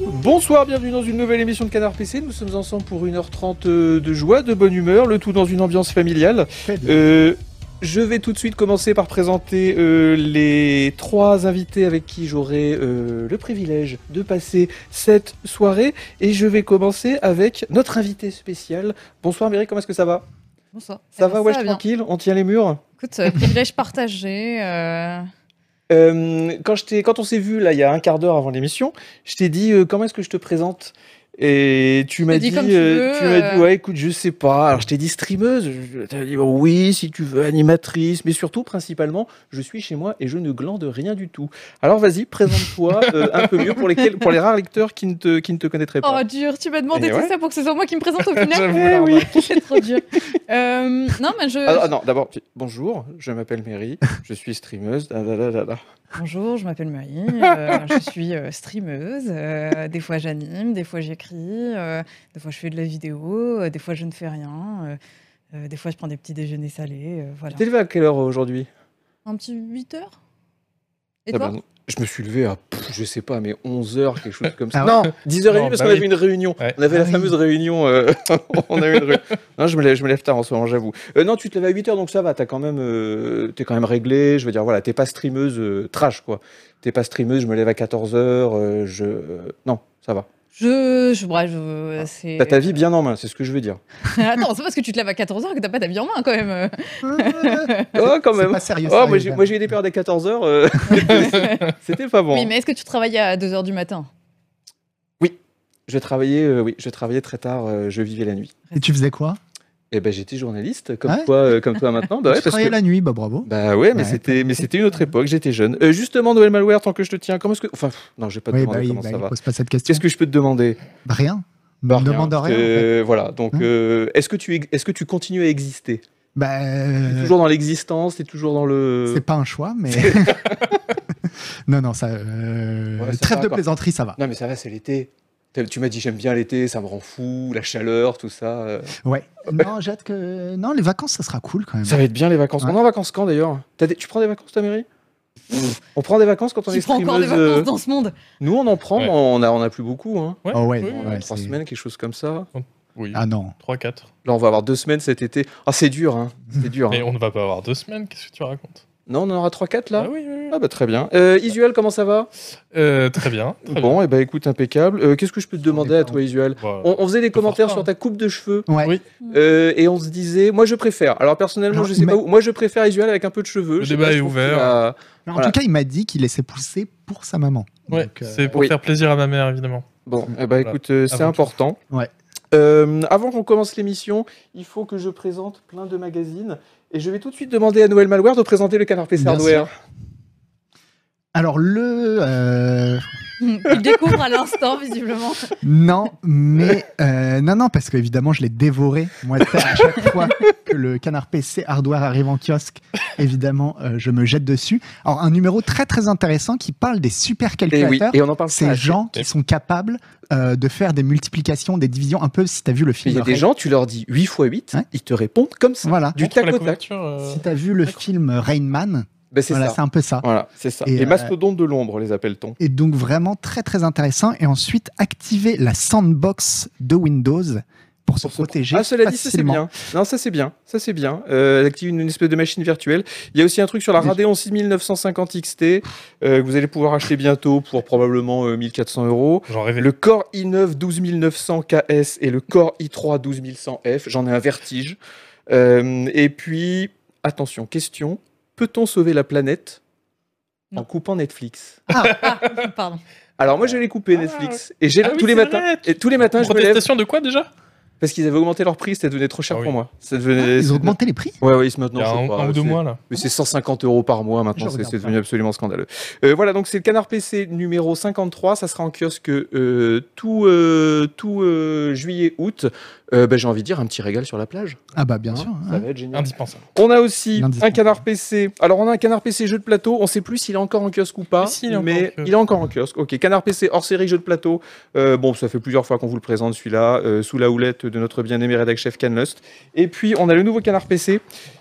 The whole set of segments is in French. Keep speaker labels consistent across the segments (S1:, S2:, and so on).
S1: Bonsoir, bienvenue dans une nouvelle émission de Canard PC. Nous sommes ensemble pour 1h30 euh, de joie, de bonne humeur, le tout dans une ambiance familiale. Euh, je vais tout de suite commencer par présenter euh, les trois invités avec qui j'aurai euh, le privilège de passer cette soirée. Et je vais commencer avec notre invité spécial. Bonsoir Mary, comment est-ce que ça va
S2: Bonsoir.
S1: Ça
S2: Eh
S1: va,
S2: ben,
S1: ouais,
S2: va bien.
S1: tranquille On tient les murs
S2: Écoute, euh, privilège partagé. euh,
S1: Euh, quand, je t'ai- quand on s'est vu là il y a un quart d'heure avant l'émission, je t'ai dit euh, comment est-ce que je te présente et tu m'as
S2: dis
S1: dit,
S2: comme tu veux,
S1: tu m'as dit
S2: euh.
S1: ouais écoute je sais pas alors je t'ai dit streameuse je- je- t'as dit bon, oui si tu veux animatrice mais surtout principalement je suis chez moi et je ne glande rien du tout alors vas-y présente-toi euh, un peu mieux pour lesquels pour les rares lecteurs qui ne te qui ne te connaîtraient pas
S2: Oh, dur, tu m'as demandé
S1: Eh
S2: tout
S1: ouais.
S2: ça pour que ce soit moi qui me présente au final.
S1: J'avoue,
S2: Eh
S1: la
S2: oui, c'est trop dur. Euh, non, mais je.
S1: ah, ah, non d'abord tu- bonjour je m'appelle Mary je suis streameuse da, da, da, da, da.
S2: Bonjour, je m'appelle Marie, euh, je suis euh, streameuse. euh, des fois, j'anime, des fois, j'écris, euh, des fois, je fais de la vidéo, euh, des fois, je ne fais rien. euh, euh, des fois, je prends des petits déjeuners salés. euh, voilà.
S1: Tu t'es levé à quelle heure aujourd'hui
S2: Un petit 8 heures Et
S1: Ah
S2: toi
S1: bah non. je me suis levé à, pff, je sais pas, mais 11h, quelque chose comme ça. non,
S3: Ah
S1: 10h30
S3: Non,
S1: parce
S3: bah
S1: qu'on
S3: oui.
S1: avait une réunion.
S3: Ouais.
S1: On avait
S3: Ah
S1: la
S3: oui.
S1: fameuse réunion. euh, on a eu une réunion. Non, je me, lève, je me lève tard en ce moment, j'avoue. Euh, non, tu te lèves à 8h, donc ça va, t'as quand même, euh, t'es quand même réglé. Je veux dire, voilà, t'es pas streameuse euh, trash, quoi. T'es pas streameuse, je me lève à 14h, euh, je. euh, non, ça va.
S2: Je. je, ouais, je
S1: Ah,
S2: c'est-
S1: T'as ta vie bien en main, c'est ce que je veux dire.
S2: Attends, c'est pas parce que tu te lèves à 14h que t'as pas ta vie en main quand même. euh.
S1: Oh, quand
S3: C'est
S1: même.
S3: pas sérieux.
S1: Oh,
S3: ça, hein.
S1: moi, j'ai,
S3: Evan.
S1: moi, j'ai eu des périodes à 14h. C'était pas bon.
S2: Oui, mais est-ce que tu travailles à 2h du matin
S1: Je travaillais, euh, oui, je travaillais très tard, euh, je vivais la nuit.
S3: Et tu faisais quoi
S1: Eh ben j'étais journaliste comme
S3: Ouais.
S1: toi euh, comme toi maintenant bah ouais
S3: Tu
S1: parce
S3: travaillais
S1: que
S3: la nuit, bah bravo.
S1: bah ouais mais
S3: Ouais.
S1: c'était mais c'était une autre époque j'étais jeune Euh, justement Noël Malware tant que je te tiens comment est-ce que enfin pff, non je vais pas te
S3: oui,
S1: demander
S3: bah, oui,
S1: comment
S3: bah,
S1: ça
S3: il
S1: va
S3: pose pas cette question.
S1: qu'est-ce que je peux te demander
S3: Bah, rien.
S1: Bah, rien,
S3: demande rien. en fait.
S1: euh, voilà donc
S3: Hein
S1: euh, est-ce que tu ex- est-ce que tu continues à exister
S3: Bah, euh,
S1: T'es toujours euh, dans l'existence t'es toujours dans le
S3: c'est pas un choix, mais. non, non, ça. euh,
S1: Ouais, ça
S3: Trêve
S1: va,
S3: de
S1: quoi.
S3: plaisanterie, ça va.
S1: non mais ça va c'est l'été T'as- tu m'as dit j'aime bien l'été ça me rend fou la chaleur tout ça euh.
S3: Ouais. Non, j'ai hâte que. Non, les vacances, ça sera cool quand même.
S1: ça va être bien les vacances
S3: Ouais.
S1: on est en vacances quand d'ailleurs T'as des- tu prends des vacances ta mairie on prend des vacances quand on
S2: Tu
S1: est
S2: prends encore des
S1: streameuse
S2: vacances
S1: euh,
S2: dans ce monde
S1: nous on en prend
S4: Ouais.
S1: mais on a on a plus beaucoup hein
S4: Ouais,
S3: Oh, ouais,
S4: oui,
S3: bon,
S4: oui.
S3: ouais.
S1: trois
S3: c'est-
S1: semaines, quelque chose comme ça.
S4: Oui,
S3: Ah non.
S4: 3-4.
S1: Là, on va avoir deux semaines cet été. Ah, c'est dur, hein. C'est dur.
S4: Mais
S1: hein.
S4: on ne va pas avoir deux semaines, qu'est-ce que tu racontes
S1: Non, on en aura 3-4 là
S4: Ah oui, oui, oui.
S1: Ah, bah très bien. Euh, Isuel, comment ça va
S4: Euh, très bien. très bien.
S1: Bon, et bah écoute, impeccable. Euh, Qu'est-ce que je peux te demander à toi, Isuel
S4: Voilà.
S1: on, on faisait des
S4: Faut
S1: commentaires
S4: faire ça, hein.
S1: sur ta coupe de cheveux.
S3: Ouais.
S4: Oui.
S1: euh, et on se disait, moi je préfère. Alors personnellement,
S3: Alors,
S1: je sais
S3: mais-
S1: pas où. Moi je préfère Isuel avec un peu de cheveux.
S4: Le
S1: Je sais
S4: débat
S1: pas, je
S4: est
S1: trouve
S4: ouvert.
S1: qu'il a-
S3: Mais En
S1: Voilà.
S3: tout cas, il m'a dit qu'il laissait pousser pour sa maman.
S4: Ouais,
S3: Donc, euh,
S4: c'est pour
S1: oui.
S4: faire plaisir à ma mère, évidemment.
S1: Bon, eh ben,
S4: Voilà.
S1: écoute, euh, c'est
S4: Avant tout.
S1: important.
S3: Ouais.
S1: Euh, avant qu'on commence l'émission, il faut que je présente plein de magazines. Et je vais tout de suite demander à Noël Malware de présenter le canard PC
S3: Bien
S1: Hardware.
S3: Alors, le. euh,
S2: Tu le découvres à l'instant, visiblement.
S3: Non, mais euh, non, non, parce qu'évidemment, je l'ai dévoré. Moi, tu sais, à chaque fois que le canard PC hardware arrive en kiosque, évidemment, euh, je me jette dessus. Alors, un numéro très très intéressant qui parle des
S1: Et Eh oui,
S3: supercalculateurs.
S1: et on en parle pas
S3: Ces
S1: assez.
S3: gens qui sont capables euh, de faire des multiplications, des divisions, un peu si t'as vu le
S1: Mais
S3: film.
S1: il y a des
S3: Ray-
S1: gens, tu leur dis 8 x 8,
S3: Ouais.
S1: ils te répondent comme ça,
S3: Voilà.
S1: du
S4: Montre
S1: tac
S4: la
S1: au tac.
S4: couverture, euh,
S3: Si t'as vu le
S4: D'accord.
S3: film Rain Man,
S1: Ben, c'est
S3: voilà, c'est
S1: ça.
S3: un peu ça.
S1: Voilà, c'est ça.
S3: Et,
S1: les
S3: euh,
S1: mastodontes de l'ombre, les appelle-t-on.
S3: Et donc vraiment très très intéressant. Et ensuite activer la sandbox de Windows pour se
S1: Pour se pro-
S3: protéger.
S1: Ah, cela dit, ça c'est
S3: facilement.
S1: bien. Non, ça c'est bien. Ça c'est bien. Euh, active une, une espèce de machine virtuelle. Il y a aussi un truc sur la
S3: Déjà.
S1: Radeon 6950 XT euh, que vous allez pouvoir acheter bientôt pour probablement euh, 1400 euros.
S4: J'en rêvais.
S1: Le Core i9 12900 KS et le Core i3 12100F, j'en ai un vertige. Euh, et puis, attention, question peut-on sauver la planète
S2: Non.
S1: en coupant Netflix
S2: Ah, pardon.
S1: Alors moi je l'ai coupé
S4: Ah.
S1: Netflix et j'ai
S4: Ah oui,
S1: tous les
S4: c'est
S1: matins
S4: vrai.
S1: et tous les matins je me lève
S4: Protestation de quoi déjà
S1: parce qu'ils avaient augmenté leur prix, ça devenait trop cher
S4: Ah oui.
S1: pour moi. Ça devenait
S3: Ils ont augmenté les prix
S1: Ouais ouais, ils se
S4: Il y a
S1: maintenant
S4: un, un ou deux mois là.
S1: mais c'est 150 euros par mois maintenant,
S3: Je
S1: c'est
S3: regarde
S1: c'est
S3: ça.
S1: devenu absolument scandaleux. Euh, voilà, donc c'est le Canard PC numéro 53, ça sera en kiosque euh, tout, euh, tout euh, juillet-août. euh, bah, j'ai envie de dire un petit régal sur la plage.
S3: Ah bah bien
S1: Hein,
S3: sûr.
S1: Ça
S3: hein.
S1: va être génial.
S4: Indispensable.
S1: On a aussi
S3: Lundi
S1: un
S3: soir.
S1: canard PC. Alors on a un canard PC jeu de plateau. On sait plus s'il est encore en kiosque ou pas,
S4: Mais si, il est encore en
S1: mais
S4: kiosque.
S1: il est encore en kiosque. Ok, canard PC hors série jeu de plateau. Euh, bon, ça fait plusieurs fois qu'on vous le présente celui-là euh, sous la houlette de notre bien-aimé rédac chef Canlust. Et puis on a le nouveau canard PC.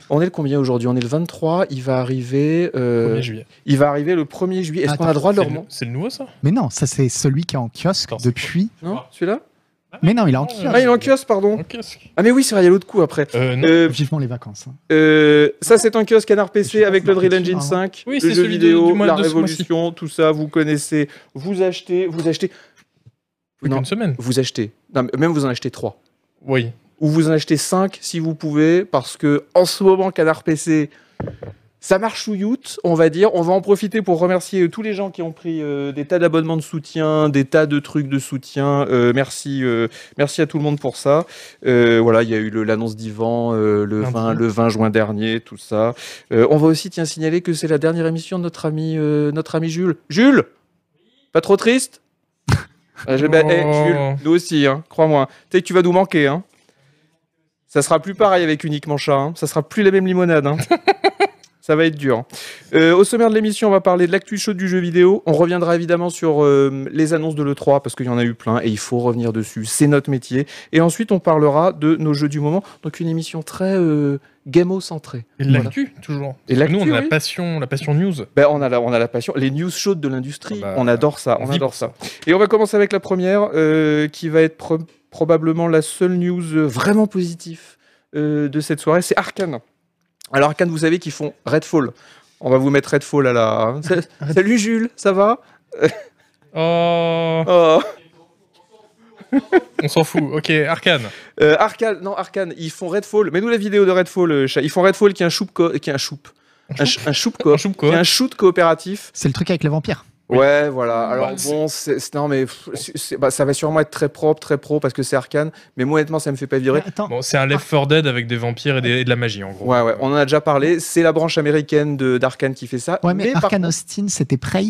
S1: On est le combien aujourd'hui On est le 23. Il va arriver. euh,
S4: 1er juillet.
S1: il va arriver le 1er juillet. Est-ce qu'on a
S3: Attends,
S1: droit de
S4: C'est
S1: leur
S4: le, c'est le nouveau ça
S3: Mais non, ça c'est celui qui est en kiosque
S4: Attends, c'est
S3: depuis.
S1: Non, celui-là
S3: Mais non, il est en
S4: Non,
S3: kiosque.
S4: euh,
S1: Ah, il est en kiosque, pardon.
S4: En kiosque.
S1: Ah mais oui, c'est vrai, il y a l'autre coup après.
S4: Euh, non.
S1: Euh,
S3: Vivement les vacances. hein.
S1: Euh, ça, c'est un kiosque Canard
S3: Je sais
S1: PC
S3: pas
S1: avec
S3: si
S1: le
S3: c'est
S1: Drill
S3: marketing,
S1: Engine
S3: hein.
S1: 5,
S4: Oui,
S1: le
S4: c'est
S1: jeu
S4: celui de- du
S1: vidéo,
S4: mois-
S1: la
S4: de ce mois-ci.
S1: révolution, tout ça, vous connaissez. Vous achetez, vous achetez,
S4: Plus
S1: non.
S4: qu'une semaine.
S1: vous achetez. Non, mais même vous en achetez 3.
S4: Oui.
S1: Ou vous en achetez 5 si vous pouvez, parce que en ce moment, Canard PC, ça marche sous youth, on va dire. On va en profiter pour remercier euh, tous les gens qui ont pris euh, des tas d'abonnements de soutien, des tas de trucs de soutien. Euh, merci, euh, merci à tout le monde pour ça. Euh, voilà, il y a eu le- l'annonce d'Ivan euh, le,
S4: Lundi.
S1: 20, le 20 juin dernier, tout ça. Euh, on va aussi tiens, signaler que c'est la dernière émission de notre ami, euh, notre ami Jules. Jules Pas trop triste Ah, je- bah,
S4: Oh.
S1: eh, Jules, nous aussi, hein, crois-moi. Tu sais que tu vas nous manquer. Hein. Ça sera plus pareil avec Uniquement Chat. hein. Ça sera plus la même limonade. hein. Ça va être dur. Euh, au sommaire de l'émission, on va parler de l'actu chaude du jeu vidéo. On reviendra évidemment sur euh, les annonces de l'E3 parce qu'il y en a eu plein et il faut revenir dessus. C'est notre métier. Et ensuite, on parlera de nos jeux du moment. Donc, une émission très euh, game-centrée.
S4: Et
S1: Voilà.
S4: l'actu, toujours.
S1: Et
S4: Nous, on
S1: l'actu,
S4: a
S1: oui.
S4: la passion, la passion news.
S1: Ben, on, a la, on a la passion, les news chaudes de l'industrie,
S4: Ah bah,
S1: on adore ça,
S4: on
S1: on
S4: vit
S1: adore
S4: pour
S1: ça. Et on va commencer avec la première, euh, qui va être pro- probablement la seule news euh, vraiment positive euh, de cette soirée, c'est Arkane. Alors Arkane, vous savez qu'ils font Redfall. On va vous mettre Redfall à la... hein. Sa- Salut Jules, ça va
S4: Oh,
S1: Oh.
S4: on s'en fout. Ok, Arcane.
S1: Euh, Arkane, non Arkane, ils font Redfall. Mets-nous la vidéo de Redfall, euh, chat. Ils font Redfall qui est un choup... co- Qui est un choup... Un, ch- un choup co-
S4: Un choupe
S1: qui est
S4: quoi
S1: un shoot coopératif
S3: C'est le truc avec les vampires.
S4: Oui.
S1: Ouais, voilà. Alors
S4: Bah, c'est-
S1: bon, c'est c'est- non mais pff, c'est- c'est- bah, ça va sûrement être très propre, très pro parce que c'est arcane. Mais moi, honnêtement, ça me fait pas virer.
S3: Attends,
S4: Bon, c'est un Left 4 Dead avec des vampires et, des- et de la magie en gros.
S1: Ah. Ouais, ouais. On en a déjà parlé. C'est la branche américaine de d'arcane qui fait ça.
S3: ouais, mais,
S1: par,
S3: Arkane Austin, c'était Prey.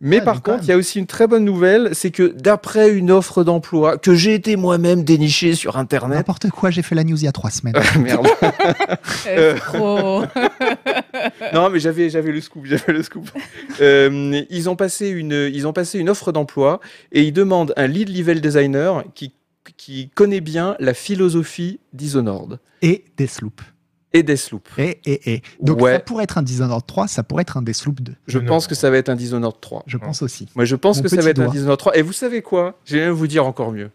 S1: mais
S3: Ah,
S1: par
S3: donc, quand
S1: contre, il y a aussi une très bonne nouvelle, c'est que d'après une offre d'emploi que j'ai été moi-même dénichée sur internet.
S3: N'importe quoi, j'ai fait la news il y a trois semaines.
S1: Merde.
S2: Euh, c'est trop.
S1: non, mais j'avais j'avais le scoop, j'avais le scoop. Euh, ils ont passé une ils ont passé une offre d'emploi et ils demandent un lead level designer qui qui connaît bien la philosophie Dishonored
S3: Et Deathloop.
S1: et Deathloop.
S3: Et, et, et. Donc
S1: Ouais.
S3: ça pourrait être un Dishonored 3, ça pourrait être un Deathloop 2,
S1: Je
S4: Non.
S1: pense que ça va être un Dishonored 3.
S3: je pense aussi.
S1: Moi, je pense
S3: Mon
S1: que ça
S3: petit
S1: va être un
S3: doigt.
S1: Dishonored 3. Et vous savez quoi Je vais même vous dire encore mieux.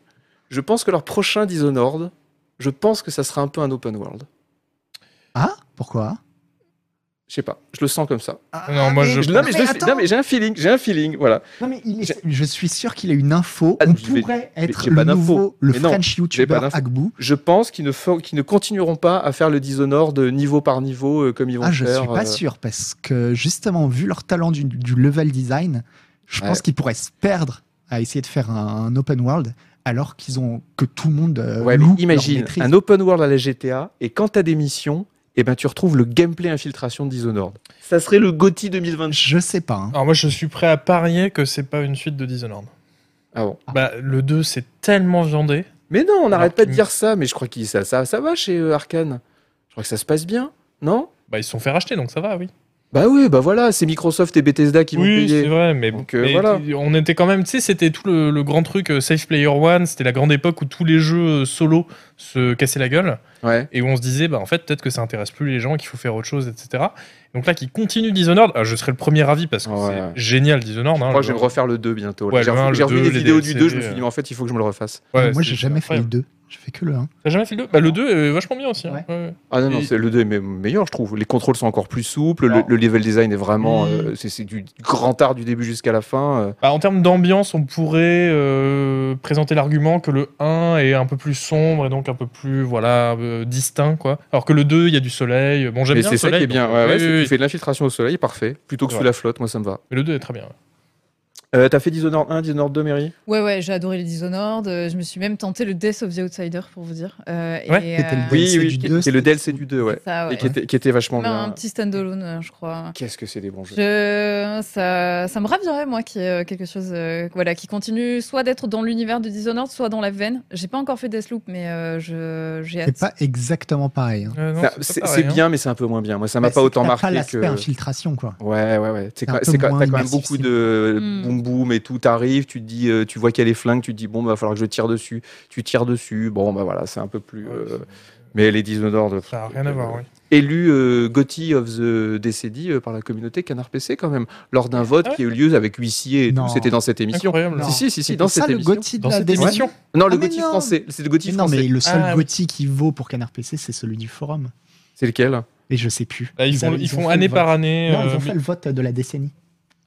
S1: Je pense que leur prochain Dishonored, je pense que ça sera un peu un open world.
S3: Ah Pourquoi
S1: Je sais pas, je le sens comme ça.
S3: Ah,
S4: Non, moi, je-
S1: Non mais, je le fais-
S3: attends,
S1: non, mais j'ai un feeling, j'ai un feeling, voilà.
S3: non, mais il est- je suis sûr qu'il a une info.
S1: Ah,
S3: On
S1: je vais-
S3: pourrait être
S1: j'ai pas
S3: le
S1: d'info.
S3: nouveau, le
S1: Mais non,
S3: French
S1: pas
S3: YouTuber
S1: d'info.
S3: Agbou.
S1: Je pense qu'ils ne, fer- qu'ils ne continueront pas à faire le Dishonored niveau par niveau euh, comme ils vont
S3: Ah, je
S1: faire.
S3: suis pas
S1: euh,
S3: sûr parce que justement, vu leur talent du, du level design, je
S1: Ouais.
S3: pense qu'ils pourraient se perdre à essayer de faire un, un open world alors qu'ils ont que tout le monde euh,
S1: Ouais, mais
S3: loue leur
S1: imagine
S3: maîtrise.
S1: un open world à la GTA et quand t'as des missions, eh ben tu retrouves le gameplay infiltration de Dishonored. Ça serait le GOTY 2026.
S3: Je sais pas. hein.
S4: Alors moi je suis prêt à parier que c'est pas une suite de Dishonored.
S1: Ah bon.
S4: Bah le 2 c'est tellement viandé.
S1: Mais non, on n'arrête pas de
S4: qu'il-
S1: dire ça, mais je crois que ça, ça, ça va chez euh, Arkane. Je crois que ça se passe bien, non
S4: Bah ils se sont fait racheter donc ça va oui.
S1: Bah oui, bah voilà, c'est Microsoft et Bethesda qui vont
S4: oui c'est
S1: payer.
S4: vrai mais,
S1: Donc, euh,
S4: mais
S1: voilà.
S4: tu- on était quand même tu sais c'était tout le, le grand truc euh, Safe Player One c'était la grande époque où tous les jeux euh, solo se cassaient la gueule
S1: Ouais.
S4: et où on se disait bah en fait peut-être que ça intéresse plus les gens qu'il faut faire autre chose etc. Donc là qui continue Dishonored ah, je serais le premier ravi parce que
S1: Ouais.
S4: c'est génial Dishonored. hein,
S1: Moi,
S4: le-
S1: je vais me refaire le 2 bientôt. là.
S4: Ouais,
S1: j'ai
S4: le un,
S1: revu,
S4: le
S1: j'ai revu
S4: deux,
S1: les
S4: les
S1: vidéos du
S4: DLC,
S1: 2, je me suis
S4: euh.
S1: dit, mais en fait, il faut que je me le refasse.
S4: ouais,
S3: Moi,
S4: c'est-
S3: j'ai jamais fait les
S4: incroyable.
S3: deux. J'ai fait que le 1.
S4: T'as jamais fait le 2 Bah le 2 est vachement bien aussi. hein.
S3: Ouais.
S4: Ouais, ouais.
S1: Ah non, non,
S4: Et-
S1: c'est- le 2 est me- meilleur, je trouve. Les contrôles sont encore plus souples, le,
S4: Alors.
S1: le level design est vraiment.
S4: Mm.
S1: euh, c'est c'est du grand art du début jusqu'à la fin. euh.
S4: Bah, en termes d'ambiance, on pourrait euh, présenter l'argument que le 1 est un peu plus sombre et donc un peu plus voilà euh, distinct quoi. Alors que le 2, il y a du soleil. Bon, j'aime
S1: Mais
S4: bien le
S1: c'est ça qui
S4: soleil.
S1: est bien.
S4: donc,
S1: Ouais, ouais,
S4: oui,
S1: c'est-
S4: oui,
S1: tu
S4: oui.
S1: fais de l'infiltration au soleil, parfait. Plutôt que sous
S4: Ouais.
S1: la flotte, moi, ça me va.
S4: Mais le 2 est très bien. ouais.
S1: Euh, T'as fait Dishonored 1, Dishonored 2, Mary
S2: Ouais, ouais, j'ai adoré les Dishonored. euh, Je me suis même tenté le Death of the Outsider, pour vous dire. Euh,
S4: Ouais,
S2: et,
S3: c'était le
S2: euh,
S1: Oui,
S3: DLC
S1: oui,
S3: du
S1: qui
S3: deux,
S1: qui est le DLC du 2, ouais.
S2: ça, ouais.
S1: Et qui était, qui était vachement
S2: Même Un
S1: bien.
S2: petit standalone, euh, je crois.
S1: Qu'est-ce que c'est des bons jeux
S2: Je- ça, ça me ravirait, moi, qu'il y ait euh, quelque chose euh, voilà, qui continue soit d'être dans l'univers de Dishonored, soit dans la veine. J'ai pas encore fait Deathloop, mais euh, je- j'ai hâte.
S3: C'est pas exactement pareil. hein.
S4: Euh, non,
S1: Ça,
S4: pas
S1: C'est
S4: pareil,
S1: c'est
S4: hein.
S1: bien, mais c'est un peu moins bien. Moi, ça m'a
S3: Bah,
S1: pas
S3: c'est
S1: autant
S3: que t'as pas
S1: marqué
S3: l'aspect
S1: que.
S3: infiltration, quoi.
S1: Ouais, ouais, ouais. C'est
S3: un
S1: quand,
S3: peu
S1: c'est quand-
S3: moins
S1: t'as quand même
S3: immersif,
S1: beaucoup
S3: c'est
S1: de
S2: Mm.
S1: boum boum et tout arrive. Tu te dis, euh, tu vois qu'il y a les flingues, tu te dis bon, bah, va falloir que je tire dessus. Tu tires dessus. Bon, bah voilà, c'est un peu plus.
S4: Ouais,
S1: euh, Mais les Dishonored.
S4: hein. Ça n'a rien à voir, oui.
S1: Élu euh, Gotti of the Décédie euh, par la communauté Canard PC quand même lors d'un vote
S4: Ah ouais
S1: qui a eu lieu avec huissier. et tout.
S3: Non.
S1: C'était dans cette émission.
S4: Incroyable.
S1: Si, si, si, si,
S3: C'était
S1: dans
S3: ça
S1: cette
S3: le
S1: émission.
S3: Gotti de
S4: Dans
S3: la
S4: cette
S3: décennie.
S4: émission
S1: Non, le
S3: Ah, mais
S1: Gotti
S3: non.
S1: français. C'est le Gotti
S3: Mais Non,
S1: français.
S3: mais le seul
S4: Ah, oui.
S3: Gotti qui vaut pour Canard PC, c'est celui du forum.
S1: C'est lequel
S3: Et je sais plus.
S4: Là, Bah, ils
S3: avaient-
S4: font, ils
S3: ont
S4: font
S3: fait
S4: année
S3: le vote.
S4: par année.
S3: Non, ils
S4: euh,
S3: ont fait le vote de la décennie.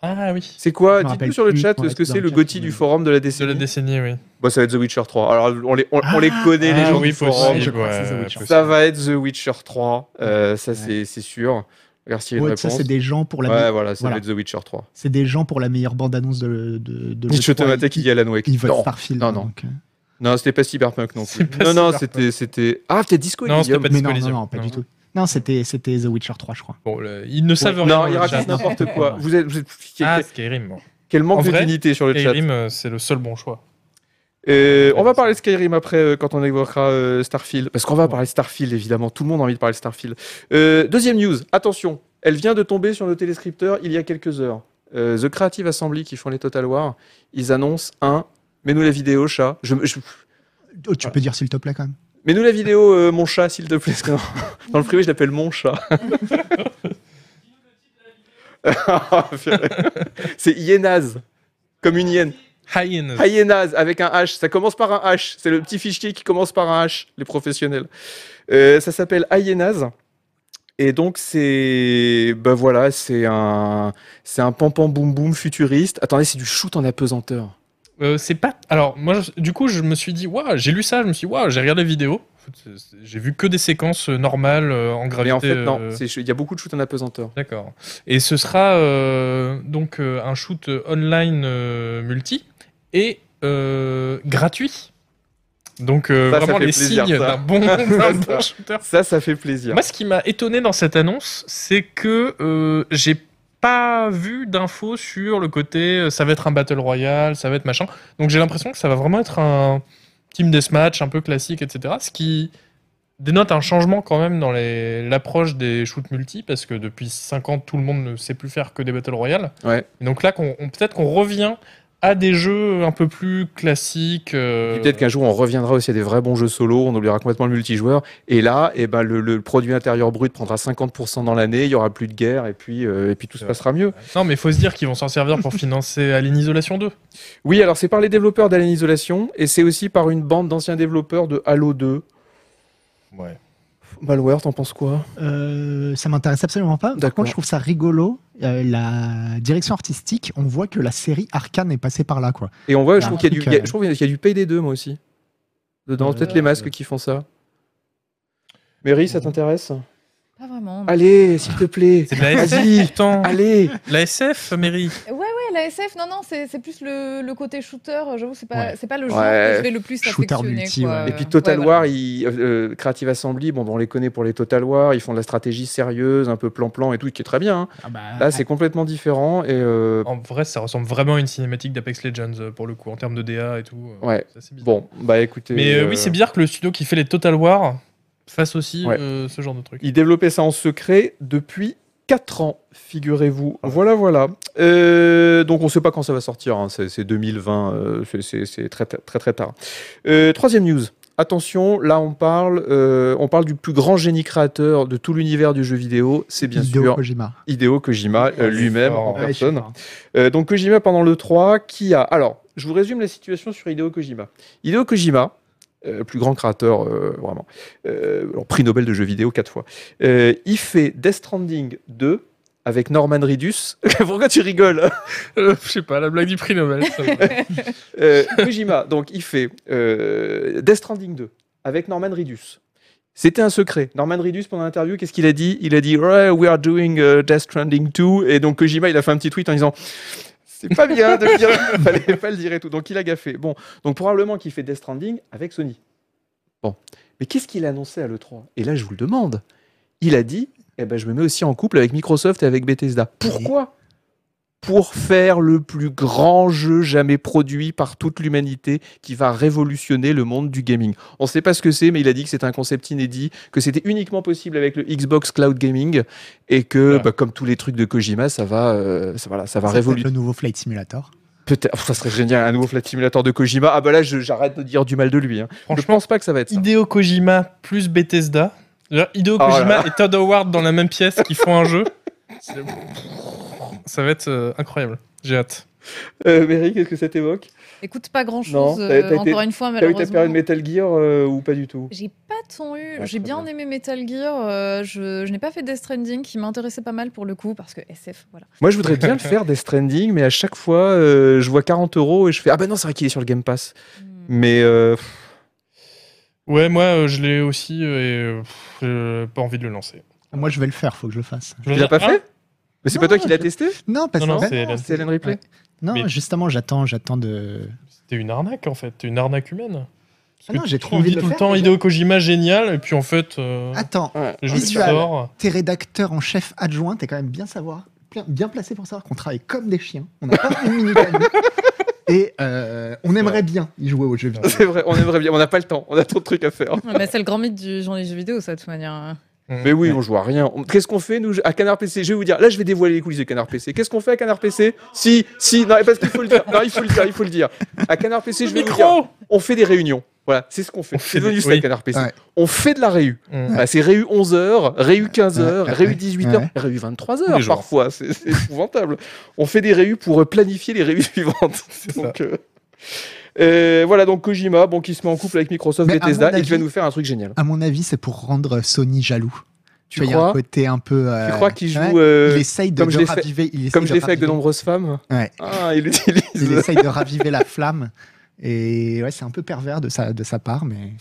S4: Ah oui.
S1: C'est
S3: Je
S1: quoi
S3: me
S1: Dites-nous
S3: rappelle
S1: sur le
S3: plus,
S1: chat
S3: faudrait
S1: est-ce que
S3: être dans
S1: c'est le
S3: le chat,
S1: Gotti du
S3: mais-
S1: forum de la
S4: C'est la
S1: décennie
S4: décennie, oui.
S1: Bah, ça va être The Witcher 3. Alors, on les, on, on les connaît, les
S4: Ah
S1: gens
S4: oui,
S1: du forum.
S4: possible,
S3: je crois que
S4: ouais,
S3: c'est The Witcher.
S4: possible.
S1: Ça va être The Witcher 3. euh, ça,
S3: Ouais.
S1: c'est- c'est sûr. Merci, une
S3: Ouais, ça,
S1: réponse.
S3: c'est des gens pour la,
S1: Ouais, voilà, ça
S3: voilà.
S1: va être The Witcher 3.
S3: c'est des gens pour la meilleure bande-annonce de, de, de
S1: Nietzsche
S3: l'E3.
S1: Automata qui
S3: Ils-
S1: dit Alan Wake.
S3: Ils votent
S1: Non,
S3: Starfield.
S1: Non, non.
S3: donc, euh,
S1: non c'était pas Cyberpunk non plus.
S4: C'est pas
S1: Non, non,
S4: Cyberpunk.
S1: c'était. c'était- Ah, c'était Disco
S4: Non, c'était
S1: Elysium.
S4: pas
S3: Mais
S4: Disco
S3: non, non,
S4: Elysium.
S3: non, pas
S4: Non,
S3: du
S4: non.
S3: tout. Non, c'était c'était The Witcher 3, je crois.
S4: Bon, le- ils ne savent rien. dans
S1: Non, il
S4: hein, le
S1: raconte
S4: chat.
S1: n'importe quoi. Vous êtes, vous êtes-
S4: Ah,
S1: quel-
S4: Skyrim. bon.
S1: Quel
S4: En
S1: manque de
S4: vrai,
S1: dignité sur le chat.
S4: Skyrim, euh, c'est le seul bon choix.
S1: Euh, on va parler de Skyrim après euh, quand on évoquera euh, Starfield. Parce qu'on va parler de Starfield, évidemment. Tout le monde a envie de parler de Starfield. Euh, deuxième news, attention, elle vient de tomber sur le téléscripteur il y a quelques heures. Euh, The Creative Assembly qui font les Total War, ils annoncent un. Mets-nous la vidéo, chat. Je, je-
S3: Oh, tu peux dire s'il te plaît quand même.
S1: Mets-nous la vidéo, euh, mon chat, s'il te plaît. parce que Dans le privé, je l'appelle mon chat. Ah, purée. C'est Iénaz, comme une hyène.
S4: Hyenas.
S1: Hyenas avec un H, ça commence par un H, c'est le petit fichier qui commence par un H, les professionnels. Euh, ça s'appelle Hyenas. Et donc c'est bah voilà, c'est un c'est un pam pam boum boum futuriste. Attendez, c'est du shoot en apesanteur.
S4: Euh, c'est pas. Alors, moi, je- du coup, je me suis dit, waouh, j'ai lu ça, je me suis dit, waouh, j'ai regardé la vidéo. En fait, c'est- c'est- J'ai vu que des séquences euh, normales euh, en gravité.
S1: Mais en fait
S4: euh,
S1: non, c'est- il y a beaucoup de shoot en apesanteur.
S4: D'accord. Et ce sera euh, donc euh, un shoot euh, online euh, multi et euh, gratuit. Donc euh,
S1: Ça, ça
S4: vraiment
S1: fait
S4: les
S1: plaisir,
S4: signes
S1: ça.
S4: d'un bon, d'un
S1: Ça,
S4: bon
S1: ça.
S4: shooter.
S1: Ça ça fait plaisir.
S4: Moi, ce qui m'a étonné dans cette annonce, c'est que euh, j'ai pas vu d'infos sur le côté euh, ça va être un battle royale, ça va être machin. Donc j'ai l'impression que ça va vraiment être un team deathmatch un peu classique, etc. Ce qui dénote un changement quand même dans les- l'approche des shoots multi, parce que depuis 5 ans, tout le monde ne sait plus faire que des battle royale.
S1: Ouais.
S4: Et donc là, qu'on- on- peut-être qu'on revient à des jeux un peu plus classiques. euh,
S1: Et puis Peut-être qu'un jour on reviendra aussi à des vrais bons jeux solo, on oubliera complètement le multijoueur. Et là, eh ben, le, le produit intérieur brut prendra 50% dans l'année, il y aura plus de guerre et puis, euh, et puis tout se
S4: Ouais.
S1: passera mieux.
S4: Non, mais faut se dire qu'ils vont s'en servir pour financer Alien Isolation 2.
S1: Oui, alors c'est par les développeurs d'Alien Isolation et c'est aussi par une bande d'anciens développeurs de Halo 2.
S4: Ouais.
S1: Malware, t'en penses quoi
S3: Euh, ça m'intéresse absolument pas. Par
S1: D'accord.
S3: contre, je trouve ça rigolo. euh, la direction artistique, on voit que la série Arcane est passée par là, quoi.
S1: Et on voit, je
S3: Ah,
S1: trouve qu'il y a du,
S3: ok.
S1: il y a- je trouve qu'il y a du PD2 moi aussi. Dedans,
S4: Euh,
S1: peut-être les masques
S4: euh.
S1: qui font ça. Mary, ça t'intéresse
S2: Pas vraiment. non.
S1: Allez, s'il te plaît.
S4: C'est de la
S1: Vas-y.
S4: SF, pourtant.
S1: Allez.
S4: La SF, Mary.
S2: Ouais, la SF, non, non, c'est c'est plus le, le côté shooter. euh, J'avoue, c'est pas,
S3: Ouais.
S2: c'est pas le
S1: Ouais.
S2: genre que je vais le plus
S3: Shooter
S2: affectionner.
S3: multi,
S2: quoi.
S3: ouais.
S1: Et puis Total
S2: Ouais, voilà.
S1: War, ils- euh, euh, Creative Assembly, bon, bon, on les connaît pour les Total War, ils font de la stratégie sérieuse, un peu plan-plan et tout, qui est très bien. hein.
S4: Ah bah,
S1: Là, c'est complètement différent et euh,
S4: En vrai, ça ressemble vraiment à une cinématique d'Apex Legends euh, pour le coup, en termes de DA et tout. euh,
S1: Ouais.
S4: ça, c'est bizarre.
S1: bon, bah écoutez.
S4: Mais euh, oui,
S1: euh,
S4: c'est bizarre que le studio qui fait les Total War fasse aussi
S1: Ouais.
S4: euh, ce genre de truc.
S1: Il développait ça en secret depuis 4 ans, figurez-vous. Voilà, voilà. Euh, donc on ne sait pas quand ça va sortir, hein. c'est c'est 2020, euh, c'est- c'est c'est très, ta- très très tard. Euh, troisième news. Attention, là on parle, euh, on parle du plus grand génie créateur de tout l'univers du jeu vidéo, c'est bien
S3: Hideo
S1: sûr
S3: Kojima.
S1: Hideo Kojima euh,
S4: Ouais,
S1: lui-même
S4: c'est fort.
S1: en
S4: Ouais,
S3: Ouais, je sais
S1: personne.
S3: pas.
S1: Euh, donc Kojima pendant le 3 qui a... Alors, je vous résume la situation sur Hideo Kojima. Hideo Kojima, euh, plus grand créateur euh, vraiment, euh, alors, prix Nobel de jeux vidéo quatre fois, Euh, il fait Death Stranding 2 avec Norman Reedus. Pourquoi tu rigoles
S4: Euh, je sais pas, la blague du prix Nobel. ça me plaît.
S1: Euh, Kojima, donc il fait euh, Death Stranding 2 avec Norman Reedus. C'était un secret. Norman Reedus, pendant l'interview, qu'est-ce qu'il a dit Il a dit Ouais, We are doing euh, Death Stranding 2. Et donc Kojima, il a fait un petit tweet en disant C'est pas bien de le dire. fallait pas le dire et tout. Donc il a gaffé. Bon, donc probablement qu'il fait Death Stranding avec Sony. Bon, mais qu'est-ce qu'il a annoncé à l'E3 Et là, je vous le demande. Il a dit eh ben, je me mets aussi en couple avec Microsoft et avec Bethesda. Pourquoi Pour faire le plus grand jeu jamais produit par toute l'humanité qui va révolutionner le monde du gaming. On ne sait pas ce que c'est, mais il a dit que c'était un concept inédit, que c'était uniquement possible avec le Xbox Cloud Gaming et que,
S4: Ouais.
S1: bah, comme tous les trucs de Kojima, ça va, euh, ça, voilà, ça va
S3: C'est peut-être
S1: révolutionner.
S3: le nouveau Flight Simulator.
S1: Peut-être, oh, ça serait génial, un nouveau Flat Simulator de Kojima. Ah bah là, je- j'arrête de dire du mal de lui. hein. Je
S4: Franchement,
S1: pense pas que ça va être ça.
S4: Hideo Kojima plus Bethesda. Genre, Hideo
S1: Oh là
S4: Kojima
S1: là.
S4: et Todd Howard dans la même pièce qui font un jeu. C'est- Ça va être euh, incroyable. J'ai hâte.
S1: Euh, Mary, qu'est-ce que ça t'évoque
S2: Écoute pas grand
S1: Non,
S2: chose,
S1: t'as- t'as été-
S2: encore une fois,
S1: T'as eu ta période
S2: malheureusement.
S1: Metal Gear euh, ou pas du tout
S2: J'ai pas tant eu.
S1: Ouais, très
S2: J'ai bien
S1: bien.
S2: aimé Metal Gear. euh, je je n'ai pas fait Death Stranding qui m'intéressait pas mal pour le coup parce que SF, voilà.
S1: Moi, je voudrais bien le faire, Death Stranding, mais à chaque fois, euh, je vois 40 euros et je fais Ah ben non, c'est vrai qu'il est sur le Game Pass.
S2: Hmm.
S1: Mais euh, pff,
S4: Ouais, moi euh, je l'ai aussi euh, et euh, pff, euh, pas envie de le lancer.
S3: Moi, je vais le faire, faut que je le fasse.
S4: Je
S1: tu
S4: veux
S1: l'as
S4: dire,
S1: pas
S4: ah,
S1: fait Mais c'est
S3: Non,
S1: pas toi qui l'as
S3: je-
S1: testé
S3: Non, parce
S4: Non, non,
S3: que
S4: c'est Hélène.
S1: C'est Ellen Ripley
S3: non,
S4: Mais-
S3: justement, j'attends, j'attends de.
S4: C'était une arnaque en fait, une arnaque humaine. Parce
S3: Ah
S4: que
S3: non, j'ai
S4: tu-
S3: trop
S4: on
S3: envie
S4: dit
S3: de le
S4: tout le
S3: faire,
S4: temps
S3: déjà.
S4: Hideo Kojima génial et puis en fait euh,
S3: Attends,
S4: le jeu qui
S3: visual.
S4: sort.
S3: t'es rédacteur en chef adjoint, t'es quand même bien savoir, bien, bien placé pour savoir qu'on travaille comme des chiens. On n'a pas une minute à nous. Et euh, on aimerait bien y jouer aux jeux vidéo.
S1: C'est vrai, on aimerait bien, on n'a pas le temps, on a trop de trucs à faire.
S2: Ouais, mais c'est le grand mythe du genre des jeux vidéo, ça, de toute manière. hein.
S1: Mais oui, on joue à rien. On- Qu'est-ce qu'on fait, nous, à Canard PC Je vais vous dire, là, je vais dévoiler les coulisses de Canard PC. Qu'est-ce qu'on fait à Canard PC Si, si, non, parce qu'il faut le dire, non, il faut le dire, il faut le dire. À Canard PC, je vais vous dire,
S4: Micro
S1: on fait des réunions. Voilà, c'est ce qu'on fait.
S4: On
S1: C'est
S4: fait des-
S1: devenu ça,
S4: oui.
S1: Canard PC.
S3: Ouais.
S1: On fait de la réu.
S4: Mm.
S1: Bah, c'est réu 11h, réu 15h,
S3: Ouais,
S1: réu
S3: ouais,
S1: 18h,
S3: ouais.
S1: réu
S4: Tous les
S1: 23h
S4: jours.
S1: parfois. C'est c'est épouvantable. On fait des réus pour euh, planifier les réus suivantes.
S4: ça.
S1: Donc, euh, euh, voilà, donc Kojima, bon, qui se met en couple avec Microsoft,
S3: Mais à
S1: Bethesda,
S3: mon
S1: et qui va
S3: avis-
S1: nous faire un truc génial.
S3: À mon avis, c'est pour rendre Sony jaloux.
S1: Tu
S3: vois, il y a un
S1: crois
S3: côté un peu. euh,
S1: Tu crois qu'il joue,
S3: ouais,
S1: euh,
S3: Il essaye de,
S1: comme je
S3: de
S1: l'ai fait-
S3: raviver. il essaye
S1: comme je
S3: de
S1: l'ai fait avec de
S3: raviver-
S1: nombreuses femmes
S3: Ouais.
S1: Ah, il utilise.
S3: Il essaye de raviver la flamme. Et ouais, c'est un peu pervers de sa, de sa part, mais.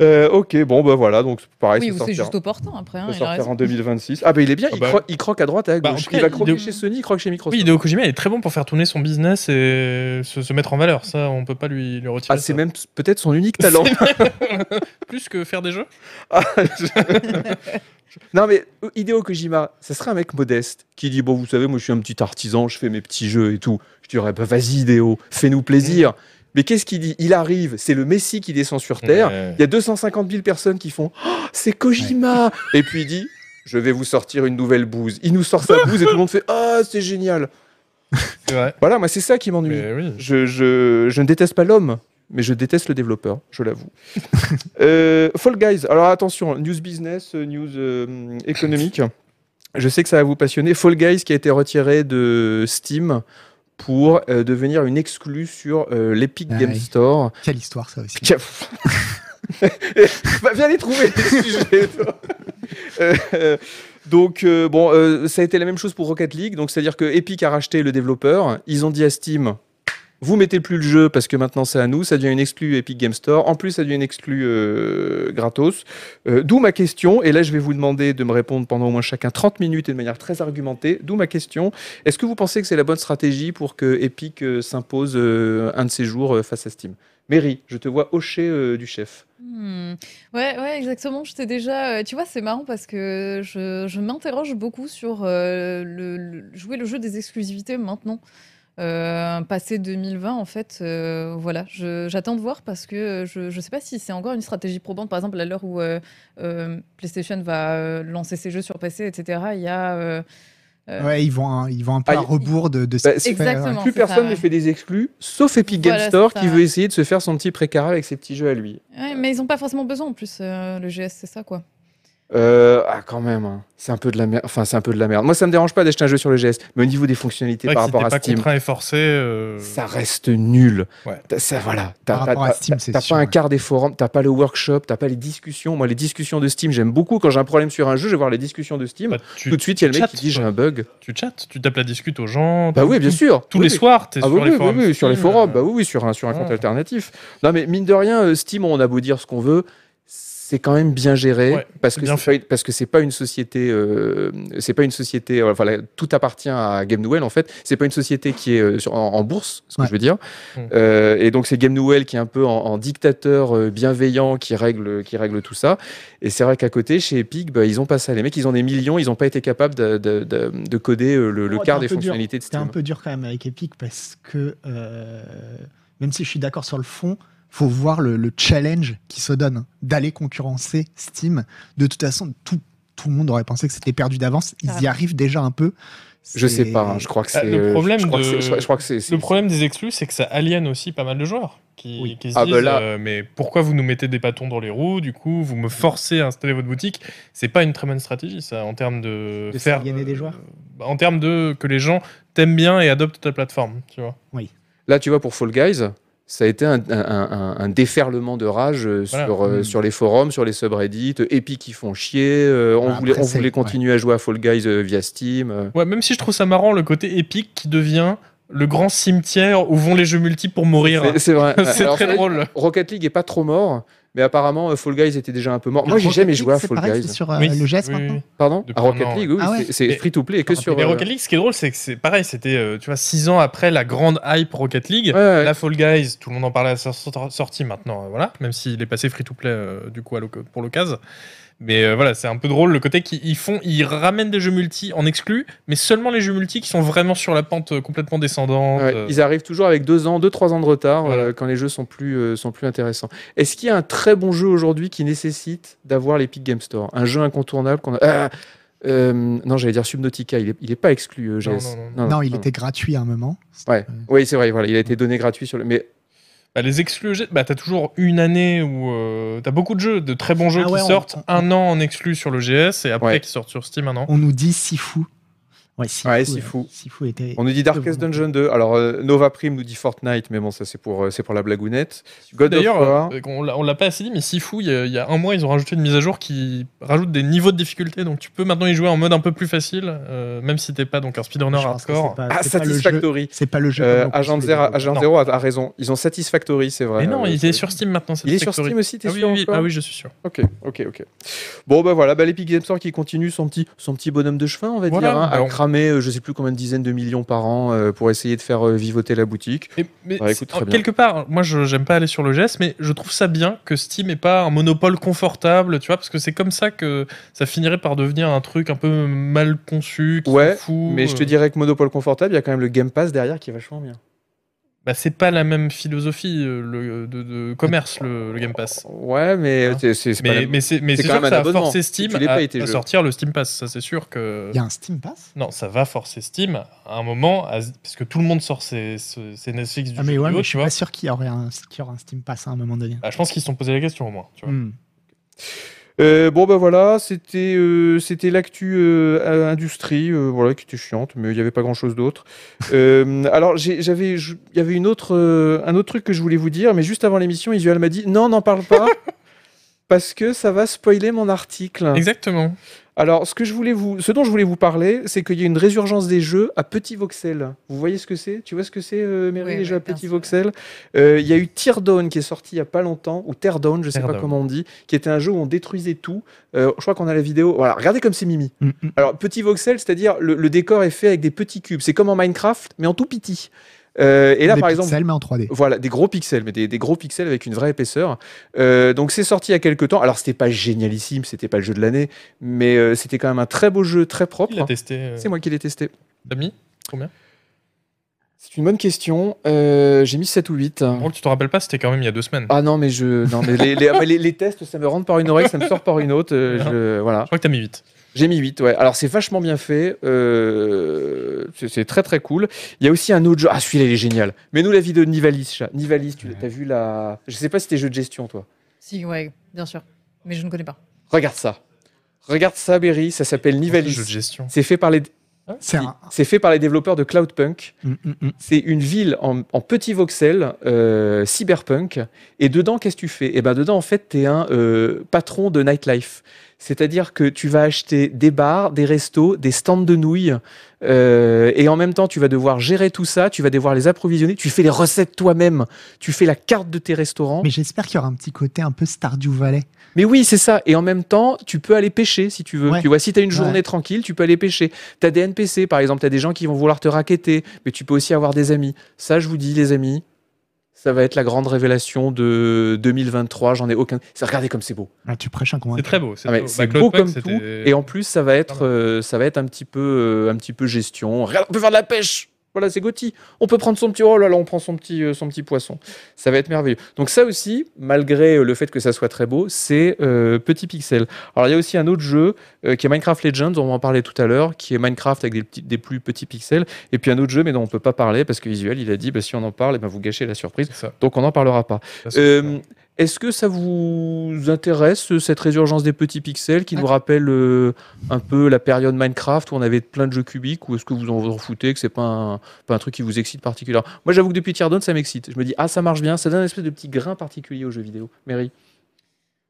S1: Euh, ok, bon, bah voilà, donc pareil,
S2: Oui,
S1: ça
S2: ou c'est
S1: sortira.
S2: juste opportun après. hein,
S1: Ça
S2: il a
S1: sortira
S2: raison.
S1: en 2026. Ah, bah il est bien,
S4: Ah
S1: il,
S4: bah.
S1: cro- il croque à droite et à
S4: Bah, en
S1: gauche.
S4: tout
S1: il
S4: cas,
S1: va
S4: il
S1: croquer
S2: de-
S1: chez Sony, il croque chez
S4: Oui,
S1: Microsoft.
S4: Hideo Kojima est très bon pour faire tourner son business et se, se mettre en valeur. Ça, on peut pas lui, lui retirer.
S1: ah, c'est
S4: ça.
S1: même peut-être son unique talent.
S4: Plus que faire des jeux
S1: Ah, je- non mais euh, Hideo Kojima, ça serait un mec modeste qui dit bon vous savez moi je suis un petit artisan, je fais mes petits jeux et tout. Je dirais bah vas-y Hideo, fais-nous plaisir. Mais qu'est-ce qu'il dit Il arrive, c'est le Messie qui descend
S4: Mm.
S1: sur terre.
S4: Ouais.
S1: Il y a 250 000 personnes qui font Oh, c'est Kojima Et puis il dit je vais vous sortir une nouvelle bouse. Il nous sort sa bouse et tout le monde fait ah c'est génial.
S4: C'est vrai.
S1: Voilà moi c'est ça qui m'ennuie.
S3: euh,
S4: Mais oui.
S1: Je, je- je ne déteste pas l'homme, mais je déteste le développeur, je l'avoue. Euh, Fall Guys, alors attention, news business, euh, news euh, économique. Je sais que ça va vous passionner. Fall Guys qui a été retiré de Steam pour euh, devenir une exclue sur euh, l'Epic
S3: Ah
S1: Game
S3: oui.
S1: Store.
S3: Quelle histoire, ça aussi.
S1: Tiens, pff. Va bien Bah, les trouver, les sujets. toi. Euh, euh, donc, euh, bon, euh, ça a été la même chose pour Rocket League. Donc, c'est-à-dire que Epic a racheté le développeur. Ils ont dit à Steam vous mettez plus le jeu parce que maintenant c'est à nous. Ça devient une exclue Epic Game Store. En plus, ça devient une exclue euh, gratos. Euh, D'où ma question. Et là, je vais vous demander de me répondre pendant au moins chacun 30 minutes et de manière très argumentée. D'où ma question. Est-ce que vous pensez que c'est la bonne stratégie pour que Epic euh, s'impose euh, un de ses jours euh, face à Steam Mary, je te vois hocher euh, du chef.
S2: Hmm. Ouais, ouais, exactement. J'étais déjà. euh, Tu vois, c'est marrant parce que je, je m'interroge beaucoup sur euh, le, le- jouer le jeu des exclusivités maintenant. Euh, passé 2020, en fait, euh, voilà, je- j'attends de voir parce que je ne sais pas si c'est encore une stratégie probante. Par exemple, à l'heure où euh, euh, PlayStation va euh, lancer ses jeux sur PC, etc., il y a. euh, euh,
S3: Ouais, ils vont un, ils vont un peu
S1: Ah,
S3: à
S1: il-
S3: rebours de, de ce
S1: Bah,
S3: qui se fait,
S2: Exactement.
S3: ouais.
S1: Plus
S2: c'est ça,
S1: personne
S2: ouais.
S1: ne fait des exclus, sauf Epic Game
S2: Voilà,
S1: Store
S2: c'est
S1: qui
S2: ça.
S1: veut essayer de se faire son petit précaré avec ses petits jeux à lui.
S2: ouais, mais ils n'ont pas forcément besoin en plus, euh, le GS, c'est ça quoi.
S1: Euh, ah, quand même, hein. c'est un peu de la merde. Enfin, c'est un peu de la merde. Moi, ça me dérange pas d'acheter un jeu sur le GS, mais au niveau des fonctionnalités
S4: C'est vrai
S1: par
S4: que si
S1: rapport
S4: t'es
S1: à
S4: pas
S1: Steam,
S4: contraint et forcé. euh,
S1: ça reste nul.
S4: Ouais.
S1: T'as- Ça, voilà. T'as- t'as-
S3: Par rapport à
S1: t'as-
S3: Steam, c'est
S1: T'as
S3: sûr,
S1: pas un
S3: ouais.
S1: quart des forums, t'as pas le workshop, t'as pas les discussions. Moi, les discussions de Steam, j'aime beaucoup. Quand j'ai un problème sur un jeu, je vais voir les discussions de Steam.
S4: bah, tu,
S1: Tout de suite, il y a le mec
S4: chattes,
S1: qui dit j'ai
S4: toi.
S1: un bug.
S3: Bah
S4: tu chattes, tu tapes la discute aux gens.
S1: Bah
S4: tout-
S1: oui, bien
S4: tout-
S1: sûr.
S4: Tous
S1: Oui,
S4: les
S1: oui.
S4: soirs, t'es
S1: Ah
S4: sur
S1: oui,
S4: les
S1: oui,
S4: forums.
S1: oui, oui, sur les
S4: Steam,
S1: forums,
S4: euh,
S1: bah oui, oui, sur un, sur un compte
S4: Ouais.
S1: alternatif. Non, mais mine de rien, euh, Steam, on a beau dire ce qu'on veut, c'est quand même bien géré
S4: Ouais,
S1: parce
S4: c'est
S1: que
S4: bien
S1: c'est pas, parce que c'est pas une société euh, c'est pas une société euh, enfin la- tout appartient à Game Newell en fait c'est pas une société qui est euh, sur- en, en bourse ce que
S3: Ouais.
S1: je veux dire
S4: Mm.
S1: Euh, et donc c'est Game Newell qui est un peu en, en dictateur euh, bienveillant qui règle qui règle tout ça et c'est vrai qu'à côté chez Epic bah, ils ont pas ça les mecs ils ont des millions ils ont pas été capables de, de- de- de coder euh, le, le
S5: Oh, t'es
S1: quart
S5: un
S1: des
S5: peu dur.
S1: fonctionnalités de
S5: C'était
S1: Steam
S5: un peu dur quand même avec Epic parce que euh, même si je suis d'accord sur le fond,
S3: faut voir le, le challenge qui se donne hein, d'aller concurrencer Steam. De toute façon, tout, tout le monde aurait pensé que c'était perdu d'avance. Ils y
S2: Carrément.
S3: arrivent déjà un peu.
S1: je sais
S3: C'est-
S1: pas hein, je crois que
S4: Ah,
S1: c'est
S4: le
S1: euh,
S4: problème
S1: je crois que
S4: de-
S1: c'est- je crois que c'est- c'est-
S4: Le problème des exclus, c'est que ça aliène aussi pas mal de joueurs qui,
S5: Oui.
S4: qui se
S1: Ah,
S4: disent
S1: ben là-
S4: euh, mais pourquoi vous nous mettez des bâtons dans les roues Du coup, vous me forcez à installer votre boutique. C'est pas une très bonne stratégie ça en termes de, euh, bah,
S5: De s'aliéner des joueurs
S4: En termes de que les gens t'aiment bien et adoptent ta plateforme, tu vois.
S1: Là, tu vois, pour Fall Guys, ça a été un, un- un- un déferlement de rage euh,
S4: Voilà.
S1: sur, euh,
S3: Mm.
S1: sur les forums, sur les subreddits, euh, Epic qui font chier, euh, on,
S3: Bah, Après,
S1: voulait, on
S3: c'est-
S1: voulait
S3: ouais.
S1: continuer à jouer à Fall Guys euh, via Steam. euh.
S4: Ouais, même si je trouve ça marrant le côté épique qui devient le grand cimetière où vont les jeux multi pour mourir.
S1: C'est- C'est vrai.
S4: C'est
S1: Alors,
S4: très
S1: c'est vrai
S4: drôle.
S1: que Rocket League est pas trop mort, mais apparemment euh, Fall Guys était déjà un peu mort. Moi, j'ai jamais joué à
S3: C'est
S1: Fall
S3: pareil,
S1: Guys.
S3: c'est sur euh,
S4: Oui,
S3: le GS
S4: oui,
S3: maintenant.
S4: oui.
S1: Pardon
S4: Depuis
S1: À Rocket
S4: un an,
S1: League, oui,
S3: Ah
S1: oui,
S3: ouais.
S1: c'est- c'est
S4: Mais-
S1: free to play et que sur.
S4: Mais
S1: euh,
S4: Rocket League, ce qui est drôle, c'est que c'est pareil, c'était euh, tu vois six ans après la grande hype Rocket League.
S1: ouais, ouais.
S4: La Fall Guys, tout le monde en parlait à sa sor- sortie maintenant, euh, voilà, même s'il est passé free to play du coup à l'oc- pour l'occasion. Mais euh, voilà, c'est un peu drôle le côté qu'ils ils font, ils ramènent des jeux multi en exclu, mais seulement les jeux multi qui sont vraiment sur la pente euh, complètement descendante.
S1: Ouais,
S4: euh,
S1: Ils arrivent toujours avec deux ans, deux trois ans de retard
S4: Voilà.
S1: euh, quand les jeux sont plus euh, sont plus intéressants. Est-ce qu'il y a un très bon jeu aujourd'hui qui nécessite d'avoir l'Epic Game Store, un jeu incontournable qu'on a Ah Euh, Non, j'allais dire Subnautica, il est, il est pas exclu euh,
S4: Non,
S1: GS.
S4: non, non.
S3: Non, il était gratuit à un moment.
S1: Ouais. Oui, c'est vrai. Voilà, il a été donné gratuit sur le. Mais
S4: bah, les exclus, j'ai- bah, t'as toujours une année où euh, t'as beaucoup de jeux, de très bons jeux
S5: Ah
S4: qui
S5: ouais, on-
S4: sortent
S5: on-
S4: un an en exclu sur le GS et après
S1: Ouais.
S4: qui sortent sur Steam un an.
S3: On nous dit si fou.
S5: ouais, Sifu,
S1: Ouais,
S5: euh,
S1: Sifu.
S5: Sifu était.
S1: on nous dit Darkest Dungeon 2. Alors euh, Nova Prime nous dit Fortnite, mais bon, ça c'est pour euh, c'est pour la blagounette. God of
S4: D'ailleurs,
S1: War.
S4: euh, on l'a- on l'a pas assez dit, mais Sifu, il y, a- il y a un mois, ils ont rajouté une mise à jour qui rajoute des niveaux de difficulté. Donc tu peux maintenant y jouer en mode un peu plus facile, euh, même si t'es pas donc un
S5: Je
S4: speedrunner
S5: pense que c'est
S4: hardcore.
S5: pas-
S1: Ah,
S5: c'est pas le jeu.
S1: Satisfactory.
S3: C'est pas le jeu.
S1: Euh,
S3: qu'on
S1: Agent
S3: pousse les
S1: Zero,
S3: développeurs.
S1: Agent
S4: Non.
S1: Zero a, a raison. Ils ont Satisfactory, c'est vrai.
S4: Mais non,
S1: Euh,
S4: il
S1: c'est-
S4: est sur Steam maintenant.
S1: Il est sur
S4: Factory.
S1: Steam aussi, t'es
S4: ah oui,
S1: sûr
S4: oui, oui.
S1: encore
S4: Ah oui, je suis sûr.
S1: Ok, ok, ok. Bon, bah voilà, bah, l'Epic Games Store qui continue son petit, son petit bonhomme de chemin, on va
S4: Voilà,
S1: dire, hein,
S4: bah
S1: à
S4: on-
S1: cramer euh, je sais plus combien de dizaines de millions par an euh, pour essayer de faire euh, vivoter la boutique.
S4: Et- mais
S1: Bah,
S4: c'est-
S1: écoute, très
S4: en-
S1: bien.
S4: quelque part, moi je j'aime pas aller sur le geste, mais je trouve ça bien que Steam est pas un monopole confortable, tu vois, parce que c'est comme ça que ça finirait par devenir un truc un peu mal conçu, qui
S1: Ouais,
S4: s'en fout,
S1: Mais je te
S4: euh,
S1: dirais que Monopole Confortable, il y a quand même le Game Pass derrière qui est vachement bien.
S4: bah, c'est pas la même philosophie euh, le, de, de commerce le- le Game Pass.
S1: Ouais, mais euh,
S4: Hein
S1: c'est- c'est c'est pas
S4: Mais,
S1: la-
S4: mais c'est mais
S1: c'est
S4: c'est
S1: quand même
S4: sûr que
S1: un
S4: ça va
S1: abonnement.
S4: forcer
S1: Tu
S4: Steam
S1: les
S4: à,
S1: payes, tes
S4: à
S1: jeux.
S4: sortir le Steam Pass. Ça, c'est sûr que.
S3: Il y a un Steam Pass
S4: Non, ça va forcer Steam à un moment, à se- parce que tout le monde sort ses, ses- ses Netflix du
S5: Ah,
S4: jeu
S5: mais ouais,
S4: vidéo,
S5: mais je
S4: tu
S5: suis
S4: vois.
S5: pas sûr qu'il y, aurait un- qu'il y aura un Steam Pass à un moment donné.
S4: Bah, je pense qu'ils se sont posés la question au moins. Tu
S1: Mm.
S4: vois.
S5: Hmm.
S1: Euh, bon, bah voilà, c'était euh, c'était l'actu euh, euh, industrie, euh, voilà, qui était chiante, mais il n'y avait pas grand chose d'autre. Euh, alors, j'ai- j'avais, je- il y avait une autre, euh, un autre truc que je voulais vous dire, mais juste avant l'émission, Isuel m'a dit non, n'en parle pas, parce que ça va spoiler mon
S5: Mm.
S1: article.
S4: Exactement.
S1: Alors, ce que je voulais vous, ce dont je voulais vous parler, c'est qu'il y a une résurgence des jeux à petit voxel. Vous voyez ce que c'est Tu vois ce que c'est, euh, Mary,
S2: Oui,
S1: les
S2: oui,
S1: jeux à
S2: bien
S1: petit
S2: sûr.
S1: voxel Euh, Il y a eu Teardown qui est sorti il y a pas longtemps, ou Teardown, je sais pas
S4: Teardown.
S1: comment on dit, qui était un jeu où on détruisait tout. Euh, je crois qu'on a la vidéo. Voilà, regardez comme c'est mimi.
S3: Mm, mm.
S1: Alors, petit voxel, c'est-à-dire le, le décor est fait avec des petits cubes. C'est comme en Minecraft, mais en tout petit. Euh,
S5: Hmm,
S1: et là,
S3: Des
S1: par exemple,
S3: pixels, mais en 3D.
S1: voilà, des gros pixels, mais des, des gros pixels avec une vraie épaisseur. Euh, donc c'est sorti il y a quelques temps. Alors c'était pas génialissime, c'était pas le jeu de l'année, mais euh, c'était quand même un très beau jeu, très propre.
S4: Il a testé. euh,
S1: C'est moi qui l'ai testé.
S4: t'as mis
S1: C'est une bonne question. Euh, J'ai mis 7 ou 8.
S4: Drôle, tu te rappelles pas, c'était quand même il y a deux semaines.
S1: Ah non, mais je. Non, mais les, les- ah, mais les- les tests, ça me rentre par une oreille, ça me sort par une autre. euh, je- voilà.
S4: Je crois que t'as mis vite.
S1: J'ai mis 8, ouais. Alors, c'est vachement bien fait. euh, c'est- c'est très, très cool. Il y a aussi un autre jeu. Ah, celui-là, il est génial. Mais nous, la vidéo de Nivalis, chat. Nivalis, tu as vu la. Je sais pas si t'es jeu de gestion, toi.
S2: Si, ouais, bien sûr. Mais je ne connais pas.
S1: Regarde ça. Regarde ça, Berry. Ça s'appelle
S4: Jeu de
S1: Nivalis.
S4: gestion.
S1: C'est fait, par les...
S3: C'est un.
S1: c'est fait par les développeurs de Cloudpunk.
S5: hmm,
S3: Mm, mm, mm.
S1: C'est une ville en, en petit voxel, euh, cyberpunk. Et dedans, qu'est-ce que tu fais Eh ben, dedans, en fait, tu es un euh, patron de nightlife. C'est-à-dire que tu vas acheter des bars, des restos, des stands de nouilles, euh, et en même temps, tu vas devoir gérer tout ça, tu vas devoir les approvisionner, tu fais les recettes toi-même, tu fais la carte de tes restaurants.
S3: Mais j'espère qu'il y aura un petit côté un peu Stardew Valley.
S1: Mais oui, c'est ça. Et en même temps, tu peux aller pêcher si tu veux.
S3: Ouais.
S1: Tu vois, si tu as une journée tranquille, tu peux aller pêcher. Tu as des NPC, par exemple, tu as des gens qui vont vouloir te raqueter, mais tu peux aussi avoir des amis. Ça, je vous dis, les amis, ça va être la grande révélation de 2023. J'en ai aucun. Ça, regardez comme c'est beau.
S3: Ah, tu prêches un
S4: C'est
S3: convaincu.
S4: très beau. Bah,
S1: Ah, mais C'est beau comme tout. Et en plus, ça va être, euh, ça va être un, petit peu, euh, un petit peu gestion. Regarde, on peut faire de la pêche. Voilà, c'est Gotti. On peut prendre son petit. Oh là là, on prend son petit, euh, son petit poisson. Ça va être merveilleux. Donc, ça aussi, malgré euh, le fait que ça soit très beau, c'est euh, petit pixel. Alors, il y a aussi un autre jeu euh, qui est Minecraft Legends, on en parlait tout à l'heure, qui est Minecraft avec des, petits- des plus petits pixels. Et puis, un autre jeu, mais dont on ne peut pas parler parce que Visuel, il a dit bah, si on en parle, eh ben, vous gâchez la surprise.
S4: C'est ça.
S1: Donc, on n'en parlera pas. Euh, Est-ce que ça vous intéresse, euh, cette résurgence des petits pixels qui nous rappelle euh, un peu la période Minecraft où on avait plein de jeux cubiques ou est-ce que vous en vous en foutez, que c'est pas un, pas un truc qui vous excite particulièrement Moi j'avoue que depuis Teardown ça m'excite. Je me dis, ah ça marche bien, ça donne un espèce de petit grain particulier aux jeux vidéo. Mary,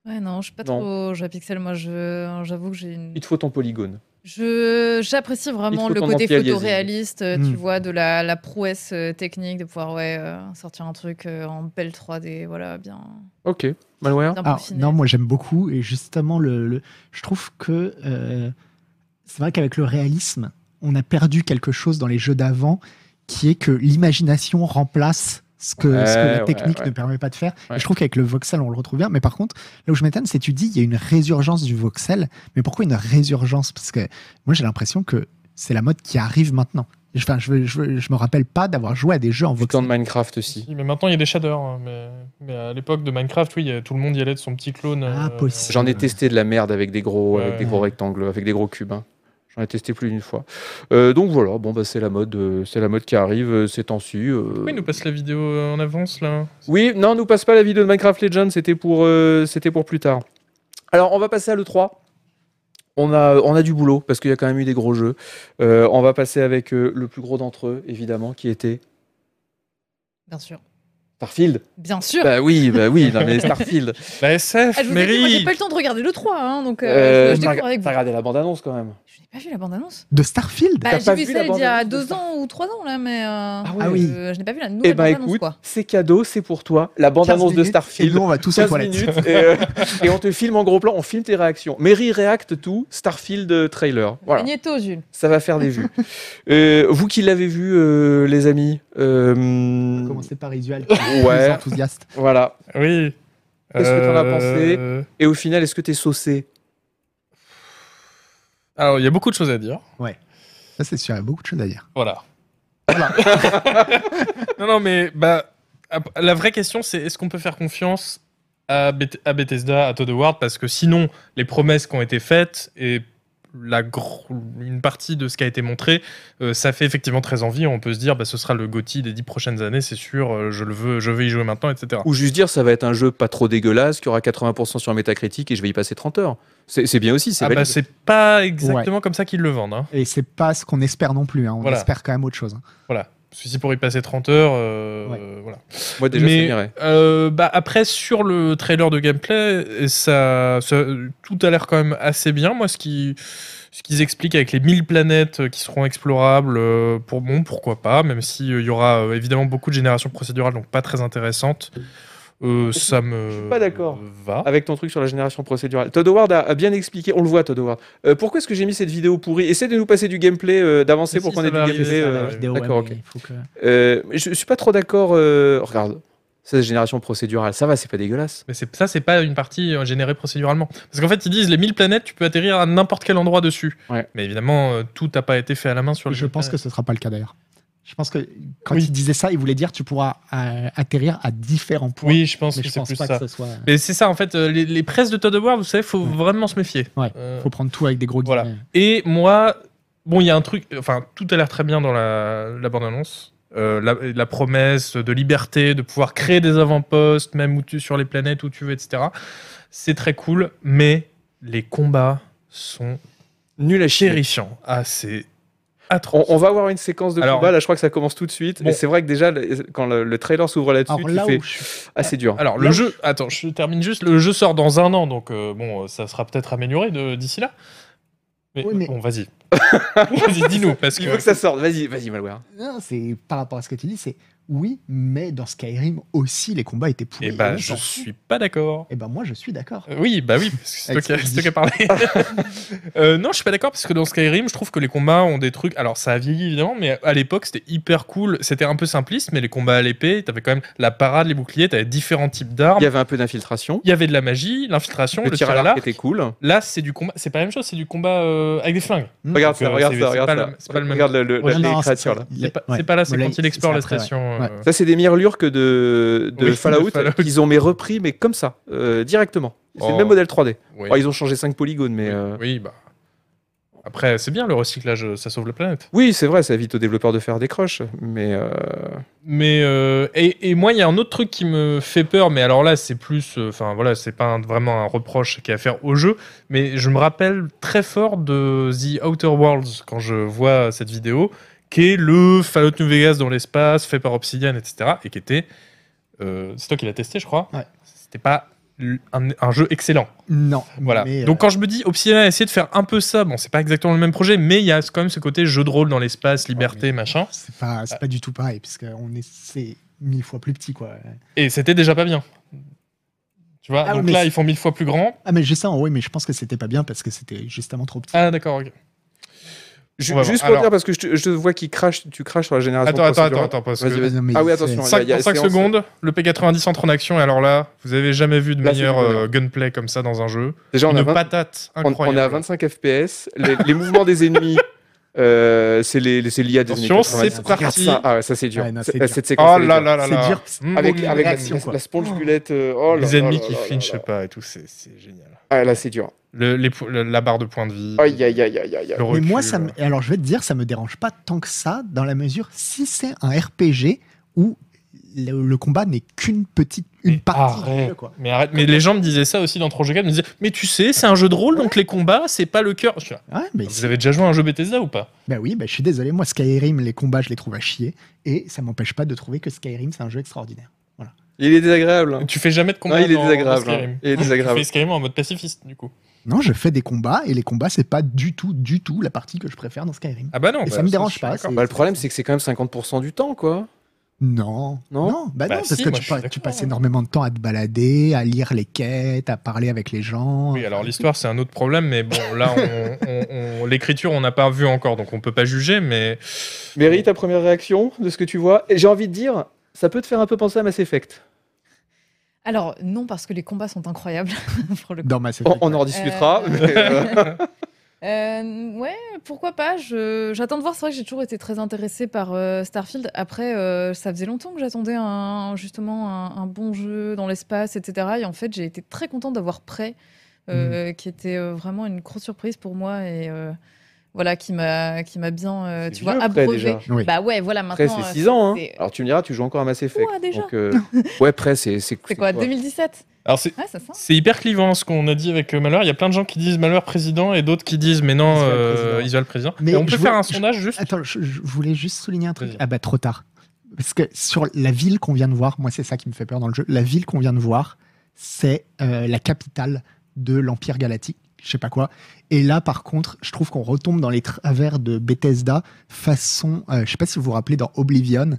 S2: Ouais, non, je suis pas
S1: Non.
S2: trop jeu à pixel. Moi, je- hein, j'avoue que j'ai une.
S1: il te faut ton polygone.
S2: Je j'apprécie vraiment
S1: faut
S2: le
S1: ton
S2: côté
S1: anti-aliasing.
S2: photoréaliste, euh,
S3: Mm.
S2: tu vois, de la, la prouesse euh, technique, de pouvoir ouais, euh, sortir un truc euh, en belle 3D, voilà, bien,
S1: Ok, malware.
S2: bien
S3: Ah,
S2: peaufiné.
S3: non,
S2: Ouais,
S3: moi j'aime beaucoup et justement, le, le- je trouve que euh, c'est vrai qu'avec le réalisme, on a perdu quelque chose dans les jeux d'avant qui est que l'imagination remplace ce que, ce que
S1: Ouais,
S3: la
S1: ouais,
S3: technique
S1: ouais.
S3: ne permet pas de faire.
S1: Ouais.
S3: Et je trouve qu'avec le voxel, on le retrouve bien. Mais par contre, là où je m'étonne, c'est tu dis il y a une résurgence du voxel. Mais pourquoi une résurgence Parce que moi j'ai l'impression que c'est la mode qui arrive maintenant. Enfin, je, veux- je, veux- je me rappelle pas d'avoir joué à des jeux en
S1: Votre temps de
S3: voxel.
S1: Minecraft aussi.
S4: Mais maintenant, il y a des shaders. hein, Mais, mais à l'époque de Minecraft, oui, il y a- tout le monde y allait de son petit clone. euh,
S3: Ah, possible.
S1: J'en ai testé de la merde avec des gros,
S4: Ouais.
S1: avec des gros rectangles, avec des gros cubes. hein. J'en ai testé plus d'une fois. Euh, donc voilà, bon bah c'est la mode, euh, c'est la mode qui arrive euh, ces temps-ci. euh.
S4: Oui, nous passe la vidéo euh, en avance là.
S1: Oui, non, nous passe pas la vidéo de Minecraft Legends, c'était pour, euh, c'était pour plus tard. Alors, on va passer à l'E3. On a, on a du boulot parce qu'il y a quand même eu des gros jeux. Euh, on va passer avec euh, le plus gros d'entre eux, évidemment, qui était
S2: Bien sûr,
S1: Starfield.
S2: bien sûr.
S1: Bah oui, bah oui, non, mais Starfield.
S4: La SF,
S2: Ah, je vous ai dit, moi, j'ai
S4: Mary
S2: pas le temps de regarder le 3, hein, donc euh,
S1: Euh,
S2: je- je
S1: t'as
S2: découvre avec vous.
S1: t'as regardé la bande-annonce quand même.
S2: Je n'ai pas vu la bande-annonce.
S3: De Starfield
S2: Bah,
S1: T'as
S2: j'ai
S1: pas
S2: vu
S1: vu la
S2: celle d'il y
S1: bande-annonce
S2: a
S1: de
S2: deux
S1: Star-
S2: ans ou trois ans, là, mais euh,
S1: Ah
S3: ouais. Ah oui.
S2: euh, je n'ai pas vu la
S1: Eh
S2: nouvelle
S1: ben
S2: bande-annonce,
S1: écoute,
S2: quoi.
S1: c'est cadeau, c'est pour toi. La
S3: 15
S1: bande-annonce de
S3: minutes, Et
S1: Starfield.
S3: nous, on va tous aux
S1: 15
S3: toilettes.
S1: minutes et, euh, et on te filme en gros plan, on filme tes réactions. Mary réacte tout, Starfield euh, trailer. Voilà.
S2: Magneto, Jules.
S1: Ça va faire des vues. Euh, vous qui l'avez vu, euh, les amis,
S4: Mm.
S1: euh,
S3: Commencer par Isuel,
S1: Ouais.
S3: ouais. enthousiaste.
S1: voilà.
S4: Oui.
S1: Qu'est-ce que t'en as
S4: Euh,
S1: Et au final, est-ce que t'es saucé
S4: Alors, il y a beaucoup de choses à dire.
S3: Ça, c'est sûr, il y a beaucoup de choses à dire.
S4: Voilà. non, non, mais bah, ap- la vraie question, c'est est-ce qu'on peut faire confiance à, Beth- à Bethesda, à Todd Howard Parce que sinon, les promesses qui ont été faites et la gr- une partie de ce qui a été montré, euh, ça fait effectivement très envie. On peut se dire, bah, ce sera le GOTY des dix prochaines années, c'est sûr, euh, je le veux, je veux y jouer maintenant, etc.
S1: Ou juste dire, ça va être un jeu pas trop dégueulasse, qui aura 80% sur Metacritic et je vais y passer 30 heures. C'est c'est bien aussi, c'est
S4: Ah bah,
S1: valide.
S4: c'est pas exactement comme ça qu'ils le vendent. Hein.
S3: Et c'est pas ce qu'on espère non plus. hein. On
S4: Voilà.
S3: espère quand même autre chose. hein.
S4: Voilà. Parce que si pour y passer 30 heures, euh,
S3: Ouais.
S4: euh, voilà.
S1: Moi déjà, ça
S4: mais
S1: m'irait.
S4: euh, bah, après sur le trailer de gameplay, ça, ça- tout a l'air quand même assez bien. Moi, ce qui ce qu'ils expliquent avec les 1000 planètes euh, qui seront explorables, euh, pour bon, pourquoi pas, même s'il y aura euh, évidemment beaucoup de générations procédurales, donc pas très intéressantes, euh, ça me
S1: je suis pas d'accord.
S4: va.
S1: Avec ton truc sur la génération procédurale. Todd Howard a, a bien expliqué, on le voit Todd Howard. Euh, pourquoi est-ce que j'ai mis cette vidéo pourrie Essaie de nous passer du gameplay, euh, d'avancer
S4: Mais
S1: pour
S4: si,
S1: qu'on
S4: ça
S1: ait du
S4: va arriver,
S1: gameplay.
S4: ça va
S1: euh,
S4: arriver.
S5: vidéo,
S1: D'accord,
S5: ouais,
S1: ok.
S5: mais il faut que-
S1: Euh, mais je, je suis pas trop d'accord. euh, regarde, cette génération procédurale, ça va, c'est pas dégueulasse.
S4: Mais c'est- ça, c'est pas une partie euh, générée procéduralement. Parce qu'en fait, ils disent les 1000 planètes, tu peux atterrir à n'importe quel endroit dessus.
S1: Ouais.
S4: Mais évidemment, euh, tout n'a pas été fait à la main sur le
S3: Je
S4: jeu.
S3: pense que ce sera pas le cas d'ailleurs. Je pense que quand
S4: Oui.
S3: il disait ça, il voulait dire tu pourras euh, atterrir à différents points.
S4: Oui, je pense
S3: mais
S4: que
S3: je
S4: c'est
S3: pense
S4: plus
S3: pas
S4: ça.
S3: que ce soit.
S4: Mais c'est ça, en fait, euh, les, les presses de Todd Howard, vous savez, faut
S3: Ouais.
S4: vraiment se méfier.
S3: Ouais.
S4: Euh,
S3: Faut prendre tout avec des gros
S4: Voilà.
S3: guillemets.
S4: Et moi, bon, il y a un truc, enfin, tout a l'air très bien dans la, la bande-annonce. Euh, la, la promesse de liberté, de pouvoir créer des avant-postes, même où tu, sur les planètes où tu veux, etc. C'est très cool, mais les combats sont
S1: Nul à chier.
S4: terrifiants. Ah, c'est
S1: On,
S4: atroce.
S1: on va avoir une séquence de
S4: Alors-
S1: combat. Là, je crois que ça commence tout de suite.
S4: Bon.
S1: Et c'est vrai que déjà, le- quand le, le trailer s'ouvre là-dessus,
S3: Alors
S1: tu
S3: là
S1: fais
S3: où je suis-
S1: assez dur.
S4: Alors,
S3: Là
S4: Hein. le
S3: où
S4: jeu, attends, je termine juste. Le jeu sort dans un an, donc euh, bon, euh, ça sera peut-être amélioré de- d'ici là. Mais,
S3: Oui, mais-
S4: bon, vas-y. vas-y, dis-nous, parce
S1: Il
S4: que.
S1: faut que ça sorte. Vas-y, vas-y, Malware.
S3: Non, c'est par rapport à ce que tu dis, c'est oui, mais dans Skyrim aussi, les combats étaient pourris.
S4: Eh ben,
S3: Et
S4: je
S3: j'en-
S4: suis pas d'accord.
S3: Eh ben, moi, je suis d'accord.
S4: Euh, Oui, bah oui, parce que c'est toi qui
S3: Avec ce
S4: c'est toi qui as parlé. Euh, non, je suis pas d'accord parce que dans Skyrim, je trouve que les combats ont des trucs. Alors, ça a vieilli évidemment, mais à l'époque, c'était hyper cool. C'était un peu simpliste, mais les combats à l'épée, t'avais quand même la parade, les boucliers, t'avais différents types
S1: Il y
S4: d'armes.
S1: avait un peu d'infiltration.
S4: Il y avait de la magie, l'infiltration, le, Hmm. tir à l'arc.
S1: était cool.
S4: Là, c'est du combat. C'est pas la même chose, c'est du combat euh, avec des flingues.
S3: Hmm.
S1: Regarde
S4: Donc,
S1: ça,
S4: euh,
S1: regarde
S4: c'est-
S1: ça,
S4: c'est
S1: regarde
S4: pas
S1: ça.
S4: le- c'est pas le même-
S1: Regarde le, le-
S3: Ouais,
S1: les
S3: non, c'est-
S1: créatures, là.
S4: C'est pas,
S3: Ouais.
S4: c'est pas là, c'est
S3: Voilà,
S4: quand il explore la
S3: après, ouais.
S4: station.
S3: Ouais.
S4: euh,
S1: Ça, c'est des mirlures que de, de
S4: Oui, de
S1: Fallout,
S4: Fallout.
S1: qu'ils ont mais repris, mais comme ça, euh, directement. C'est
S4: Oh.
S1: le même modèle 3D.
S4: oui.
S1: Oh, ils ont changé 5 polygones, mais.
S4: Oui,
S1: euh,
S4: oui, bah. Après, c'est bien le recyclage, euh, ça sauve la planète.
S1: Oui, c'est vrai, ça évite aux développeurs de faire des croches, mais euh,
S4: Mais euh, et, et moi, il y a un autre truc qui me fait peur, mais alors là, c'est plus, euh, enfin voilà, c'est pas un- vraiment un reproche qui a à faire au jeu, mais je me rappelle très fort de The Outer Worlds quand je vois cette vidéo, qui est le Fallout New Vegas dans l'espace, fait par Obsidian, etc., et qui était, euh, c'est toi qui l'as testé, je crois.
S3: Ouais.
S4: C'était pas l- un- un jeu excellent.
S3: Non.
S4: Voilà.
S3: mais, euh,
S4: Donc quand je me dis Obsidian a essayé de faire un peu ça, bon, c'est pas exactement le même projet, mais il y a quand même ce côté jeu de rôle dans l'espace, liberté,
S3: mais-
S4: machin.
S3: c'est pas,
S4: Euh.
S3: c'est pas du tout pareil, parce qu'on est, c'est mille fois plus petit, quoi.
S4: Et c'était déjà pas bien. Tu vois,
S3: Ah oui,
S4: donc
S3: mais
S4: là,
S3: c'est-
S4: ils font mille fois plus grand.
S3: Ah, mais j'ai ça en haut, mais je pense que c'était pas bien parce que c'était justement trop petit.
S4: Ah, d'accord. ok.
S1: ju-
S4: On va voir.
S1: juste pour
S4: Alors-
S1: dire parce que je, te- je te vois qui crache, tu craches sur la génération.
S4: Attends, attends,
S1: procédurale.
S4: attends, attends, parce
S1: Vas-y,
S4: que.
S1: vas-y.
S3: Non, mais
S1: Ah oui,
S3: c'est-
S1: attention. il
S4: 5,
S1: y a- il y a séance.
S4: secondes, le P90 entre en action, et alors là, vous avez jamais vu de
S1: Là, c'est
S4: meilleur
S1: du bonheur.
S4: euh, gunplay comme ça dans un jeu.
S1: Déjà, on
S4: Une
S1: a, 20
S4: patate
S1: on- on
S4: incroyable.
S1: est à 25 FPS. Les, les mouvements des ennemis, euh, c'est les- les- c'est lié à des
S4: Attention,
S1: années
S4: c'est
S1: 90. Regarde
S4: parti.
S1: ça. Ah ouais, ça c'est dur.
S3: Ouais, non,
S1: C'est-
S3: c'est dur.
S1: Cette séquence.
S4: Oh
S1: elle est
S4: là
S1: dure.
S4: là là
S3: C'est
S4: là.
S3: dur.
S4: Mmh.
S1: Avec,
S3: Mmh.
S1: avec la,
S3: L'action,
S1: la-
S3: quoi.
S1: la sponge bullette. euh, oh là
S4: les
S1: là
S4: ennemis
S1: là
S4: qui
S1: là là
S4: flinchent
S1: là.
S4: pas et tout, c'est c'est génial.
S1: Ah là, c'est dur.
S4: Le- les pou- le- la barre de points de vie.
S1: Aïe, aïe, aïe, aïe, aïe.
S4: le
S3: Mais moi,
S4: Ah, recul.
S3: ça me... alors je vais te dire, ça me dérange pas tant que ça, dans la mesure si c'est un RPG où le, le combat n'est qu'une petite, une
S4: Mais
S3: partie du
S4: arrête.
S3: jeu, quoi.
S4: Mais arrête, mais les gens me disaient ça aussi dans Trop Jeu Game, ils me disaient Mais tu sais, c'est un jeu de rôle, donc les combats, c'est pas le cœur. Je suis là,
S3: Ouais, mais
S4: Vous avez déjà joué à un jeu Bethesda ou pas
S3: Bah oui, bah, je suis désolé, moi Skyrim, les combats, je les trouve à chier, et ça m'empêche pas de trouver que Skyrim, c'est un jeu extraordinaire.
S1: Il est désagréable. hein.
S4: Tu fais jamais de combat
S1: Non, il est
S4: dans- dans
S1: désagréable,
S4: Skyrim.
S1: hein. Il est
S4: Tu
S1: désagréable.
S4: fais Skyrim en mode pacifiste, du coup.
S3: Non, je fais des combats, et les combats, c'est pas du tout, du tout la partie que je préfère dans Skyrim.
S4: Ah bah non.
S3: et
S4: bah,
S3: ça me
S4: je
S3: dérange
S4: suis
S3: pas.
S4: d'accord.
S3: c'est-
S1: Bah, le problème, c'est que c'est quand même 50% du temps, quoi.
S3: Non,
S1: Non
S3: non, bah
S4: Bah
S3: non,
S4: si,
S3: parce que
S4: moi,
S3: tu,
S4: je
S3: pa-
S4: suis
S3: tu
S4: d'accord.
S3: passes énormément de temps à te balader, à lire les quêtes, à parler avec les gens.
S4: Oui, alors l'histoire, c'est un autre problème, mais bon, là, on, on- on- l'écriture, on n'a pas vu encore, donc on peut pas juger, mais.
S1: Mary, ta première réaction de ce que tu vois Et j'ai envie de dire, ça peut te faire un peu penser à Mass Effect.
S2: Alors, non, parce que les combats sont incroyables, pour le coup.
S3: Dans Mass
S1: Oh, On,
S3: Effect.
S1: on en discutera.
S2: Euh,
S1: mais, euh,
S2: Euh, ouais, pourquoi pas je- J'attends de voir. C'est vrai que j'ai toujours été très intéressée par euh, Starfield. Après, euh, ça faisait longtemps que j'attendais un, justement un, un bon jeu dans l'espace, etc. Et en fait, j'ai été très contente d'avoir Prêt,
S1: Mm.
S2: euh, qui était euh, vraiment une grosse surprise pour moi et euh, voilà qui m'a qui m'a bien, euh,
S1: C'est
S2: tu
S1: vieux,
S2: vois,
S1: Prey,
S2: abreuvé.
S1: déjà.
S3: Oui.
S2: Bah ouais, voilà
S1: Après,
S2: maintenant.
S1: c'est
S2: euh,
S1: 6 ans. hein.
S2: c'est-
S1: Alors tu me diras, tu joues encore à Mass Effect.
S2: Ouah, déjà.
S1: Donc, euh, ouais, après, c'est.
S2: C'est quoi 2017
S4: Alors, c'est.
S2: Ouais, ça sent.
S4: c'est hyper clivant ce qu'on a dit avec euh, Malheur. Il y a plein de gens qui disent Malheur président et d'autres qui disent mais non,
S3: Israël
S4: euh,
S3: président.
S4: Israël président.
S3: Mais
S4: et on peut
S3: je ah,
S4: faire
S3: vois-
S4: un sondage juste.
S3: Attends, je, je voulais juste souligner un truc.
S4: Vas-y.
S3: Ah bah trop tard. Parce que sur la ville qu'on vient de voir, moi c'est ça qui me fait peur dans le jeu, la ville qu'on vient de voir, c'est euh, la capitale de l'Empire Galactique, je sais pas quoi. Et là par contre, je trouve qu'on retombe dans les travers de Bethesda façon, euh, je sais pas si vous vous rappelez dans Oblivion,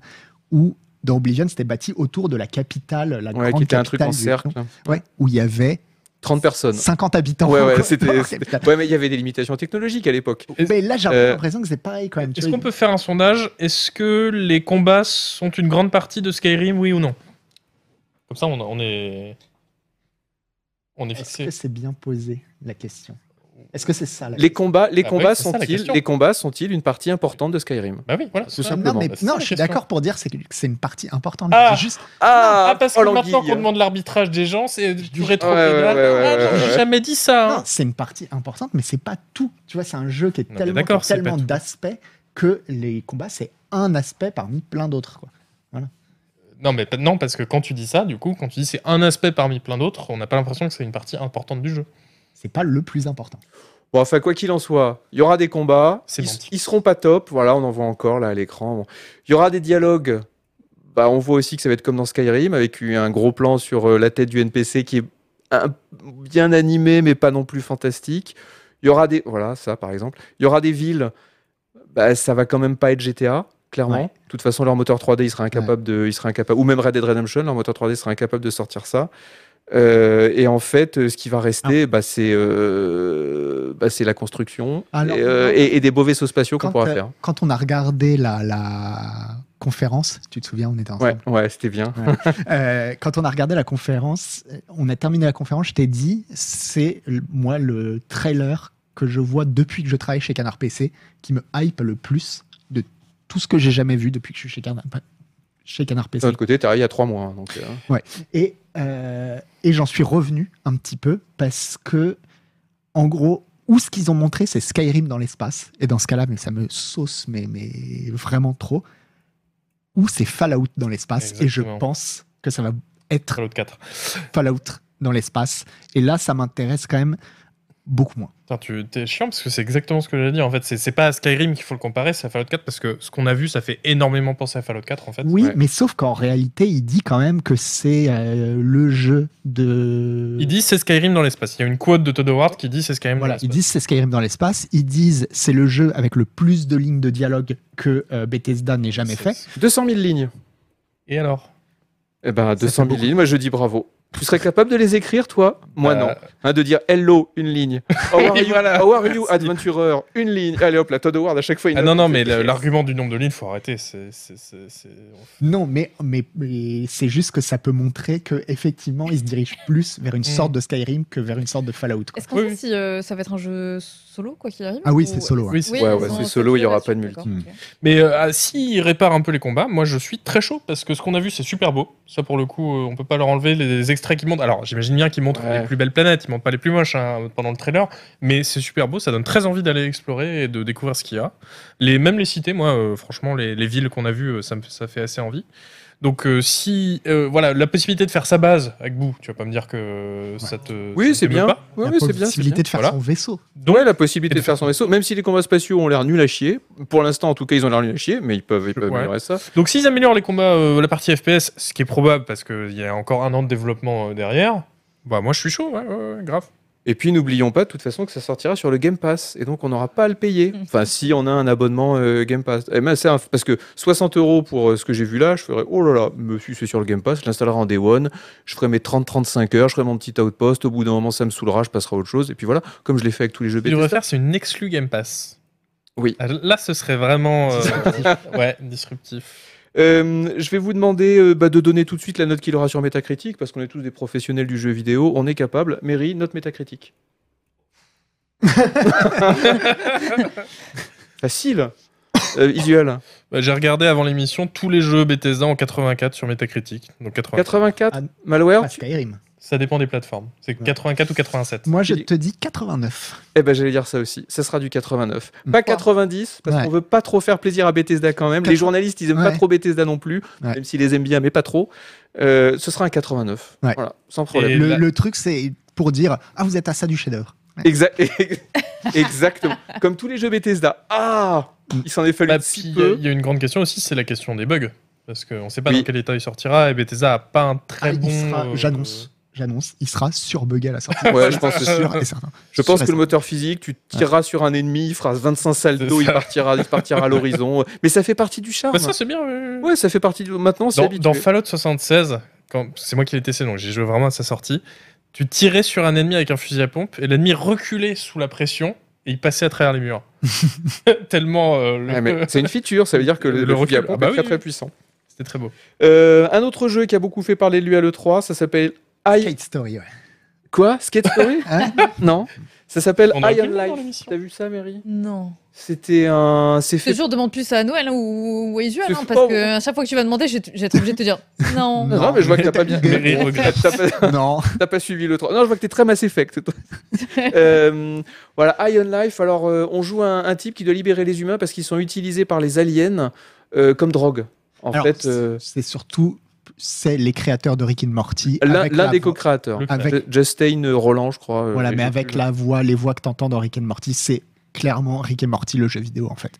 S3: où dans Oblivion c'était bâti autour de la capitale, la
S1: Ouais,
S3: grande
S1: qui était un truc en
S3: capitale du-
S1: cercle.
S3: Ouais, où il y avait
S1: 30 personnes.
S3: 50 habitants.
S1: Ouais, ouais,
S3: Quoi.
S1: c'était.
S3: C'est-
S1: c'était- Ouais, mais il y avait des limitations technologiques à l'époque.
S3: Mais là j'ai
S1: Euh,
S3: l'impression que c'est pareil quand même. tu
S4: Est-ce
S3: vois.
S4: qu'on peut faire un sondage Est-ce que les combats sont une grande partie de Skyrim, oui ou non Comme ça, on, on est. On est
S3: Est-ce
S4: fixé.
S3: que c'est bien posé la question Est-ce que c'est ça la
S1: Les combats, les
S4: Ah
S1: combats
S4: oui, c'est ça, la
S1: sont-ils,
S4: question.
S1: les combats sont-ils une partie importante de
S2: Ah,
S1: Skyrim
S4: Bah oui, voilà.
S1: Tout
S4: ça.
S1: simplement.
S3: Non, mais
S4: Bah, c'est ça,
S3: non,
S4: la
S3: je suis
S4: question.
S3: d'accord pour dire c'est que c'est une partie importante.
S4: Ah.
S3: mais c'est juste,
S4: Ah, parce que
S1: oh,
S4: maintenant
S1: l'anguille.
S4: qu'on demande l'arbitrage des gens, c'est du
S3: Ouais,
S4: rétro-pédal.
S1: ouais, ouais,
S4: Ah,
S1: ouais,
S4: non,
S1: ouais,
S4: j'ai
S1: ouais.
S4: jamais dit ça. hein.
S3: non, c'est une partie importante, mais c'est pas tout. Tu vois, c'est un jeu qui est
S4: mais
S3: tellement, qui a
S4: d'accord, c'est pas
S3: tellement
S4: tout.
S3: d'aspects que les combats, c'est un aspect parmi plein d'autres. quoi.
S4: Non, mais pa- non, parce que quand tu dis ça, du coup, quand tu dis c'est un aspect parmi plein d'autres, on n'a pas l'impression que c'est une partie importante du jeu.
S3: C'est pas le plus important.
S1: Bon, enfin, quoi qu'il en soit, il y aura des combats.
S4: C'est
S1: Ils,
S4: menti.
S1: ils seront pas top. Voilà, on en voit encore là à l'écran. Bon. Il y aura des dialogues. Bah, on voit aussi que ça va être comme dans Skyrim, avec un gros plan sur euh, la tête du NPC qui est un- bien animé, mais pas non plus fantastique. Il y aura des. Voilà, ça par exemple. Il y aura des villes. Bah, ça va quand même pas être GTA, clairement.
S3: Ouais.
S1: De toute façon, leur moteur 3D, il sera incapable de. Il sera incapable, ou même Red Dead Redemption, leur moteur 3D sera incapable de sortir ça. Euh, et en fait, euh, ce qui va
S3: Ah.
S1: rester, bah, c'est euh, bah, c'est la construction
S3: Alors,
S1: et, euh, et- et des beaux vaisseaux spatiaux qu'on
S3: quand,
S1: pourra
S3: euh,
S1: faire.
S3: quand on a regardé la, la conférence, tu te souviens, on était ensemble.
S1: Ouais, ouais c'était bien.
S3: Euh, quand on a regardé la conférence, euh, on a terminé la conférence, je t'ai dit, c'est l- moi le trailer que je vois depuis que je travaille chez Canard PC qui me hype le plus de tout ce que j'ai jamais vu depuis que je suis chez Canard, chez Canard
S1: D'un
S3: PC.
S1: autre côté, t'es arrivé il y a trois mois. hein, donc, euh,
S3: Et, euh, et j'en suis revenu un petit peu parce que, en gros, où ce qu'ils ont montré, c'est Skyrim dans l'espace. Et dans ce cas-là, mais ça me sauce, mais, mais vraiment trop. Ou c'est Fallout dans l'espace. Et je
S4: Exactement.
S3: pense que ça va être
S4: Fallout 4.
S3: Fallout dans l'espace. Et là, ça m'intéresse quand même beaucoup moins.
S4: Putain, tu t'es chiant parce que c'est exactement ce que j'allais dire. En fait, c'est c'est pas à Skyrim qu'il faut le comparer, c'est à Fallout 4 parce que ce qu'on a vu, ça fait énormément penser à Fallout 4 en fait.
S3: Oui,
S1: ouais.
S3: mais sauf qu'en réalité, il dit quand même que c'est euh, le jeu de.
S4: Ils disent c'est Skyrim dans l'espace. Il y a une quote de Todd Howard qui dit c'est Skyrim
S3: Voilà,
S4: dans
S3: ils
S4: l'espace.
S3: disent c'est Skyrim dans l'espace. Ils disent c'est le jeu avec le plus de lignes de dialogue que euh, Bethesda n'ait jamais
S4: C'est-
S3: fait.
S1: 200 000 lignes.
S4: Et alors
S1: Eh ben, 200 000
S3: beaucoup.
S1: lignes, moi je dis bravo. Tu serais capable de les écrire, toi Moi
S4: Euh,
S1: non. Hein, de dire hello, une ligne. How are
S4: Oui,
S1: you,
S4: voilà.
S1: how are you, adventurer, une ligne. Allez hop, la Todd Howard à chaque fois. il
S4: Ah
S1: note.
S4: non, non, mais le- l'argument du nombre de lignes, faut arrêter. C'est. c'est- c'est- c'est-
S3: Non, mais, mais, mais c'est juste que ça peut montrer que effectivement, ils se dirigent plus vers une
S4: Mm.
S3: sorte de Skyrim que vers une sorte de Fallout. quoi.
S2: Est-ce qu'on
S4: Oui,
S2: sait
S4: oui.
S2: si euh, ça va être un jeu solo, quoi qu'il arrive
S3: Ah oui,
S2: ou-
S3: c'est solo. hein.
S4: Oui, c'est-
S2: Oui,
S1: Ouais,
S2: ils
S1: ouais,
S2: ont
S1: c'est
S2: un
S1: solo, il y aura
S2: là-dessus,
S1: pas de multi.
S2: d'accord, ok.
S4: Mais euh, ah, s'ils réparent un peu les combats, moi je suis très chaud parce que ce qu'on a vu, c'est super beau. Ça, pour le coup, euh, on peut pas leur enlever les, les extraits qui montrent. Alors, j'imagine bien qu'ils montrent
S1: Ouais.
S4: les plus belles planètes, ils montrent pas les plus moches hein, pendant le trailer, mais c'est super beau. Ça donne très envie d'aller explorer et de découvrir ce qu'il y a. Les, même les cités, moi, euh, franchement, les, les villes qu'on a vues, euh, ça, me- ça fait assez envie. Donc, euh, si euh, voilà, la possibilité de faire sa base avec Bou, tu vas pas me dire que euh, ça te ça
S1: Oui,
S4: te
S1: c'est
S4: développe
S1: bien.
S4: pas.
S1: Ouais,
S3: La
S1: ouais, c'est bien. c'est
S3: possibilité
S1: bien.
S3: de faire
S4: Voilà.
S3: son vaisseau.
S4: Donc,
S1: ouais, la possibilité
S4: et de
S1: de faire son vaisseau, même si les combats spatiaux ont l'air nuls à chier, pour l'instant en tout cas ils ont l'air nuls à chier, mais ils peuvent, ils peuvent
S4: Ouais.
S1: améliorer ça.
S4: Donc s'ils améliorent les combats, euh, la partie FPS, ce qui est probable parce qu'il y a encore un an de développement euh, derrière, bah moi je suis chaud, ouais, ouais, ouais, grave.
S1: Et puis n'oublions pas de toute façon que ça sortira sur le Game Pass, et donc on n'aura pas à le payer.
S2: Mhm.
S1: Enfin, si on a un abonnement euh, Game Pass. Eh ben, c'est un- Parce que 60 euros pour euh, ce que j'ai vu là, je ferais oh là là, me suis c'est sur le Game Pass, je l'installerai en Day One, je ferai mes 30-35 heures, je ferai mon petit outpost, au bout d'un moment ça me saoulera, je passerai à autre chose, et puis voilà, comme je l'ai fait avec tous les jeux
S4: Ce qu'ils devraient
S1: Bethesda.
S4: faire, c'est une exclu Game Pass.
S1: Oui.
S4: Ah, Là, ce serait vraiment euh, ouais, disruptif.
S1: Euh, je vais vous demander euh, bah, de donner tout de suite la note qu'il aura sur Metacritic, parce qu'on est tous des professionnels du jeu vidéo, on est capable. Mary, note Metacritic. Facile, Euh, visuel.
S4: Bah, J'ai regardé avant l'émission tous les jeux Bethesda en 84 sur Metacritic. Donc 84.
S1: 84,
S3: Ah,
S1: malware.
S3: Pas Skyrim.
S4: Ça dépend des plateformes. C'est
S3: Ouais.
S4: 84 ou 87.
S3: Moi, je
S1: Il-
S3: te dis 89.
S1: Eh ben j'allais dire ça aussi. Ça sera du 89. Pas
S3: Ouais.
S1: 90 parce
S3: Ouais.
S1: qu'on veut pas trop faire plaisir à Bethesda quand même. Les
S3: Quatre-
S1: journalistes ils aiment pas
S3: Ouais.
S1: trop Bethesda non plus,
S3: Ouais.
S1: même s'ils les aiment bien mais pas trop. Euh, ce sera un 89.
S3: Ouais.
S1: Voilà, sans problème.
S4: Et
S3: Le,
S4: là-
S3: le truc, c'est pour dire ah vous êtes à ça du chef-d'œuvre.
S1: Exact. Exactement. Comme tous les jeux Bethesda. Ah, il s'en est fallu
S4: Bah, puis,
S1: si
S4: Il y a-
S1: peu.
S4: il y, a une grande question aussi, c'est la question des bugs. Parce qu'on ne sait pas
S1: Oui.
S4: dans quel état il sortira et Bethesda a pas un très
S3: Ah, il
S4: bon.
S3: sera-
S4: euh,
S3: J'annonce, j'annonce, il sera surbugué à la sortie.
S1: Ouais, je pense que-
S3: sûr et certain.
S1: Je
S3: Sûr
S1: pense que
S3: et
S1: le
S3: certain.
S1: moteur physique, tu tireras sur un ennemi, il fera 25 saltos,
S4: C'est
S1: il
S4: ça.
S1: partira, il partira à l'horizon. Mais ça fait partie du charme.
S4: Bah, ça, c'est bien. ouais, ouais, ouais.
S1: Ouais, ça fait partie du. Maintenant, c'est
S4: Dans,
S1: habitué.
S4: dans Fallout 76, quand- c'est moi qui l'ai testé, donc j'ai joué vraiment à sa sortie. Tu tirais sur un ennemi avec un fusil à pompe et l'ennemi reculait sous la pression et il passait à travers les murs. Tellement. euh, le-
S1: Ouais, mais c'est une feature, ça veut dire que le,
S4: Le
S1: le fusil à
S4: recul. Ah
S1: pompe
S4: bah
S1: est
S4: oui,
S1: très
S4: oui.
S1: très puissant.
S4: C'était très beau.
S1: Euh, un autre jeu qui a beaucoup fait parler de lui à l'E3, ça s'appelle I...
S3: Skate Story, ouais.
S1: Quoi Skate Story
S3: Hein
S1: Non. Ça s'appelle
S4: On a
S1: Iron
S4: pu le voir dans
S1: Life.
S4: l'émission.
S1: T'as vu ça, Mary
S2: Non.
S1: C'était un... C'est
S2: Ce
S1: fait...
S2: jour demande plus à Noël hein, ou, ou à Isuel,
S1: C'est
S2: hein,
S1: f-
S2: parce
S1: oh.
S2: que à chaque fois que tu vas demander, je vais t- je vais être obligé de te dire non.
S1: Non,
S3: Non,
S1: mais je vois que t'as pas bien...
S4: Mais il regrette.
S1: T'as pas-
S3: non,
S1: T'as pas suivi le 3. Non, je vois que t'es très Mass Effect. Euh, voilà, Iron Life. Alors, euh, on joue un, un type qui doit libérer les humains parce qu'ils sont utilisés par les aliens euh, comme drogue. En
S3: Alors,
S1: fait,
S3: c'est-
S1: euh,
S3: c'est surtout
S5: c'est les créateurs de Rick and Morty.
S1: L'un
S5: avec
S1: l'un
S5: la
S1: des
S5: voix-
S1: co-créateurs.
S5: Avec-
S1: J- Justin Roland, je crois. euh,
S5: Voilà,
S1: et-
S5: mais avec la voix, les voix que t'entends dans Rick and Morty, c'est clairement Rick and Morty le jeu vidéo en fait.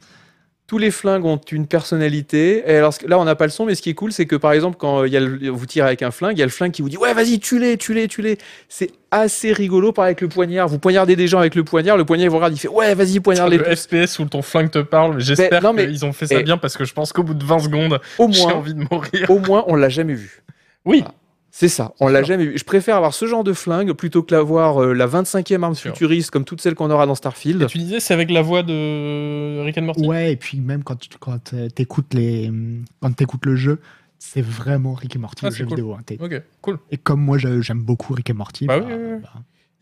S1: tous les flingues ont une personnalité. Et alors ce que- là, on n'a pas le son, mais ce qui est cool, c'est que par exemple, quand euh, il y a le- vous tirez avec un flingue, il y a le flingue qui vous dit ouais, vas-y, tue-les, tue-les, tue-les. C'est assez rigolo. Par avec le poignard, vous poignardez des gens avec le poignard, le poignard il vous regarde, il fait ouais, vas-y, poignarde-les
S4: le
S1: tous.
S4: FPS où ton flingue te parle, mais j'espère
S1: non, mais-
S4: qu'ils ont fait ça
S1: Eh.
S4: bien parce que je pense qu'au bout de 20 secondes,
S1: Au
S4: j'ai
S1: moins,
S4: envie de mourir.
S1: au moins, on l'a jamais vu.
S4: Oui,
S1: Ah. C'est ça, on l'a jamais vu. Je préfère avoir ce genre de flingue plutôt que l'avoir euh, la 25e arme
S4: Sûr.
S1: futuriste comme toutes celles qu'on aura dans Starfield.
S4: Et tu disais c'est avec la voix de Rick and Morty.
S5: Ouais, et puis même quand tu quand euh, t'écoutes les hum, quand t'écoutes le jeu, c'est vraiment Rick et Morty
S4: Ah,
S5: le
S4: c'est
S5: jeu
S4: cool.
S5: vidéo. hein. T'es-
S4: Ok, cool.
S5: Et comme moi je- j'aime beaucoup Rick et Morty,
S4: Bah oui, oui, oui.
S5: bah,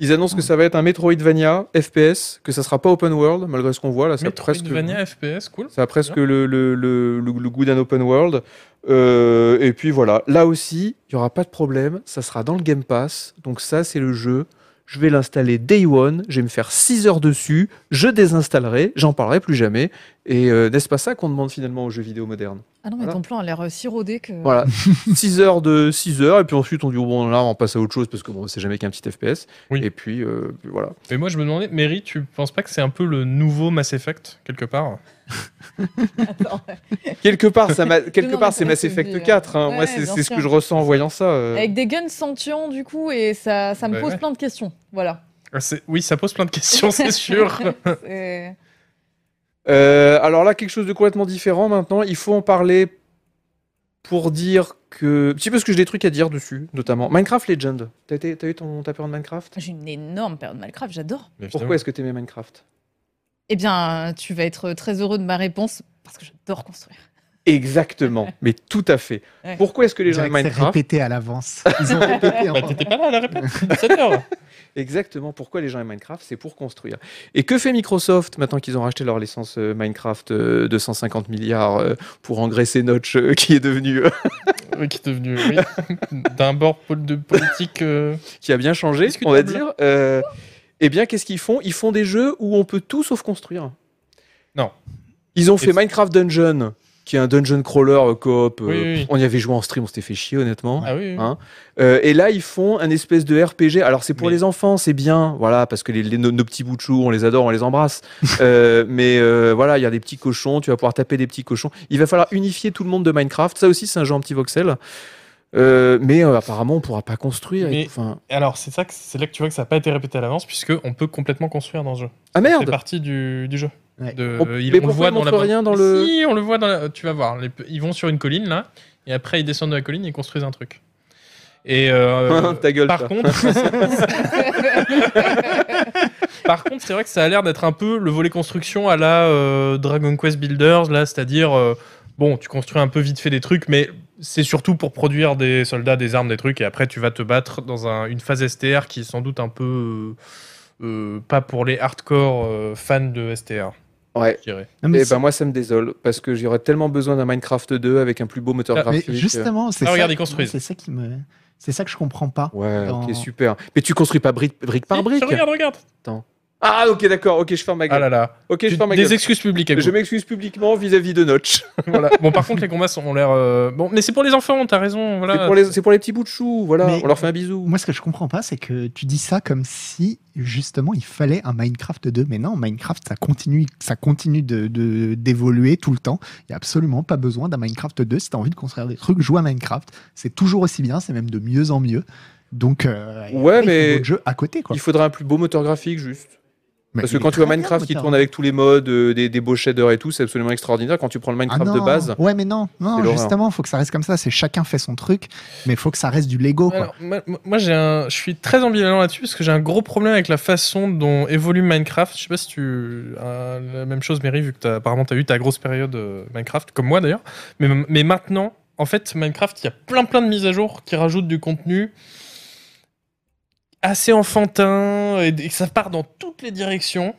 S1: Ils annoncent que ça va être un Metroidvania FPS, que ça sera pas open world malgré ce qu'on voit là. C'est presque
S4: Metroidvania FPS, cool.
S1: Ça a presque le, le, le, le- le goût d'un open world. Euh, et puis voilà, là aussi, il n'y aura pas de problème, ça sera dans le Game Pass. Donc ça, c'est le jeu. Je vais l'installer day one, je vais me faire 6 heures dessus, je désinstallerai, j'en parlerai plus jamais. Et euh, n'est-ce pas ça qu'on demande finalement aux jeux vidéo modernes
S2: Ah non, mais
S1: Voilà.
S2: ton plan a l'air euh, si rodé que.
S1: Voilà, 6 heures de 6 heures, et puis ensuite on dit bon là on passe à autre chose parce que bon, c'est jamais qu'un petit FPS.
S4: Oui.
S1: Et puis, euh, puis voilà.
S4: Mais moi je me demandais, Mary, tu penses pas que c'est un peu le nouveau Mass Effect quelque part
S2: Attends.
S1: Quelque part, ça m'a- quelque
S2: Non, mais
S1: part c'est
S2: ça
S1: Mass
S2: reste
S1: Effect
S2: vieux, hein.
S1: 4, hein. moi
S2: Ouais,
S1: c'est
S2: bien
S1: c'est ce que
S2: sûr.
S1: je ressens en voyant ça. euh.
S2: Avec des guns sentients, du coup, et ça, ça me
S4: Bah
S2: pose
S4: ouais.
S2: plein de questions. Voilà.
S4: Ah, c'est- Oui, ça pose plein de questions, c'est sûr.
S2: C'est-
S1: Euh, alors là, quelque chose de complètement différent maintenant. Il faut en parler pour dire que. Un petit peu parce que j'ai des trucs à dire dessus, notamment. Minecraft Legend. T'as été- t'as eu ton, ta période Minecraft
S2: J'ai une énorme période de Minecraft, j'adore.
S4: Mais évidemment.
S1: Pourquoi est-ce que t'aimais Minecraft
S2: Eh bien, tu vas être très heureux de ma réponse parce que j'adore construire.
S1: Exactement, mais tout à fait.
S2: Ouais.
S1: Pourquoi est-ce que les gens
S5: dirais
S1: aiment
S5: que c'est
S1: Minecraft
S5: répété à l'avance. Ils ont répété. en-
S4: Bah, T'étais pas là à la réponse. 17 heures.
S1: Exactement, pourquoi les gens aiment Minecraft C'est pour construire. Et que fait Microsoft maintenant qu'ils ont racheté leur licence euh, Minecraft euh, 250 milliards euh, pour engraisser Notch euh, qui est devenu. euh,
S4: Oui, qui est devenu oui, d'un bord pôle de politique. euh,
S1: qui a bien changé, on va
S4: Discutable.
S1: dire Euh, Eh bien, qu'est-ce qu'ils font Ils font des jeux où on peut tout sauf construire.
S4: Non.
S1: Ils ont fait
S4: c'est-
S1: Minecraft Dungeon, qui est un dungeon crawler euh, coop. euh,
S4: Oui, oui, oui.
S1: On y avait joué en stream, on s'était fait chier, honnêtement.
S4: Ah oui. oui.
S1: Hein Euh, et là, ils font un espèce de RPG. Alors, c'est pour
S4: Mais-
S1: les enfants, c'est bien, voilà, parce que les, les- nos, nos petits bouts de chou, on les adore, on les embrasse. Euh, mais euh, voilà, il y a des petits cochons, tu vas pouvoir taper des petits cochons. Il va falloir unifier tout le monde de Minecraft. Ça aussi, c'est un jeu en petit voxel. Euh, mais euh, apparemment, on pourra pas construire. et
S4: Mais-
S1: tout. Enfin,
S4: Et Alors c'est ça, que- c'est là que tu vois que ça n'a pas été répété à l'avance puisque on peut complètement construire dans ce jeu.
S1: Ah
S4: C'est
S1: merde
S4: partie du, du jeu.
S5: Ouais.
S4: De-
S1: On-
S4: il-
S1: Mais
S4: on le
S1: pourquoi
S4: voit
S1: ils
S4: dans la.
S1: montrent rien dans le...
S4: Si, on le voit dans la. Tu vas voir, les pe- ils vont sur une colline là, et après ils descendent de la colline et ils construisent un truc. Et euh,
S1: Ta gueule,
S4: par
S1: toi.
S4: contre, par contre, c'est vrai que ça a l'air d'être un peu le volet construction à la euh, Dragon Quest Builders là, c'est-à-dire euh, bon, tu construis un peu vite fait des trucs, mais c'est surtout pour produire des soldats, des armes, des trucs, et après tu vas te battre dans un- une phase STR qui est sans doute un peu euh, euh, pas pour les hardcore euh, fans de STR.
S1: Ouais.
S4: je dirais.
S5: Non, mais
S1: Eh
S5: c'est-
S1: ben moi ça me désole parce que j'aurais tellement besoin d'un Minecraft 2 avec un plus beau moteur
S4: Ah,
S5: mais
S1: graphique. euh.
S5: justement, c'est
S4: Ah,
S5: ça.
S4: regarde, ils construisent.
S5: C'est ça qui me, c'est ça que je comprends pas.
S1: Ouais,
S5: dans-
S1: ok super. Mais tu construis pas brique, brique par
S4: Si,
S1: brique.
S4: Regarde, regarde.
S1: Ah ok d'accord. Ok je ferme ma gueule.
S4: Ah là là.
S1: Ok je
S4: Tu-
S1: ferme ma
S4: des
S1: gueule.
S4: excuses publiques. à vous.
S1: Je m'excuse publiquement vis-à-vis de Notch.
S4: Voilà. Bon, par contre, les combats sont, ont l'air. euh, Bon, mais c'est pour les enfants. T'as raison. Voilà.
S1: C'est pour les c'est pour les petits bouts de chou. Voilà.
S5: Mais-
S1: On leur fait un bisou.
S5: Moi, ce que je comprends pas, c'est que tu dis ça comme si justement il fallait un Minecraft 2, mais non, Minecraft ça continue, ça continue de de- d'évoluer tout le temps. Il y a absolument pas besoin d'un Minecraft 2 si t'as envie de construire des trucs. Joue à Minecraft, c'est toujours aussi bien, c'est même de mieux en mieux. Donc, euh, et
S1: Ouais,
S5: après, ils font
S1: mais-
S5: d'autres jeux à côté quoi.
S1: Il faudrait un plus beau moteur graphique juste.
S5: Mais
S1: Parce
S5: il
S1: que quand
S5: est
S1: tu vois
S5: très bien,
S1: Minecraft qui
S5: Motor.
S1: tourne avec tous les modes, euh, des, des beaux shaders et tout, c'est absolument extraordinaire. Quand tu prends le
S5: Ah
S1: Minecraft de
S5: non,
S1: base,
S5: Ouais, mais non,
S1: C'est
S5: non,
S1: l'horreur.
S5: justement, faut que ça reste comme ça. C'est chacun fait son truc, mais faut que ça reste du Lego. Quoi.
S4: Alors, moi, moi, j'ai un- je suis très ambivalent là-dessus parce que j'ai un gros problème avec la façon dont évolue Minecraft. Je sais pas si tu as la même chose, Mary, vu que t'as- apparemment tu as eu ta grosse période euh, Minecraft, comme moi d'ailleurs. Mais, mais maintenant, en fait, Minecraft, il y a plein plein de mises à jour qui rajoutent du contenu assez enfantin et, et ça part dans toutes les directions.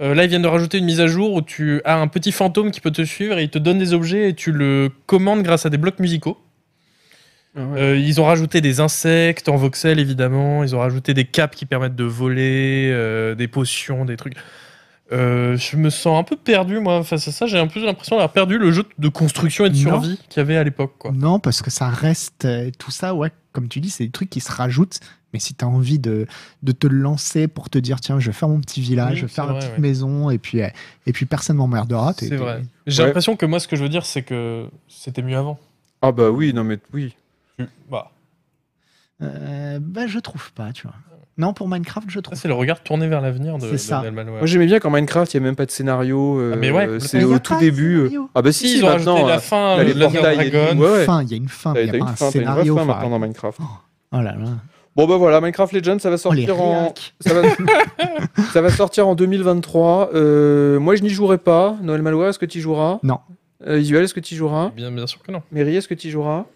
S4: Euh, là, ils viennent de rajouter une mise à jour où tu as un petit fantôme qui peut te suivre et il te donne des objets et tu le commandes grâce à des blocs musicaux. Euh, ils ont rajouté des insectes en voxel, évidemment. Ils ont rajouté des capes qui permettent de voler, euh, des potions, des trucs. Euh, je me sens un peu perdu, moi, face à ça. J'ai un peu l'impression d'avoir perdu le jeu de construction et de
S3: Non.
S4: survie qu'il y avait à l'époque. quoi.
S3: Non, parce que ça reste euh, tout ça, ouais, comme tu dis, c'est des trucs qui se rajoutent. Mais si tu as envie de, de te lancer pour te dire, tiens, je vais faire mon petit village,
S4: Oui,
S3: je vais
S4: c'est
S3: faire ma
S4: vrai,
S3: petite
S4: ouais.
S3: maison, et puis, euh, et puis personne m'emmerdera. t'es-
S4: C'est
S3: t'es-
S4: vrai. J'ai
S1: Ouais.
S4: l'impression que moi, ce que je veux dire, c'est que c'était mieux avant.
S1: Ah bah oui, non mais oui.
S4: Bah,
S3: Euh, bah, je trouve pas, tu vois. Non, pour Minecraft, je
S4: ça,
S3: trouve.
S4: c'est le regard tourné vers l'avenir de
S3: C'est ça.
S4: Daniel Malware.
S1: Moi j'aimais bien quand Minecraft, il n'y a même pas de scénario. euh,
S4: Ah, mais ouais,
S1: c'est
S3: Mais y
S1: au
S3: a
S1: tout
S3: pas de
S1: début. euh,
S3: scénario.
S1: Ah bah
S4: Si,
S1: si,
S4: ils ont rajouté
S1: maintenant.
S4: la
S1: euh,
S4: fin,
S1: t'as
S4: le
S1: les
S4: London
S1: portails, il y a
S4: Dragon.
S1: une- ouais, ouais.
S3: fin, il y a une fin,
S1: T'as
S3: mais il
S1: t'as
S3: n'y a
S1: une
S3: pas un
S1: fin, t'as une vraie
S3: scénario.
S1: fin
S3: faut
S1: maintenant dans
S3: arrêter.
S1: Minecraft.
S3: Oh là là.
S1: Bon bah voilà, Minecraft Legends, ça va
S3: Oh, les
S1: sortir en.
S3: réacs.
S1: Ça va... ça va sortir en 2023. Euh, moi je n'y jouerai pas. Noël Malouin, est-ce que tu y joueras
S3: Non.
S1: Euh, Isuel, est-ce que tu y joueras
S4: Bien, bien sûr que non.
S1: Mairie, est-ce que tu y joueras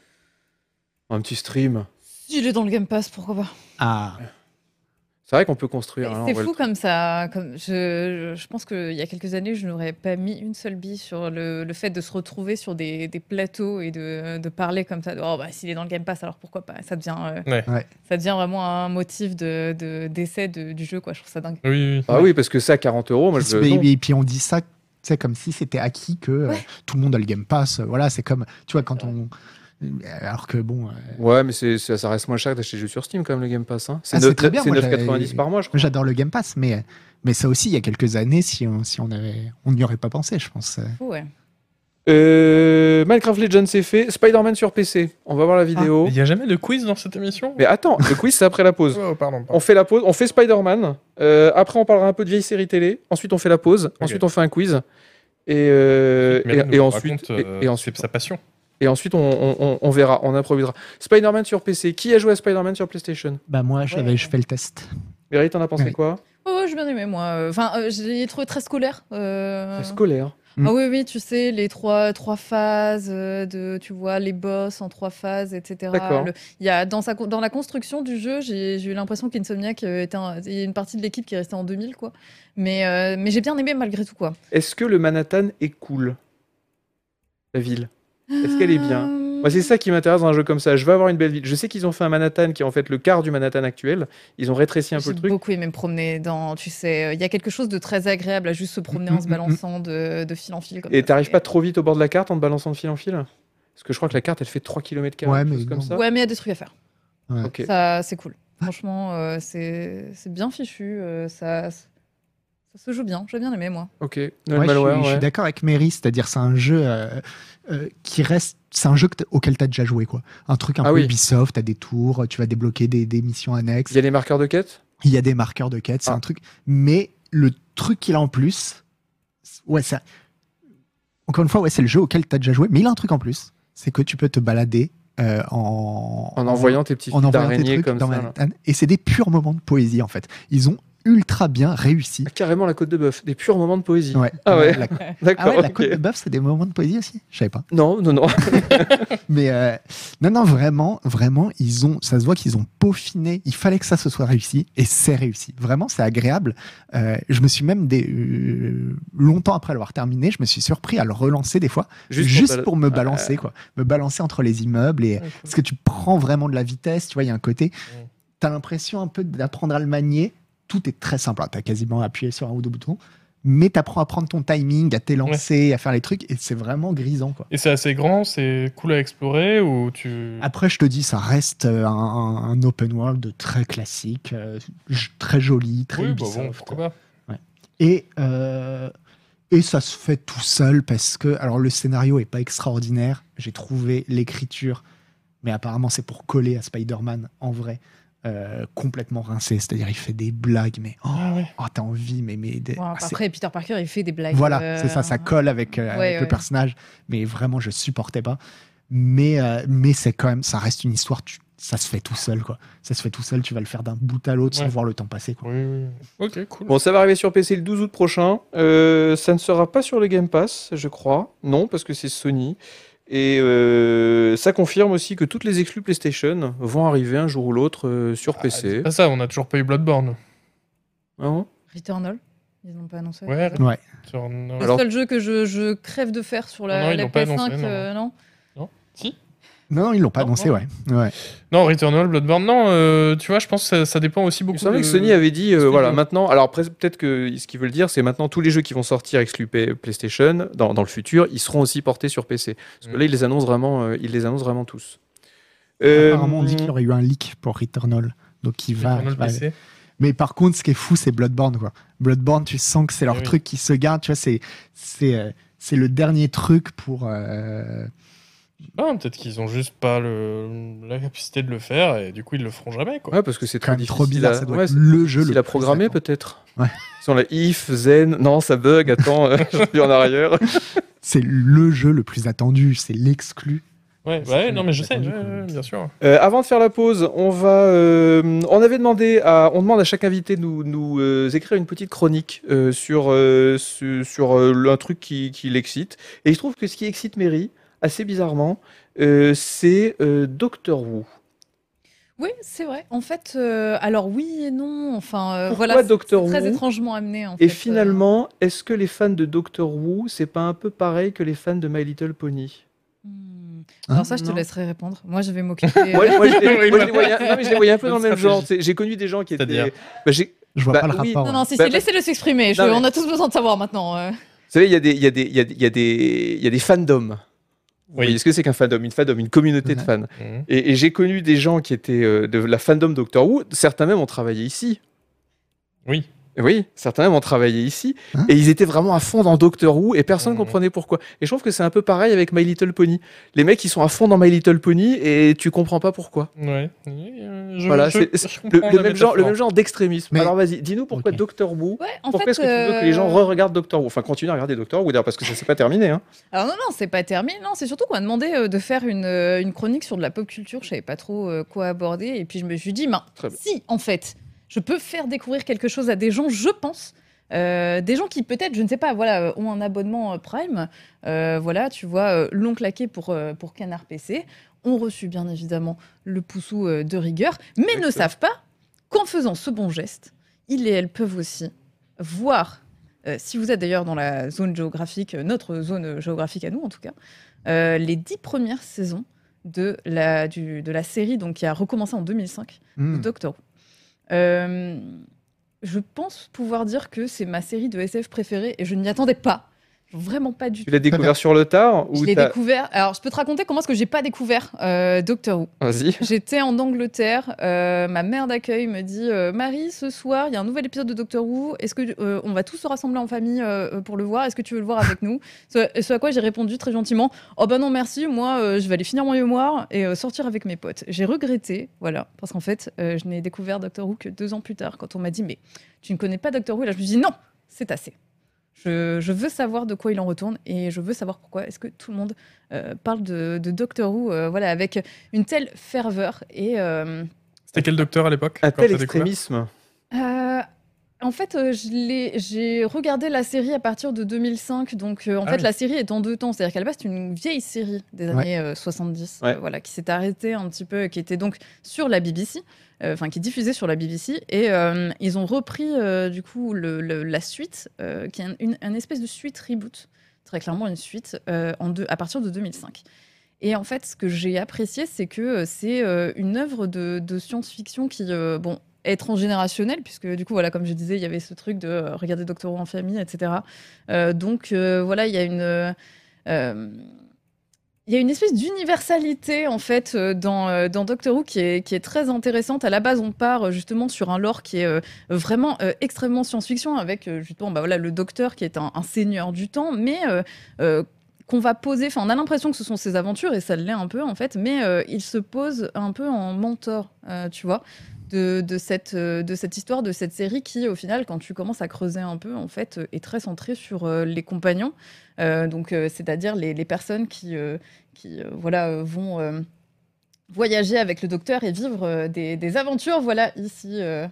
S1: Un petit stream.
S2: Il est dans le Game Pass, pourquoi pas
S3: Ah,
S1: C'est vrai qu'on peut construire. hein,
S2: C'est
S1: on va le-
S2: fou comme ça. Comme je, je pense qu'il y a quelques années, je n'aurais pas mis une seule bille sur le, le fait de se retrouver sur des, des plateaux et de, de parler comme ça. de, oh, bah, s'il est dans le Game Pass, alors pourquoi pas Ça devient, euh,
S4: Ouais.
S3: Ouais.
S2: ça devient vraiment un motif de, de- d'essai de- du jeu. Quoi. Je trouve ça dingue.
S4: Oui, oui, oui.
S1: Ah oui, parce que ça, 40 euros, moi
S3: Kiss
S1: je. non.
S3: Baby. Et puis on dit ça, c'est comme si c'était acquis que euh,
S2: Ouais.
S3: tout le monde a le Game Pass. euh, Voilà, c'est comme, tu vois, quand on. Alors que bon, euh,
S1: Ouais, mais c'est, ça, ça reste moins cher que d'acheter des jeux sur Steam quand même, le Game Pass. hein. C'est,
S3: Ah, c'est
S1: 9
S3: très bien,
S1: c'est
S3: moi,
S1: 9,90
S3: j'avais-
S1: par mois, je crois.
S3: j'adore le Game Pass, mais, mais ça aussi, il y a quelques années, si on si on avait, on n'y aurait pas pensé, je pense. euh.
S2: Fou, ouais.
S1: Euh, Minecraft Legends, c'est fait. Spider-Man sur PC. On va voir la
S3: Ah,
S1: vidéo.
S4: Il n'y a jamais de quiz dans cette émission
S1: Mais attends, le quiz, c'est après la pause.
S4: Oh, pardon,
S1: On
S4: pardon.
S1: fait la pause, on fait Spider-Man. euh, après, on parlera un peu de vieilles séries télé. Ensuite, on fait la pause. Ensuite, on fait un quiz. Et, euh,
S4: Mais
S1: et,
S4: là, nous,
S1: et
S4: on
S1: ensuite,
S4: raconte, euh,
S1: et, et ensuite,
S4: c'est sa passion.
S1: et ensuite on, on- on- on verra, on improvisera. Spider-Man sur PC. Qui a joué à Spider-Man sur PlayStation
S3: Bah moi, je l'avais- je fais le test.
S1: Mary, t'en as pensé
S3: Oui.
S1: quoi
S2: Ouais, ouais, j'ai bien aimé, moi. Euh, Enfin, euh, je l'ai trouvé très scolaire. euh.
S1: C'est Scolaire.
S3: Mm.
S2: Ah oui, oui, tu sais, les trois, trois phases, euh, de, tu vois, les boss en trois phases, etc.
S1: D'accord.
S2: Le- il y a, dans, sa, con- dans la construction du jeu, j'ai j'ai eu l'impression qu'Insomniac euh, était un- il y a une partie de l'équipe qui est restée en 2000, quoi. Mais, euh, mais j'ai bien aimé malgré tout, quoi.
S1: Est-ce que le Manhattan est cool La ville. Est-ce qu'elle est bien
S2: Euh,
S1: Moi, c'est ça qui m'intéresse dans un jeu comme ça. Je veux avoir une belle ville. Je sais qu'ils ont fait un Manhattan qui est en fait le quart du Manhattan actuel. Ils ont rétréci un peu
S2: J'ai
S1: le truc.
S2: beaucoup aimé me promener dans, tu sais, euh, il y a quelque chose de très agréable à juste se promener en se
S3: Mm, mm, mm, mm.
S2: balançant de, de fil en fil. Comme
S1: Et
S2: ça,
S1: t'arrives
S2: c'est-
S1: pas trop vite au bord de la carte en te balançant de fil en fil Parce que je crois que la carte, elle fait 3 km
S3: Ouais, mais
S1: comme
S3: non.
S1: ça.
S2: Ouais, mais il y a des trucs à faire.
S1: Ok.
S2: Ça, c'est cool. Franchement, euh, c'est c'est bien fichu. euh, ça, ça se joue bien. J'ai bien aimé, moi.
S1: Ok.
S3: Ouais,
S1: Noël
S3: je, suis,
S1: Malware,
S3: je suis
S1: ouais.
S3: d'accord avec Mary, c'est-à-dire c'est un jeu euh, euh, qui reste, c'est un jeu que t- auquel t'as déjà joué quoi. Un truc un
S1: Ah
S3: peu
S1: oui.
S3: Ubisoft, t'as des tours, tu vas débloquer des, des missions annexes,
S1: Il y a les marqueurs de quête
S3: il y a des marqueurs de quête, c'est
S1: Ah.
S3: un truc. Mais le truc qu'il a en plus, c'est- ouais ça. Encore une fois, ouais c'est le jeu auquel t'as déjà joué, mais il a un truc en plus, c'est que tu peux te balader euh, en
S1: en envoyant tes petits
S3: en
S1: fils
S3: envoyant tes
S1: d'araignée
S3: trucs
S1: comme
S3: dans
S1: ça. là.
S3: Manhattan. Et c'est des purs moments de poésie en fait. Ils ont ultra bien réussi.
S1: Ah, Carrément la côte de bœuf, des purs moments de poésie.
S3: Ouais.
S1: Ah ouais.
S3: La-
S1: D'accord.
S3: ah ouais, la
S1: ok.
S3: côte de bœuf, c'est des moments de poésie aussi Je savais pas.
S1: Non, non, non.
S3: Mais euh, non, non, vraiment, vraiment, ils ont, ça se voit qu'ils ont peaufiné. Il fallait que ça se soit réussi et c'est réussi. Vraiment, c'est agréable. Euh, je me suis même, des, euh, longtemps après l'avoir terminé, je me suis surpris à le relancer des fois, juste, pour, Ah. me balancer, quoi. Me balancer entre les immeubles et parce que tu prends vraiment de la vitesse. Tu vois, il y a un côté,
S4: Mm.
S3: t'as l'impression un peu d'apprendre à le manier. Tout est très simple. hein. T'as quasiment appuyé sur un ou deux boutons. Mais t'apprends à prendre ton timing, à t'élancer, à faire les trucs, et c'est vraiment grisant, quoi.
S4: Et c'est assez grand, c'est cool à explorer ou tu.
S3: Après, je te dis, ça reste euh, un, un- un open world très classique, euh, j- très joli, très
S4: oui, bah bon,
S3: Ubisoft.
S4: pourquoi pas.
S3: et, euh, et ça se fait tout seul parce que, alors le scénario est pas extraordinaire. J'ai trouvé l'écriture, mais apparemment c'est pour coller à Spider-Man en vrai, euh, complètement rincé. C'est-à-dire, il fait des blagues, mais oh,
S4: Ah ouais.
S3: oh, t'as envie, mais mais des-
S2: Bon,
S3: ah, c'est-
S2: après, Peter Parker, il fait des blagues.
S3: voilà,
S2: euh,
S3: c'est ça, ça colle avec, euh,
S2: ouais,
S3: avec le
S2: ouais.
S3: personnage, mais vraiment, je supportais pas. Mais, euh, mais c'est quand même, ça reste une histoire, tu- ça se fait tout seul, quoi. Ça se fait tout seul, tu vas le faire d'un bout à l'autre sans
S4: Ouais.
S3: voir le temps passer, quoi.
S4: Oui, oui. Ok, cool.
S1: Bon, ça va arriver sur PC le 12 août prochain. Euh, ça ne sera pas sur le Game Pass, je crois. Non, parce que c'est Sony. Et euh, ça confirme aussi que toutes les exclus PlayStation vont arriver un jour ou l'autre euh, sur
S4: Ah,
S1: PC.
S4: dis pas ça, on a toujours pas eu Bloodborne.
S1: Hein
S2: Returnal. Ils n'ont pas annoncé.
S4: Ouais,
S3: Ouais.
S4: sur- non.
S2: Le
S1: Alors-
S2: seul jeu que je, je crève de faire sur la,
S4: Non, ils
S2: la
S4: l'ont pas
S2: PS5,
S4: annoncé, non.
S2: euh, non.
S4: Si
S3: Non, non, ils l'ont pas annoncé, ouais. ouais.
S4: Non, Returnal, Bloodborne, non, euh, tu vois, je pense que ça, ça dépend aussi beaucoup.
S1: C'est vrai
S4: de-
S1: que Sony avait dit, euh,
S4: Explique-moi.
S1: voilà, maintenant, alors après, peut-être que ce qu'ils veulent dire, c'est maintenant tous les jeux qui vont sortir exclus P- PlayStation dans, dans le futur, ils seront aussi portés sur PC. Parce que
S4: Mm.
S1: là, ils les annoncent vraiment, euh, ils les annoncent vraiment tous. Euh,
S3: Apparemment, on dit qu'il y aurait eu un leak pour Returnal. Donc, il va.
S4: Returnal
S3: il va-
S4: PC.
S3: Mais par contre, ce qui est fou, c'est Bloodborne, quoi. Bloodborne, tu sens que c'est leur
S4: Eh oui.
S3: truc qui se garde, tu vois, c'est, c'est, euh, c'est le dernier truc pour. euh,
S4: Ah, peut-être qu'ils ont juste pas le... la capacité de le faire et du coup ils le feront jamais quoi.
S1: Ouais, parce que c'est
S3: quand
S1: trop,
S3: même trop
S1: difficile
S3: bizarre,
S1: à-
S3: ça doit
S1: ouais,
S3: être le jeu.
S1: Il
S3: le
S1: a
S3: plus
S1: programmé
S3: attend.
S1: peut-être.
S3: Ouais.
S1: Sur la if, zen, non, ça bug, attends, euh, je suis en arrière.
S3: C'est le jeu le plus attendu, c'est l'exclu.
S4: Ouais,
S3: C'est
S4: bah ouais,
S3: très-
S4: non mais je
S3: très
S4: sais,
S3: tendu,
S4: ouais,
S3: quoi.
S4: ouais, bien sûr.
S1: Euh, avant de faire la pause, on va. euh, on avait demandé à. On demande à chaque invité de nous, nous euh, écrire une petite chronique euh, sur, euh, su- sur euh, le- un truc qui, qui l'excite. Et il se trouve que ce qui excite Mary, assez bizarrement, euh, c'est euh, Doctor Who.
S2: Oui, c'est vrai. En fait, euh, alors oui et non. Enfin, euh,
S1: Pourquoi
S2: voilà, c'est-
S1: Doctor
S2: c'est très
S1: Who
S2: étrangement amené. En fait,
S1: Et
S2: euh.
S1: finalement, est-ce que les fans de Doctor Who, c'est pas un peu pareil que les fans de My Little Pony
S2: Hmm.
S3: Hein
S2: Alors ça, je te
S1: Non.
S2: laisserai répondre. Moi, je vais m'occuper.
S1: Moi, moi, je les-
S4: Oui,
S1: moi, je les
S4: voilà.
S1: voyais un- non, mais je les voyais un peu dans le même
S4: Stratégie.
S1: genre. tu sais, J'ai connu des gens qui étaient.
S4: C'est-à-dire
S1: Bah, j'ai-
S3: Je vois
S1: Bah
S3: pas le
S1: oui.
S3: rapport.
S2: Non, non, si,
S1: Bah,
S2: si,
S1: bah-
S2: laissez-le s'exprimer. Je-
S1: Non, mais-
S2: On a tous besoin de savoir maintenant. euh.
S1: Vous savez, il y a des, il y a des, il y a des, il y a des, il y a des fandoms.
S4: Oui.
S1: est ce que c'est qu'un fandom Une fandom, une communauté de
S3: Ouais.
S1: fans.
S4: Mhm.
S1: Et, et j'ai connu des gens qui étaient euh, de la fandom Doctor Who. Certains même ont travaillé ici.
S4: Oui.
S1: Oui, certains même ont travaillé ici.
S3: Hein
S1: et ils étaient vraiment à fond dans Doctor Who et personne ne
S4: Mhm.
S1: comprenait pourquoi. Et je trouve que c'est un peu pareil avec My Little Pony. Les mecs, ils sont à fond dans My Little Pony et tu comprends pas pourquoi.
S4: Ouais. Euh, je-
S1: Voilà,
S4: je-
S1: c'est-
S4: je
S1: c'est
S4: comprends
S1: Le,
S4: la
S1: le même, genre, le
S4: métaphore.
S1: même genre d'extrémisme.
S3: Mais-
S1: Alors vas-y, dis-nous pourquoi
S3: Ok.
S1: Doctor Who.
S2: Ouais, en
S1: Pourquoi
S2: fait,
S1: est-ce que tu veux que les gens
S2: euh,
S1: re-regardent Doctor Who Enfin, continuent à regarder Doctor Who d'ailleurs, parce que ça s'est pas terminé. Hein.
S2: Alors non, non, c'est pas terminé. Non, c'est surtout qu'on m'a demandé euh, de faire une, euh, une chronique sur de la pop culture. Je savais pas trop euh, quoi aborder. Et puis je me suis dit, ben,
S1: Très bien.
S2: si, en fait, je peux faire découvrir quelque chose à des gens, je pense. euh, des gens qui peut-être, je ne sais pas, voilà, euh, ont un abonnement euh, Prime, euh, voilà, tu vois, euh, l'ont claqué pour, euh, pour Canard PC, ont reçu bien évidemment le poussou euh, de rigueur, mais ne
S1: Exactement.
S2: savent pas qu'en faisant ce bon geste, ils et elles peuvent aussi voir euh, si vous êtes d'ailleurs dans la zone géographique, euh, notre zone géographique à nous en tout cas, euh, les dix premières saisons de la, du- de la série donc, qui a recommencé en 2005,
S3: Hmm.
S2: Doctor Who. Euh, je pense pouvoir dire que c'est ma série de SF préférée et je n'y attendais pas. Vraiment pas du
S1: Tu
S2: tout.
S1: l'as découvert sur le tard
S2: Je
S1: ou
S2: l'ai
S1: t'as-
S2: découvert. Alors, je peux te raconter comment est-ce que j'ai pas découvert euh, Doctor Who.
S1: Vas-y.
S2: J'étais en Angleterre, euh, ma mère d'accueil me dit euh, Marie, ce soir, il y a un nouvel épisode de Doctor Who, est-ce que euh, on va tous se rassembler en famille euh, pour le voir Est-ce que tu veux le voir avec nous ce, ce à quoi j'ai répondu très gentiment Oh ben non, merci, moi euh, je vais aller finir mon mémoire et euh, sortir avec mes potes. J'ai regretté, voilà, parce qu'en fait, euh, je n'ai découvert Doctor Who que deux ans plus tard quand on m'a dit Mais tu ne connais pas Doctor Who Et là, je me suis dit Non, c'est assez. Je, je veux savoir de quoi il en retourne et je veux savoir pourquoi. Est-ce que tout le monde euh, parle de, de Doctor Who euh, voilà, avec une telle ferveur. Et euh,
S4: C'était quel docteur à l'époque
S1: Un
S4: quand
S1: tel
S4: t'as découvert
S1: extrémisme.
S2: euh, en fait, euh, je l'ai- j'ai regardé la série à partir de 2005. Donc, euh, en
S4: Ah
S2: fait,
S4: oui.
S2: la série est en deux temps. C'est-à-dire qu'à la base, c'est une vieille série des
S3: Ouais.
S2: années euh, 70,
S1: Ouais.
S2: euh, voilà, qui s'est arrêtée un petit peu, qui était donc sur la BBC, euh, enfin, qui diffusait sur la BBC. Et euh, ils ont repris, euh, du coup, le- le- la suite, euh, qui est un- une, un espèce de suite reboot, très clairement une suite, euh, en deux, à partir de 2005. Et en fait, ce que j'ai apprécié, c'est que euh, c'est euh, une œuvre de, de science-fiction qui, euh, bon, est transgénérationnelle, puisque du coup, voilà, comme je disais, il y avait ce truc de euh, regarder Doctor Who en famille, etc. Euh, donc, euh, voilà, il y a une. euh, euh, il y a une espèce d'universalité en fait euh, dans, euh, dans Doctor Who qui est, qui est très intéressante. À la base, on part euh, justement sur un lore qui est euh, vraiment euh, extrêmement science-fiction avec euh, justement bah, voilà, le Docteur qui est un, un seigneur du temps, mais euh, euh, qu'on va poser. Enfin, on a l'impression que ce sont ses aventures et ça l'est un peu en fait, mais euh, il se pose un peu en mentor, euh, tu vois, de, de cette, euh, de cette histoire, de cette série qui, au final, quand tu commences à creuser un peu, en fait, euh, est très centrée sur euh, les compagnons, Euh, donc euh, c'est-à-dire les, les personnes qui, euh, qui euh, voilà, euh, vont euh, voyager avec le docteur et vivre euh, des, des aventures, voilà, ici. euh,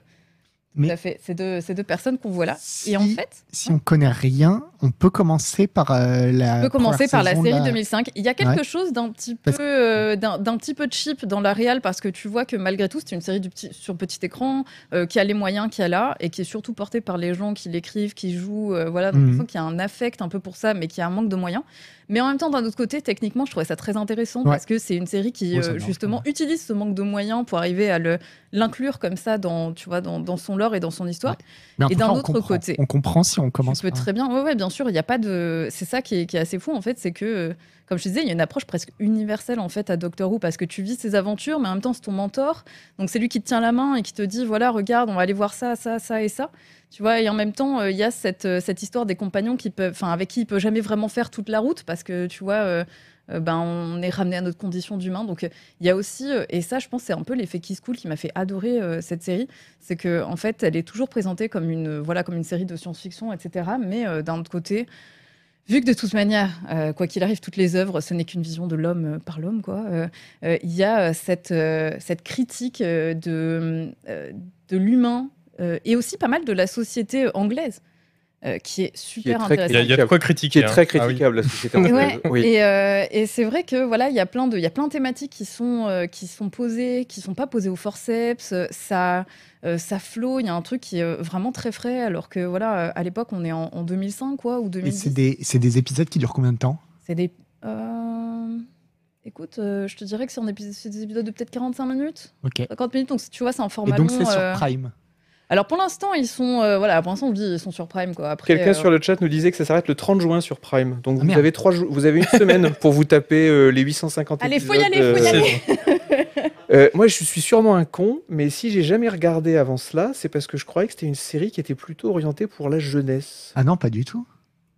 S2: Tout à fait. Ces deux, ces deux personnes qu'on voit là.
S5: Si-
S2: Et en fait,
S5: Si on connaît rien, on peut commencer par euh, la.
S2: on peut commencer
S5: première
S2: par la
S5: saison de
S2: série 2005. Il y a quelque
S5: Ouais.
S2: chose d'un petit peu,
S5: Parce-
S2: euh, d'un d'un petit peu cheap dans la réal parce que tu vois que malgré tout, c'est une série du petit, sur petit écran euh, qui a les moyens qu'il y a là et qui est surtout portée par les gens qui l'écrivent, qui jouent. euh, voilà, donc
S5: Mhm.
S2: il faut qu'il y a un affect un peu pour ça, mais qu'il y a un manque de moyens. Mais en même temps, d'un autre côté, techniquement, je trouvais ça très intéressant
S5: Ouais.
S2: parce que c'est une série qui
S5: Ouais, ça
S2: euh,
S5: marche,
S2: justement utilise ce manque de moyens pour arriver à le l'inclure comme ça dans, tu vois, dans, dans son lore et dans son histoire.
S5: Mais en
S2: Et
S5: tout
S2: d'un
S5: cas, on
S2: autre
S5: comprend.
S2: côté.
S5: On comprend si on
S2: On
S5: commence.
S2: peut
S5: par-
S2: très bien. Ouais, ouais, bien sûr. Il y a pas de. C'est ça qui est, qui est assez fou en fait, c'est que, euh, comme je te disais, il y a une approche presque universelle en fait à Doctor Who parce que tu vis ses aventures, mais en même temps c'est ton mentor. Donc c'est lui qui te tient la main et qui te dit voilà, regarde, on va aller voir ça, ça, ça et ça. Tu vois. Et en même temps, euh, il y a cette, euh, cette histoire des compagnons qui peuvent, enfin, avec qui il peut jamais vraiment faire toute la route parce que tu vois. euh, euh, ben, on est ramené à notre condition d'humain. Donc, euh, il y a aussi, euh, et ça, je pense, c'est un peu l'effet Kiss Cool qui m'a fait adorer euh, cette série c'est que en fait elle est toujours présentée comme une voilà comme une série de science-fiction etc mais euh, d'un autre côté vu que de toute manière euh, quoi qu'il arrive toutes les œuvres ce n'est qu'une vision de l'homme euh, par l'homme quoi euh, euh, il y a euh, cette euh, cette critique euh, de euh, de l'humain euh, et aussi pas mal de la société anglaise euh, qui est super
S1: très-
S2: intéressante
S4: Il y, a- il y a de quoi
S1: qui
S4: critiquer.
S1: est très
S4: hein. Ah oui.
S1: critiquable la société anglaise.
S2: Ouais,
S1: Oui.
S2: Et, euh, et c'est vrai que voilà, il y a plein de, il y a plein de thématiques qui sont euh, qui sont posées, qui sont pas posées au forceps. euh, Ça, euh, ça flot. Il y a un truc qui est euh, vraiment très frais, alors que voilà, euh, à l'époque, on est en, en 2005 quoi ou
S5: Et
S2: 2010.
S5: c'est des, c'est des épisodes qui durent combien de temps
S2: C'est des. euh, Écoute, euh, je te dirais que c'est en épis- c'est des épisodes de peut-être 45 minutes,
S5: Ok.
S2: 50 minutes, donc tu vois, c'est en format
S5: Et donc
S2: long,
S5: c'est sur
S2: euh.
S5: Prime.
S2: Alors pour l'instant, ils sont, euh, voilà, pour l'instant, on dit ils sont sur Prime quoi. Après,
S1: Quelqu'un
S2: euh,
S1: sur le chat nous disait que ça s'arrête le 30 juin sur Prime. Donc
S5: Ah,
S1: vous,
S5: merde.
S1: avez trois jours- vous avez une semaine pour vous taper euh, les 850
S2: Allez, faut
S1: épisodes.
S2: y aller, faut y
S1: euh,
S2: aller.
S1: Euh, moi, je suis sûrement un con, mais si j'ai jamais regardé avant cela, c'est parce que je croyais que c'était une série qui était plutôt orientée pour la jeunesse.
S5: Ah non, pas du tout.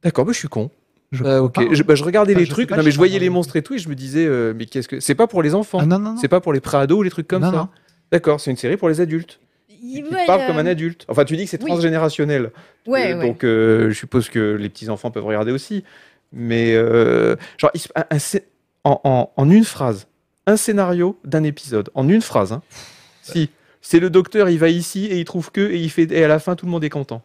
S1: D'accord, bah, je suis con.
S5: Je
S1: Euh, ok.
S5: crois pas.
S1: Je, bah, je regardais
S5: Enfin,
S1: les
S5: je sais
S1: trucs,
S5: pas,
S1: non,
S5: je
S1: mais
S5: sais
S1: je
S5: pas
S1: voyais
S5: vraiment.
S1: les monstres et tout, et je me disais, euh, mais qu'est-ce que. C'est pas pour les enfants,
S5: Ah non, non, non.
S1: c'est pas pour les pré-ados ou les trucs comme
S5: Non,
S1: ça. hein,
S5: non.
S1: D'accord, c'est une série pour les adultes.
S2: il-
S1: qui
S2: ouais,
S1: parle
S2: euh,
S1: comme un adulte. Enfin, tu dis que c'est
S2: oui.
S1: transgénérationnel.
S2: Ouais,
S1: Euh,
S2: ouais.
S1: Donc, euh, je suppose que les petits-enfants peuvent regarder aussi. Mais, euh, genre, il se- un- un scé- en, en- en une phrase, un scénario d'un épisode, en une phrase. hein. Si, c'est le docteur, il va ici et il trouve que, et, il fait, et à la fin, tout le monde est content.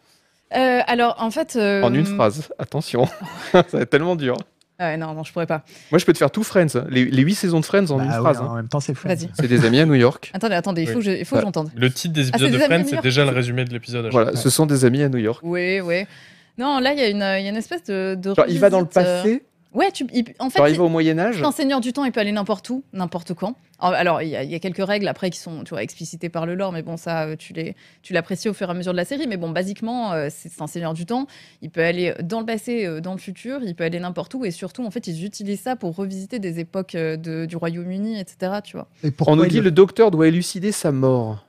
S2: Euh, alors en fait, euh,
S1: En une phrase, attention, ça va être tellement dur. hein.
S2: ouais, non, non, je pourrais pas.
S1: Moi, je peux te faire tout Friends, hein. les, les huit saisons de Friends en
S5: Bah
S1: une
S5: ouais,
S1: phrase. hein.
S5: En même temps, c'est Friends.
S2: Vas-y.
S1: C'est des amis à New York.
S2: Attendez, attendez, il faut
S4: Oui.
S2: que je- il faut que
S1: Bah,
S2: j'entendre.
S4: Le titre des
S2: Ah, c'est
S4: épisodes de
S2: des amis
S4: Friends,
S2: de New
S4: c'est
S2: York.
S4: déjà le résumé de l'épisode. à chaque
S1: Voilà, ce sont des amis à New York.
S2: Oui, oui. Non, là, il y a une, il y a une espèce de. de
S1: Genre, il va dans le
S2: revisite, euh,
S1: passé,
S2: Ouais, tu, il- en fait,
S1: genre,
S2: il-
S1: il va au Moyen-Âge.
S2: un seigneur du temps, il peut aller n'importe où, n'importe quand. Alors, Alors, il y, a- il y a quelques règles après qui sont tu vois, explicitées par le lore, mais bon, ça, euh, tu les- tu l'apprécies au fur et à mesure de la série. Mais bon, basiquement, euh, c'est c'est un seigneur du temps. Il peut aller dans le passé, euh, dans le futur, il peut aller n'importe où. Et surtout, en fait, ils utilisent ça pour revisiter des époques euh, de- du Royaume-Uni, etc. Tu vois.
S5: Et pourquoi
S1: On nous
S5: il
S1: dit
S5: le-
S1: le docteur doit élucider sa mort.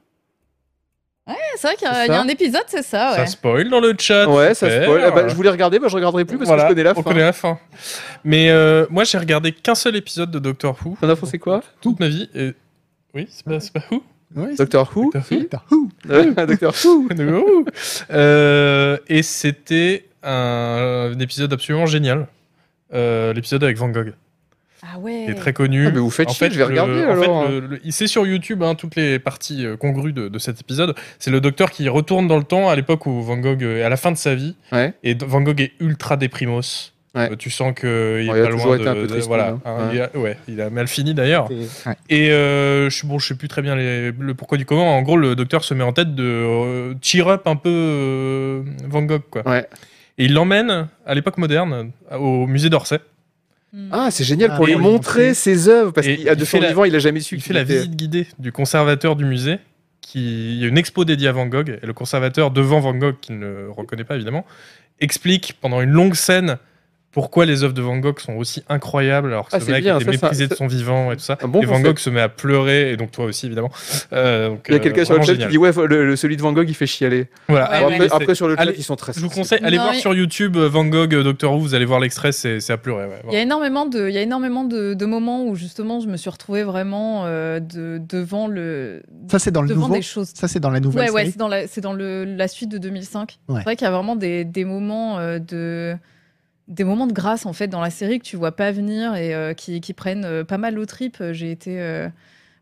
S2: Ouais, C'est vrai qu'il y, a
S1: C'est
S2: il y a
S1: ça.
S2: un épisode, c'est ça,
S4: Ça
S2: Ah ouais.
S4: spoil dans le chat.
S1: Ouais, ça
S4: super.
S1: spoil. Ah bah, je voulais regarder, bah, je regarderai plus parce
S4: Voilà,
S1: que je connais la
S4: on
S1: fin.
S4: connaît la fin. Mais euh, moi, j'ai regardé qu'un seul épisode de Doctor Who.
S1: T'en as pensé quoi
S4: Toute ma vie. et- Oui, c'est pas, c'est pas Who
S5: Ouais, c'est-
S1: Docteur Who
S4: Doctor Who.
S5: Doctor Who.
S1: Euh, Docteur Who
S4: Who. Euh, et c'était un, un épisode absolument génial. Euh, L'épisode avec Van Gogh,
S2: Ah ouais.
S4: qui est très connu.
S1: Ah, mais vous faites
S4: En
S1: chier,
S4: fait,
S1: je vais
S4: le-
S1: regarder
S4: en fait,
S1: alors. hein.
S4: le- le- il- c'est sur YouTube hein, toutes les parties euh, congrues de, de cet épisode. C'est le docteur qui retourne dans le temps à l'époque où Van Gogh euh, est à la fin de sa vie
S1: Ouais.
S4: et D- Van Gogh est ultra déprimos.
S1: Ouais.
S4: Euh, tu sens que il est
S1: Ouais, il a
S4: pas
S1: toujours
S4: loin
S1: été
S4: de,
S1: un peu
S4: de-
S1: triste,
S4: voilà.
S1: hein.
S4: Hein,
S1: Ouais.
S4: Il a, ouais, il a mal fini d'ailleurs.
S5: Ouais.
S4: Et euh, je, bon, je sais plus très bien les- le pourquoi du comment. En gros, le docteur se met en tête de euh, cheer up un peu euh, Van Gogh, quoi.
S1: Ouais.
S4: Et il l'emmène à l'époque moderne au musée d'Orsay.
S2: Hmm.
S1: Ah, c'est génial pour
S5: Ah,
S1: lui
S5: oui.
S1: montrer ses œuvres parce
S4: Et
S1: qu'il a
S4: il
S1: de
S4: fait
S1: son
S4: la-
S1: vivant, il a jamais su
S4: Il fait
S1: qu'il
S4: la
S1: était-
S4: visite guidée du conservateur du musée. Qui... Il y a une expo dédiée à Van Gogh. Et le conservateur, devant Van Gogh, qui ne le reconnaît pas évidemment, explique pendant une longue scène pourquoi les œuvres de Van Gogh sont aussi incroyables alors que
S1: Ah,
S4: ce
S1: c'est
S4: mec
S1: bien,
S4: était
S1: ça, c'est un-
S4: méprisé de son vivant et tout ça.
S1: Un bon
S4: et Van
S1: concept.
S4: Gogh se met à pleurer, et donc toi aussi évidemment. Euh, donc,
S1: Il y a
S4: euh,
S1: quelqu'un sur le
S4: vraiment
S1: chat
S4: génial.
S1: qui dit ouais, le- le- celui de Van Gogh, il fait chialer.
S4: Voilà.
S2: Ouais,
S1: Bon,
S4: allez,
S1: après,
S4: c'est-
S1: après, sur le chat,
S4: Allez,
S1: ils sont très.
S4: je vous conseille, allez
S2: Non,
S4: voir
S2: mais-
S4: sur YouTube euh, Van Gogh, euh, Doctor Who, vous allez voir l'extrait, c'est c'est à pleurer. ouais,
S2: Il y a
S4: voilà.
S2: énormément de, il y a énormément de, de moments où justement je me suis retrouvée vraiment euh, de- devant le,
S5: Ça, c'est dans le
S2: devant
S5: nouveau.
S2: des choses.
S5: Ça, c'est dans la nouvelle
S2: Ouais, ouais,
S5: série.
S2: c'est dans la, c'est dans le, la suite de 2005.
S5: Ouais.
S2: C'est vrai qu'il y a vraiment des, des moments euh, de, des moments de grâce en fait dans la série que tu vois pas venir et euh, qui, qui prennent euh, pas mal aux tripes. J'ai été euh,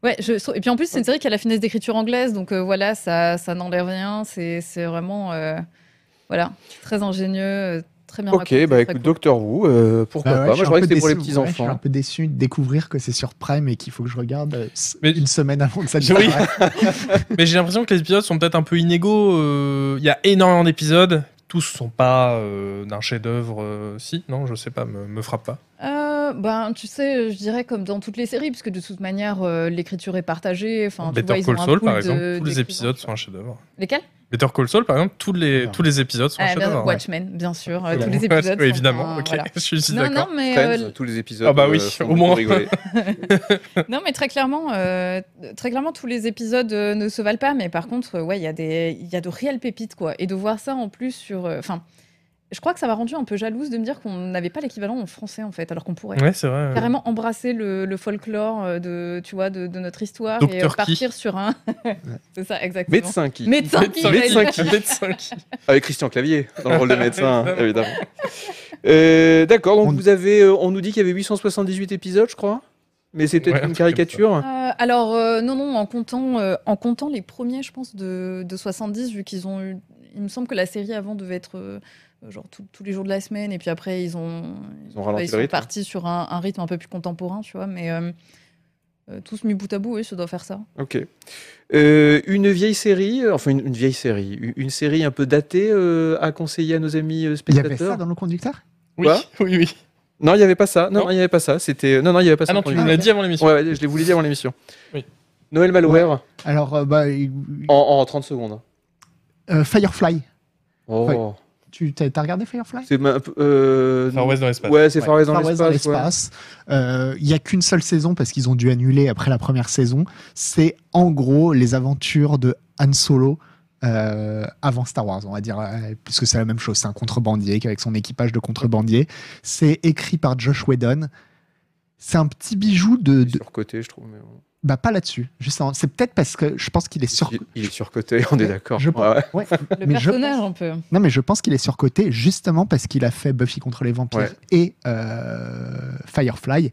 S2: Ouais, je trouve- et puis en plus, c'est une série qui a la finesse d'écriture anglaise, donc euh, voilà, ça, ça n'enlève rien. C'est c'est vraiment. euh, voilà, très ingénieux, euh, très bien
S1: Ok,
S2: raconté,
S1: bah
S2: très
S1: écoute,
S2: cool.
S1: Doctor Who, euh, pourquoi
S3: Bah ouais,
S1: pas Moi,
S3: je suis
S1: je
S3: un
S1: croyais que
S3: peu
S1: c'était pour les
S3: déçu,
S1: petts
S3: ouais, Je suis un
S1: enfants.
S3: peu déçu de découvrir que c'est sur Prime et qu'il faut que je regarde euh, s-
S4: Mais-
S3: une semaine avant que ça
S4: Oui.
S3: disparaisse.
S4: Mais j'ai l'impression que les épisodes sont peut-être un peu inégaux. euh, Il y a énormément d'épisodes. Tous sont pas euh, d'un chef-d'œuvre. euh, si, non, je sais pas, me, me frappe pas.
S2: Euh, ben, tu sais, je dirais comme dans toutes les séries, puisque de toute manière, euh, l'écriture est partagée. Enfin, tu vois,
S4: Better
S2: ils ont
S4: Call
S2: un
S4: Saul,
S2: pool
S4: par
S2: de-
S4: exemple, tous les
S2: d'écrivains.
S4: épisodes sont un chef-d'œuvre.
S2: Lesquels
S4: Better Call Saul, par exemple, tous les,
S3: Non.
S4: tous les épisodes sont un
S2: Ah, bien-
S4: chef-d'œuvre.
S2: Watchmen, bien sûr. euh,
S3: Ouais.
S2: tous les
S4: Ouais,
S2: épisodes.
S4: oui,
S2: sont
S4: évidemment,
S2: un-
S4: ok,
S2: voilà.
S4: je suis
S2: Non,
S4: d'accord.
S2: non, mais euh,
S1: Friends, tous les épisodes.
S4: Ah bah oui,
S1: euh, font
S4: au moins.
S1: beaucoup rigoler.
S2: Non, mais très clairement, euh, très clairement, tous les épisodes euh, ne se valent pas. Mais par contre, euh, ouais, il y a des, il y a de réelles pépites, quoi. Et de voir ça en plus sur, euh, enfin, je crois que ça m'a rendu un peu jalouse de me dire qu'on n'avait pas l'équivalent en français, en fait, alors qu'on pourrait.
S4: Ouais, c'est vrai.
S2: Carrément embrasser le, le folklore euh, de, tu vois, de, de notre histoire et euh,
S4: Docteur qui
S2: partir sur un. C'est ça, exactement.
S1: Médecin qui
S2: Médecin qui
S4: Médecin
S2: j'allais
S4: qui Médecin qui
S1: Avec Christian Clavier, dans le rôle de médecin, évidemment. Euh, D'accord, donc
S3: On-
S1: vous avez, euh, on nous dit qu'il y avait 878 épisodes, je crois. Mais c'est peut-être
S4: Ouais, un
S1: une
S4: truc comme
S1: caricature.
S2: Euh, alors, euh, non, non, en comptant, euh, en comptant les premiers, je pense, de, de 70, vu qu'ils ont eu. Il me semble que la série avant devait être euh, genre tout- tous les jours de la semaine, et puis après, ils ont.
S1: Ils ont ralenti
S2: ils
S1: le
S2: sont
S1: rythme.
S2: partis sur un, un rythme un peu plus contemporain, tu vois, mais. euh, euh, tous mis bout à bout, oui, ça doit faire ça.
S1: Ok. Euh, une vieille série, euh, enfin une, une vieille série, u- une série un peu datée euh, à conseiller à nos amis euh,
S3: Il Il y
S1: spectateurs.
S3: avait ça dans le conducteur
S4: Oui,
S1: Quoi
S4: oui, oui.
S1: Non, il n'y avait pas ça. Non,
S4: Non.
S1: il n'y avait pas ça. C'était euh, non, non, il n'y avait pas ça.
S4: Ah non,
S1: dans
S4: tu
S1: le-
S4: nous l'as dit avant l'émission.
S1: Ouais, ouais, je l'ai voulu dire avant l'émission.
S4: Oui.
S1: Noël Malouer
S3: Alors, euh, bah, euh,
S1: en, en 30 secondes.
S3: euh, Firefly.
S1: Oh.
S3: Ouais. Tu t'as t'as regardé Firefly
S1: C'est ma- un peu, euh,
S4: Far West dans l'espace.
S1: Ouais, c'est Far West dans
S3: Far West dans
S1: l'espace. ouais.
S3: l'espace. Euh, Il y n'y a qu'une seule saison parce qu'ils ont dû annuler après la première saison. C'est en gros les aventures de Han Solo euh, avant Star Wars, on va dire, euh, puisque c'est la même chose. C'est un contrebandier avec son équipage de contrebandier. C'est écrit par Josh Whedon. C'est un petit bijou de.
S1: Il est
S3: de-
S1: Surcoté, je trouve. mais bon.
S3: Bah, pas là-dessus. justement. C'est peut-être parce que je pense qu'il est sur.
S1: Il, il est surcoté, on est d'accord.
S3: Je
S1: Ouais, ouais.
S3: Ouais.
S2: Le
S3: Mais je
S2: personnage, un peu.
S3: Non, mais je pense qu'il est surcoté justement parce qu'il a fait Buffy contre les vampires
S1: Ouais.
S3: et euh, Firefly.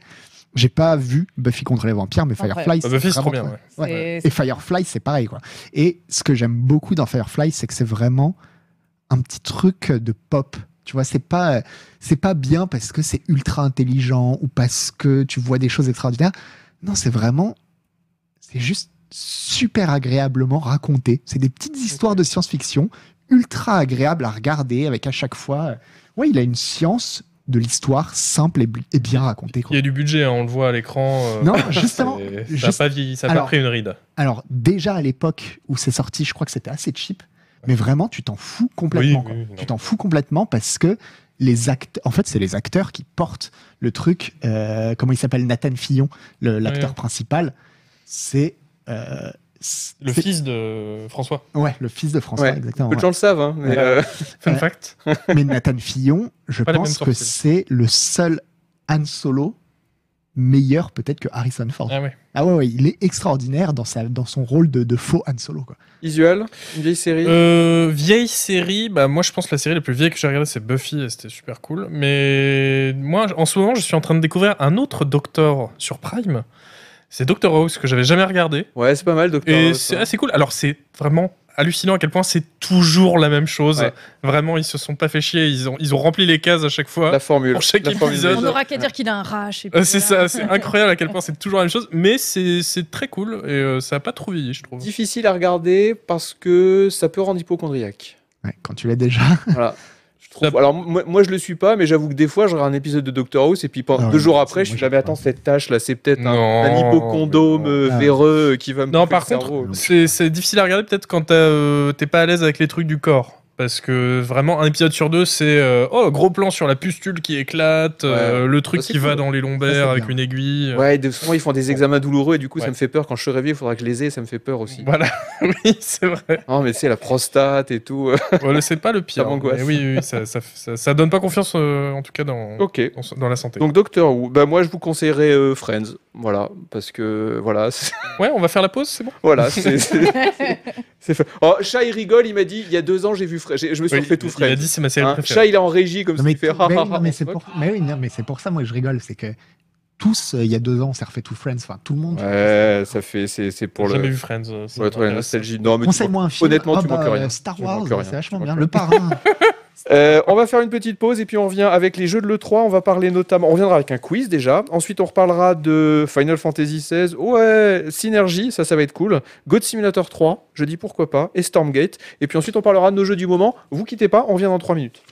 S3: J'ai pas vu Buffy contre les vampires, mais
S2: Incroyable.
S3: Firefly,
S4: Bah, Buffy, c'est trop bien.
S3: vraiment-
S4: ouais.
S3: Ouais.
S2: C'est-
S3: Et Firefly, c'est pareil, quoi. Et ce que j'aime beaucoup dans Firefly, c'est que c'est vraiment un petit truc de pop. Tu vois, c'est pas, c'est pas bien parce que c'est ultra intelligent ou parce que tu vois des choses extraordinaires. Non, c'est vraiment, c'est juste super agréablement raconté. C'est des petites histoires de science-fiction ultra agréables à regarder avec à chaque fois. euh, Ouais, il a une science de l'histoire simple et, bli- et bien racontée.
S4: Il
S3: quoi.
S4: y a du budget, hein, on le voit à l'écran. euh,
S3: Non, justement,
S4: c'est- Ça n'a
S3: juste-
S4: pas vieilli, ça n'a pas
S3: Alors-
S4: pris une ride.
S3: Alors, déjà à l'époque où c'est sorti, je crois que c'était assez cheap, mais vraiment, tu t'en fous complètement.
S4: Oui,
S3: quoi.
S4: oui, non.
S3: Tu t'en fous complètement parce que les acteurs, en fait, c'est les acteurs qui portent le truc. euh, comment il s'appelle Nathan Fillon, le- l'acteur
S4: Ouais.
S3: principal. C'est. euh, c'est-
S4: Le fils de François.
S3: Ouais, le fils de François,
S1: Ouais.
S3: exactement.
S1: Peu de gens le savent, hein, mais,
S4: Ouais.
S1: euh,
S4: Fun
S3: Ouais.
S4: fact.
S3: ouais. Mais Nathan Fillon, je
S4: Pas les
S3: pense
S4: mêmes
S3: que
S4: sourcils.
S3: c'est le seul Han Solo meilleur peut-être que Harrison Ford.
S4: Ah ouais.
S3: Ah ouais, ouais, il est extraordinaire dans, sa, dans son rôle de, de faux Han Solo. Quoi.
S1: Visual, une vieille série.
S4: Euh, vieille série, bah moi je pense que la série la plus vieille que j'ai regardée c'est Buffy et c'était super cool. Mais moi en ce moment je suis en train de découvrir un autre Docteur sur Prime. C'est Doctor House que j'avais jamais regardé
S1: Ouais, c'est pas mal, Docteur.
S4: et
S1: House,
S4: c'est
S1: hein.
S4: assez cool. Alors c'est vraiment hallucinant à quel point c'est toujours la même chose.
S1: Ouais.
S4: Vraiment ils se sont pas fait chier, ils ont, ils ont rempli les cases à chaque fois.
S1: La formule.
S4: Pour chaque
S1: la formule
S4: épisode.
S2: On
S1: de-
S2: n'aura qu'à dire qu'il a un rat, je sais
S4: Euh,
S2: plus,
S4: c'est
S2: voilà.
S4: ça, c'est incroyable à quel point c'est toujours la même chose, mais c'est c'est très cool et euh, ça a pas trop vieilli, je trouve.
S1: Difficile à regarder parce que ça peut rendre hypochondriaque.
S3: Ouais, quand tu l'as déjà.
S1: Voilà. Je trouve-
S4: La-
S1: Alors moi, moi, je le suis pas, mais j'avoue que des fois je regarde un épisode de Doctor House et puis pendant
S3: Ah
S1: deux
S3: ouais,
S1: jours
S3: c'est-
S1: après je
S3: moi,
S1: suis
S3: j'ai
S1: jamais
S3: pas.
S1: attends cette tâche là, c'est peut-être un,
S4: Non,
S1: un hypocondome
S4: mais
S1: euh,
S3: Ah.
S1: véreux euh, qui va me
S4: Non,
S1: bouffer
S4: par
S1: le
S4: contre,
S1: cerveau.
S4: C'est c'est difficile à regarder peut-être quand t'as, euh, t'es pas à l'aise avec les trucs du corps. Parce que vraiment, un épisode sur deux, c'est euh, oh, gros plan sur la pustule qui éclate, euh, le truc
S1: Ça, c'est
S4: qui va
S1: cool.
S4: dans les
S3: Ça, c'est
S4: lombaires avec
S3: bien.
S4: une aiguille. euh,
S1: Ouais, de- souvent ils font des examens douloureux et du coup ça
S4: Ouais.
S1: me fait peur quand je suis réveillé, il faudra que je les ai, ça me fait peur aussi.
S4: Voilà, oui, c'est vrai.
S1: Non mais tu sais la prostate et tout. euh,
S4: Voilà, c'est pas le pire.
S1: Ça m'angoisse.
S4: mais oui, oui, oui, ça, ça, ça- ça donne pas confiance, euh, en tout cas, dans,
S1: OK.
S4: dans- dans la santé.
S1: Donc Docteur Who, bah moi je vous conseillerais euh, Friends, voilà, parce que voilà, c'est-
S4: Ouais, on va faire la pause, c'est bon
S1: voilà, c'est c'est- c'est fait. Oh, chat il rigole, il m'a dit il y a deux ans j'ai vu Friends, J'ai- je me suis
S4: Oui,
S1: refait tout
S4: Il a
S1: Friends.
S4: dit c'est ma série
S1: Hein,
S4: préférée.
S1: chat il est en régie comme ça,
S3: Non, mais,
S1: il fait
S3: mais oui, non, mais
S1: on
S3: c'est
S1: se moque.
S3: pour, mais oui, non, mais c'est pour ça, moi, je rigole. C'est que
S5: tous, euh, il y a deux ans, on s'est refait tout Friends, enfin tout le monde.
S1: Ouais, ça fait, c'est c'est pour le.
S4: J'ai jamais vu Friends. euh, ça
S1: pour être la
S4: m'intéresse.
S1: nostalgie. Non, mais tu
S5: Conseille-moi
S1: manques-
S5: un film.
S1: honnêtement,
S5: Ah
S1: tu
S5: bah,
S1: manques rien.
S5: Star
S1: Tu
S5: Wars,
S1: manques rien.
S5: c'est vachement
S1: Tu
S5: bien.
S1: manques
S5: Le parrain.
S1: Euh, on va faire une petite pause et puis on revient avec les jeux de l'E3. On va parler notamment, on reviendra avec un quiz déjà. Ensuite, on reparlera de Final Fantasy XVI. Ouais, Synergie, ça, ça va être cool. God Simulator 3, je dis pourquoi pas, et Stormgate. Et puis ensuite, on parlera de nos jeux du moment. Vous quittez pas, on revient dans 3 minutes.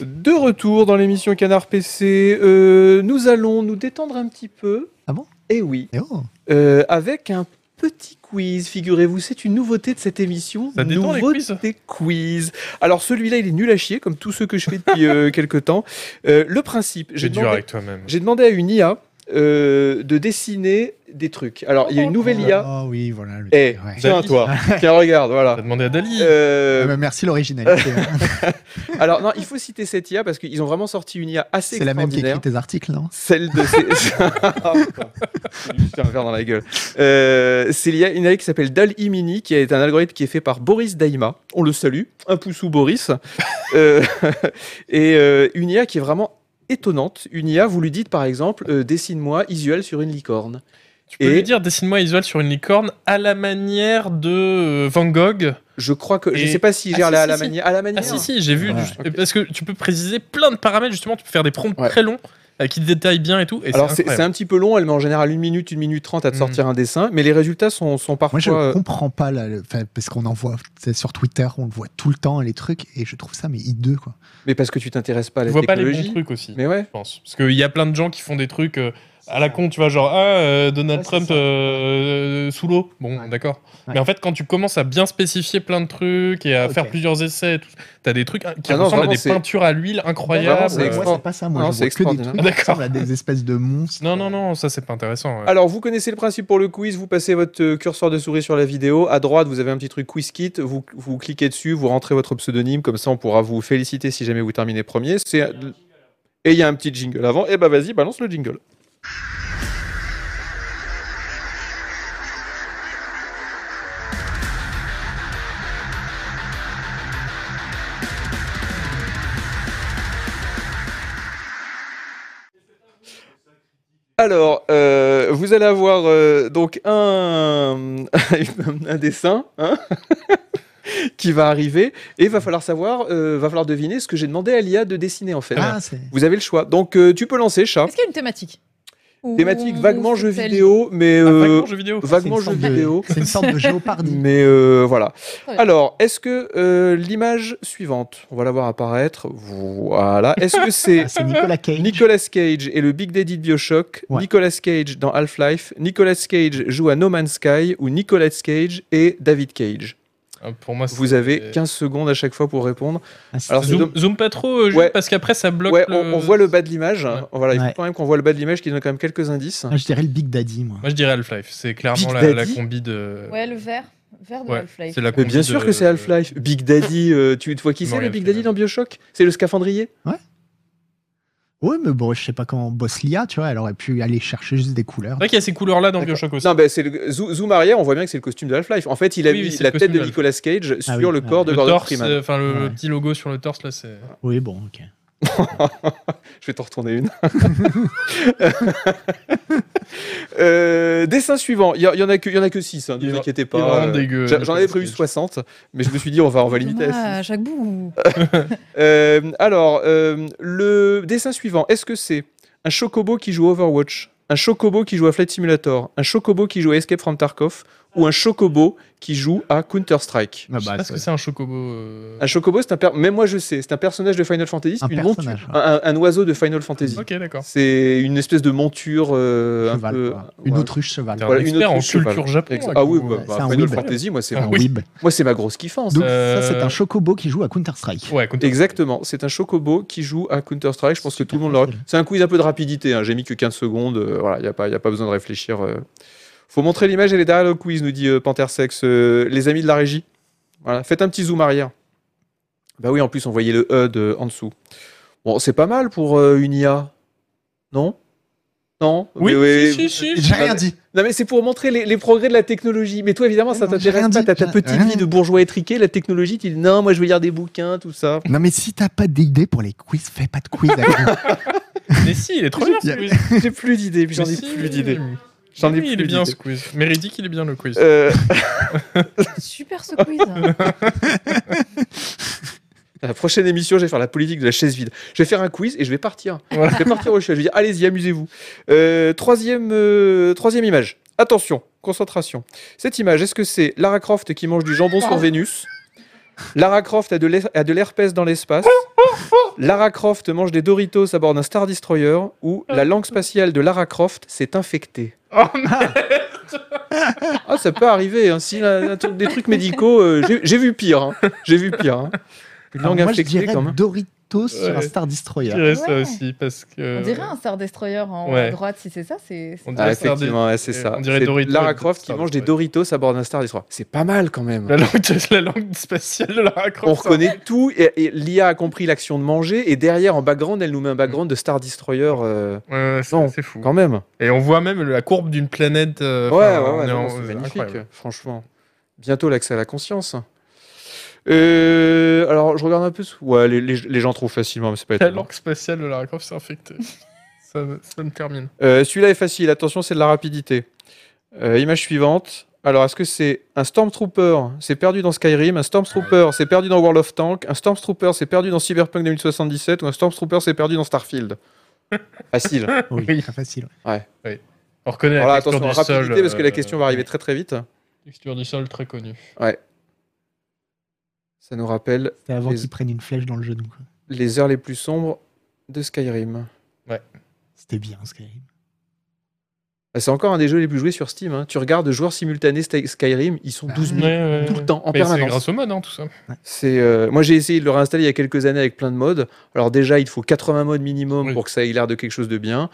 S1: De retour dans l'émission Canard PC, euh, nous allons nous détendre un petit peu.
S5: Ah bon
S1: Eh oui.
S5: Et oh,
S1: Euh, avec un petit quiz, figurez-vous. C'est une nouveauté de cette émission.
S4: Ça détend les
S1: nouveauté
S4: quiz.
S1: quiz. Alors celui-là, il est nul à chier, comme tous ceux que je fais depuis euh, quelques temps. Euh, le principe, j'ai
S4: J'ai dur
S1: demandé,
S4: avec toi-même.
S1: j'ai demandé à une IA euh, de dessiner des trucs. Alors il y a une nouvelle IA.
S5: Oh oui, voilà. le-
S1: Eh,
S5: ouais.
S1: tiens
S4: Dali.
S1: toi. tiens, regarde,
S4: T'as
S1: voilà.
S4: demandé à Dali.
S1: Euh,
S5: Ah bah, merci l'originalité. hein.
S1: alors non, il faut citer cette IA parce qu'ils ont vraiment sorti une IA assez
S5: C'est la même qui
S1: extraordinaire.
S5: écrit tes articles, non
S1: Celle de ces... Ah, putain. J'ai jeté un verre dans la gueule. Euh, c'est lié à une IA qui s'appelle Dal Imini, qui est un algorithme qui est fait par Boris Daima. On le salue. Un pouce sous Boris. Euh, et euh, une IA qui est vraiment étonnante. Une IA, vous lui dites par exemple, euh, dessine-moi Isuel sur une licorne.
S4: Tu peux
S1: et-
S4: lui dire dessine-moi Isuel sur une licorne à la manière de euh, Van Gogh.
S1: Je crois que... Je
S4: Et-
S1: sais pas si
S4: Ah,
S1: gère
S4: si,
S1: la,
S4: si,
S1: la
S4: si.
S1: manière. À la manière.
S4: Ah si si, j'ai vu.
S5: Ouais.
S4: juste- Parce que tu peux préciser plein de paramètres justement. Tu peux faire des prompts
S1: Ouais.
S4: très longs euh, qui détaillent bien et tout. Et
S1: Alors c'est
S4: c'est
S1: c'est
S4: incroyable.
S1: un petit peu long, elle met en général une minute, une minute trente à te
S4: Mm.
S1: sortir un dessin, mais les résultats sont, sont
S5: Moi,
S1: parfois...
S5: je
S1: euh,
S5: comprends pas, là, le- enfin, parce qu'on en voit tu sais, sur Twitter, on le voit tout le temps, les trucs, et je trouve ça, mais hideux, quoi.
S1: Mais parce que tu t'intéresses pas à
S4: Tu
S1: la
S4: vois pas les
S1: technologie.
S4: bons trucs aussi.
S1: mais ouais.
S4: je pense. Parce qu'il y a plein de gens qui font des trucs euh, à la con, tu vois, genre, ah, euh, Donald
S5: Ouais, c'est
S4: Trump
S5: ça.
S4: euh, euh, sous l'eau. Bon,
S5: Ouais.
S4: d'accord.
S5: Ouais.
S4: Mais en fait, quand tu commences à bien spécifier plein de trucs et à
S5: Ok.
S4: faire plusieurs essais, et tout, t'as des trucs hein, qui
S1: Ah non,
S4: ressemblent
S1: vraiment,
S4: à des
S1: c'est-
S4: peintures à l'huile
S1: Vraiment,
S4: incroyables.
S1: c'est
S4: Euh,
S1: extra-
S5: moi, c'est pas ça. Moi,
S1: Non,
S5: je
S1: c'est
S5: vois que des
S1: extraordinaire.
S5: trucs
S4: Ah, d'accord.
S5: qui ressemblent à des espèces de monstres.
S4: Non, non, non, ça c'est pas intéressant. ouais.
S1: Alors, vous connaissez le principe pour le quiz, vous passez votre euh, curseur de souris sur la vidéo, à droite, vous avez un petit truc quiz kit, vous, vous cliquez dessus, vous rentrez votre pseudonyme, comme ça on pourra vous féliciter si jamais vous terminez premier. C'est... Et il y a un petit jingle avant, et bah vas-y, balance le jingle. Alors, euh, vous allez avoir euh, donc un, un dessin hein, qui va arriver, et va falloir savoir, euh, va falloir deviner ce que j'ai demandé à l'IA de dessiner en fait.
S5: Ah, c'est.
S1: Vous avez le choix. Donc euh, tu peux lancer, chat.
S2: Est-ce qu'il y a une thématique Ou-
S1: Thématique
S2: ou
S1: vaguement
S2: c'est
S1: jeux
S2: celle-
S1: vidéo, mais
S4: Ah,
S1: euh,
S4: vaguement, jeux vidéo.
S1: vaguement
S5: C'est une
S1: jeux
S5: sorte de-
S1: vidéo.
S5: C'est une sorte de géopardie.
S1: Mais euh, voilà.
S2: Ouais.
S1: Alors, est-ce que euh, l'image suivante, on va la voir apparaître, voilà. Est-ce que c'est
S5: Ah, c'est Nicolas Cage.
S1: Nicolas Cage et le Big Daddy de Bioshock,
S5: Ouais.
S1: Nicolas Cage dans Half-Life, Nicolas Cage joue à No Man's Sky ou Nicolas Cage et David Cage
S4: Ah, Pour moi, c'est-
S1: Vous avez 15 secondes à chaque fois pour répondre.
S5: Ah, c'est-
S1: Alors, c'est
S4: Zoom, zoom pas trop, euh, Jules,
S1: Ouais.
S4: parce qu'après ça bloque.
S1: Ouais,
S4: le-
S1: on, on voit le bas de l'image. hein. Voilà, il faut
S5: Ouais.
S1: quand même qu'on voit le bas de l'image qui donne quand même quelques indices.
S5: Ah, je dirais le Big Daddy, moi.
S4: Moi je dirais Half-Life, c'est clairement
S1: Big
S4: la, la
S1: Daddy
S4: combi de.
S2: Ouais, le vert. Vert de
S4: Ouais,
S2: Half-Life.
S4: c'est la
S1: Mais
S4: combi
S1: bien sûr
S4: de-
S5: euh,
S1: que c'est Half-Life. Big Daddy, euh, tu tu vois qui c'est le
S4: Morgan
S1: Big Daddy dans
S4: Freeman.
S1: Bioshock C'est le scaphandrier
S5: Ouais, mais bon, je sais pas comment bosse l'IA, tu vois. Elle aurait pu aller chercher juste des couleurs.
S4: C'est vrai qu'il y a ces couleurs-là dans Bioshock aussi.
S1: Non, ben, c'est le zo- zoom arrière, on voit bien que c'est le costume de Half-Life. En fait, il a
S4: Oui, oui,
S1: mis
S4: c'est
S1: la
S4: le
S1: tête
S4: costume
S1: de
S4: de
S1: Nicolas Cage sur
S5: Ah oui,
S1: le
S5: ouais.
S1: corps de
S4: le
S1: Gordon
S4: torse,
S1: Freeman.
S4: euh, enfin le, le
S5: Ouais.
S4: petit logo sur le torse là, c'est.
S1: Ah
S5: Oui, bon, ok.
S3: Ah,
S1: Je vais t'en retourner une. Euh, dessin suivant. Il y, a- il y en a que, il y en a que 6, ne
S4: Il est
S1: vous
S4: vra-
S1: inquiétez
S4: il est
S1: pas. euh,
S4: vraiment dégueu,
S1: J'a- J'en avais prévu
S4: Nicolas Cage.
S1: 60, mais je me suis dit, on va, on va limiter à
S2: Thomas,
S1: six.
S2: à chaque bout.
S1: Euh, alors, euh, le dessin suivant, est-ce que c'est un chocobo qui joue à Overwatch, un chocobo qui joue à Flight Simulator, un chocobo qui joue à Escape from Tarkov ou un chocobo qui joue à Counter-Strike
S5: Ah,
S4: Je sais
S5: bah,
S4: pas ce que
S5: c'est-
S4: c'est un chocobo. euh.
S1: un chocobo, c'est un per- même moi je sais, c'est un personnage de Final Fantasy, c'est
S5: Un
S1: une monture-
S5: personnage, hein. ouais.
S1: un, un oiseau de Final Fantasy.
S4: Ok, d'accord.
S1: C'est une espèce de monture euh, un
S5: Cheval,
S1: peu-
S5: quoi. Une
S1: ouais.
S5: autruche cheval.
S4: T'es un
S1: Voilà, une
S4: expert en
S1: autruche, je sais pas.
S4: culture japonaise.
S1: Ex- Ah oui, bah,
S5: Ouais,
S1: bah,
S5: c'est un
S1: Final
S5: weeb.
S1: Fantasy, moi c'est
S4: Ah
S1: ma-
S4: oui.
S5: Weeb.
S1: moi c'est ma grosse kiffance.
S5: Donc,
S4: Euh,
S5: ça, c'est un chocobo qui joue à Counter-Strike.
S4: Ouais, contre-
S1: Exactement, c'est un chocobo qui joue à Counter-Strike. Je pense que tout le monde l'aurait.
S5: facile.
S1: C'est un quiz un peu de rapidité, hein. j'ai mis que 15 secondes, euh, voilà, il n'y a, pas- y a pas besoin de réfléchir. euh. Faut montrer l'image, elle est derrière le quiz, nous dit euh, Panthersex. Euh, les amis de la régie, voilà, faites un petit zoom arrière. Bah oui, en plus, on voyait le HUD euh, en dessous. Bon, c'est pas mal pour euh, une IA, non Non
S4: Oui,
S1: Mais ouais,
S4: si, si, si.
S5: J'ai rien dit.
S1: Non, mais c'est pour montrer les, les progrès de la technologie. Mais toi, évidemment, ça
S5: Non, j'ai
S1: t'intéresse
S5: rien
S1: pas.
S5: dit,
S1: T'as ta
S5: j'ai-
S1: petite
S5: rien.
S1: vie de bourgeois étriqué, la technologie, tu dis non, moi je vais lire des bouquins, tout ça.
S5: Non, mais si t'as pas d'idée pour les quiz, fais pas de quiz. Adrien.
S4: Mais si, il est trop bien,
S3: J'ai-
S4: Squeeze.
S1: J'ai plus d'idées, j'en
S4: Mais
S1: ai
S4: si.
S1: plus d'idées. J'en ai
S4: Oui, il
S1: plus
S4: est bien,
S1: d'idées.
S4: Squeeze. Méridique, il est bien, le quiz.
S1: Euh,
S2: Super ce quiz.
S4: Euh,
S2: hein.
S1: à la prochaine émission, je vais faire la politique de la chaise vide. Je vais faire un quiz et je vais partir.
S4: Voilà.
S1: Je vais partir au chiottes. Je vais dire, allez-y, amusez-vous. Euh, troisième, euh, troisième image. Attention, concentration. Cette image, est-ce que c'est Lara Croft qui mange du jambon sur Vénus Lara Croft a de l'her- a de l'herpès dans l'espace Lara Croft mange des Doritos à bord d'un Star Destroyer Ou la langue spatiale de Lara Croft s'est infectée
S4: Oh, mais-
S1: Ah, ça peut arriver. Hein. Si la- la- des trucs médicaux, euh, j'ai- j'ai vu pire. hein. J'ai vu pire. hein. Une
S3: Alors,
S1: langue
S3: moi, je
S1: infectée
S3: dirais
S1: quand même.
S3: Doritos sur
S4: Ouais.
S3: un Star
S4: je
S3: Destroyer.
S4: dirais ça
S2: Ouais.
S4: aussi, parce que.
S2: On dirait un Star Destroyer en haut
S4: Ouais.
S2: à droite, si c'est ça, c'est. c'est
S4: On
S2: pas
S1: Ah,
S4: dirait
S2: ça.
S4: Star
S1: effectivement, ouais, c'est
S4: euh,
S1: ça.
S4: on dirait
S1: C'est
S4: Doritos
S1: Lara
S4: de
S1: Croft qui
S4: Star
S1: mange des
S4: Destroyer.
S1: Doritos à bord d'un Star Destroyer. C'est pas mal quand même.
S4: La langue, la langue spatiale de la raccroche.
S1: On reconnaît tout. et- et L'IA a compris l'action de manger. Et derrière, en background, elle nous met un background de Star Destroyer euh,
S4: Ouais,
S1: Non,
S4: c'est c'est fou.
S1: quand même.
S4: Et on voit même la courbe d'une planète. euh,
S1: Ouais, ouais,
S4: enfin,
S1: ouais,
S4: on est
S1: non,
S4: en-
S1: c'est
S4: euh,
S1: magnifique,
S4: incroyable.
S1: franchement. Bientôt l'accès à la conscience. Euh, alors, je regarde un peu. sous- Ouais, les, les- les gens trouvent facilement, mais c'est pas
S4: La
S1: étonnant.
S4: langue spatiale de la raccroche s'est infectée. ça, me- ça me termine.
S1: Euh, Celui-là est facile, attention, c'est de la rapidité. Euh, image suivante. Alors, est-ce que c'est un Stormtrooper s'est perdu dans Skyrim, un Stormtrooper s'est perdu dans World of Tanks, un Stormtrooper s'est perdu dans Cyberpunk 2077 ou un Stormtrooper s'est perdu dans Starfield Facile.
S3: Oui, très facile.
S4: On reconnaît
S1: Alors là,
S4: la
S1: attention,
S4: texture du
S1: rapidité
S4: sol.
S1: parce que la
S4: euh,
S1: question va arriver très très vite.
S4: Texture du sol très connue.
S1: Ça nous rappelle
S3: C'était avant
S1: Les-
S3: qu'ils prennent une flèche dans le genou. quoi.
S1: les heures les plus sombres de Skyrim.
S3: C'était bien, Skyrim.
S1: Ah, C'est encore un des jeux les plus joués sur Steam. hein. Tu regardes joueurs simultanés Sky- Skyrim, ils sont 12 000 tout le temps, en
S4: Bah, Mais c'est
S1: permanence.
S4: grâce au mode, hein, tout ça.
S1: C'est euh, moi j'ai essayé de le réinstaller il y a quelques années avec plein de modes. Alors déjà il te faut 80 modes minimum
S4: Oui.
S1: pour que ça ait l'air de quelque chose de bien.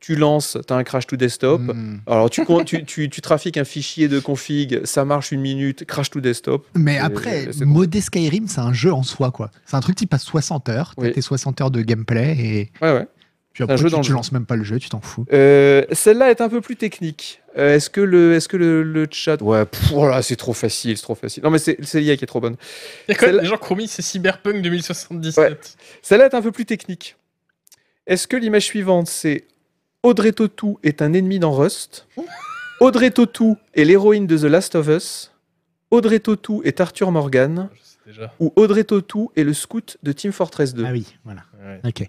S1: Tu lances, t'as un crash to desktop.
S3: Mm.
S1: Alors tu, con- tu, tu, tu trafiques un fichier de config, ça marche une minute, crash to desktop.
S3: Mais
S1: Et-
S3: après,
S1: et c'est bon.
S3: modder Skyrim, c'est un jeu en soi, quoi. C'est un truc qui passe 60 heures, t'as
S1: Oui.
S3: tes 60 heures de gameplay, et
S1: Ouais ouais.
S3: puis
S1: un
S3: après,
S1: jeu
S3: tu,
S1: dans le
S3: tu
S1: jeu.
S3: lances même pas le jeu, tu t'en fous.
S1: Euh, Celle-là est un peu plus technique. Euh, est-ce que le est-ce que le, le chat ouais pff, oh là, c'est trop facile c'est trop facile. Non mais c'est c'est l'IA qui est trop bonne.
S4: Il y a quand même
S1: Celle-
S4: des gens qui ont mis c'est Cyberpunk 2077.
S1: Celle-là est un peu plus technique. Est-ce que l'image suivante, c'est Audrey Tautou est un ennemi dans Rust Audrey Tautou est l'héroïne de The Last of Us Audrey Tautou est Arthur Morgan
S4: Je sais déjà.
S1: Ou Audrey Tautou est le scout de Euh, Team Fortress 2
S3: Ah oui, voilà.
S4: Ouais.
S3: Ok.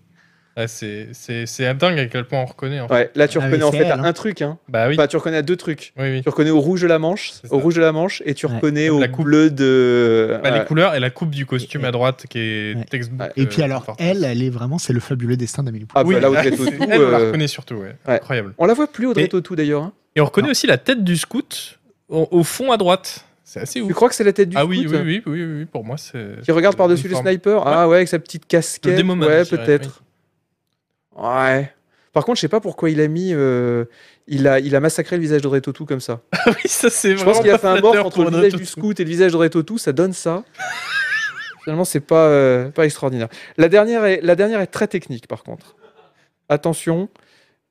S4: Ah, c'est- c'est c'est dingue à quel point on reconnaît. en fait.
S1: Ouais, là tu
S3: Ah oui,
S1: reconnais en
S3: c'est
S1: fait
S3: elle,
S1: à
S3: hein.
S1: un truc, hein.
S4: Bah oui.
S1: Enfin, tu reconnais à deux trucs.
S4: oui, oui.
S1: Tu reconnais au rouge de la Manche,
S4: C'est
S1: au
S4: ça.
S1: rouge de la Manche, et tu
S3: Ouais.
S1: reconnais
S4: La
S1: au
S4: coupe.
S1: bleu de.
S4: Bah,
S1: Ouais.
S4: Les couleurs et la coupe du costume
S3: Et-
S4: à droite qui est
S3: Ouais.
S4: textbook.
S3: Et puis
S4: euh,
S3: alors,
S4: Fortress.
S3: elle, elle est vraiment, c'est le fabuleux destin d'Amélie Poulain.
S1: Ah, bah,
S4: oui,
S1: là Audrey
S4: elle,
S1: Tautou.
S4: elle, on la
S1: euh,
S4: reconnaît surtout, ouais.
S1: ouais.
S4: incroyable.
S1: On la voit plus Audrey
S4: Et-
S1: Tautou d'ailleurs. hein.
S4: Et on reconnaît
S3: Non.
S4: aussi la tête du scout au, au fond à droite. C'est assez
S1: Tu
S4: ouf.
S1: crois que c'est la tête du
S4: Ah
S1: scout
S4: oui, oui, oui, oui, oui, oui, pour moi c'est.
S1: Qui regarde
S4: c'est
S1: par-dessus
S4: une
S1: le
S4: forme.
S1: sniper Ah ouais, avec sa petite casquette.
S4: Le démoman,
S1: ouais,
S4: je dirais,
S1: peut-être. Ouais. Par contre, je sais pas pourquoi il a mis. euh, il, a, il a massacré le visage de Retotou comme ça.
S4: Ah oui, ça c'est
S1: Je
S4: vraiment.
S1: pense qu'il a
S4: pas
S1: fait un
S4: flatteur
S1: morph entre
S4: pour
S1: le
S4: un
S1: visage
S4: autre
S1: du
S4: scout.
S1: scout et le visage de Retotou, ça donne ça. Finalement, c'est pas, euh, pas extraordinaire. La dernière, est, la dernière est très technique, par contre. Attention,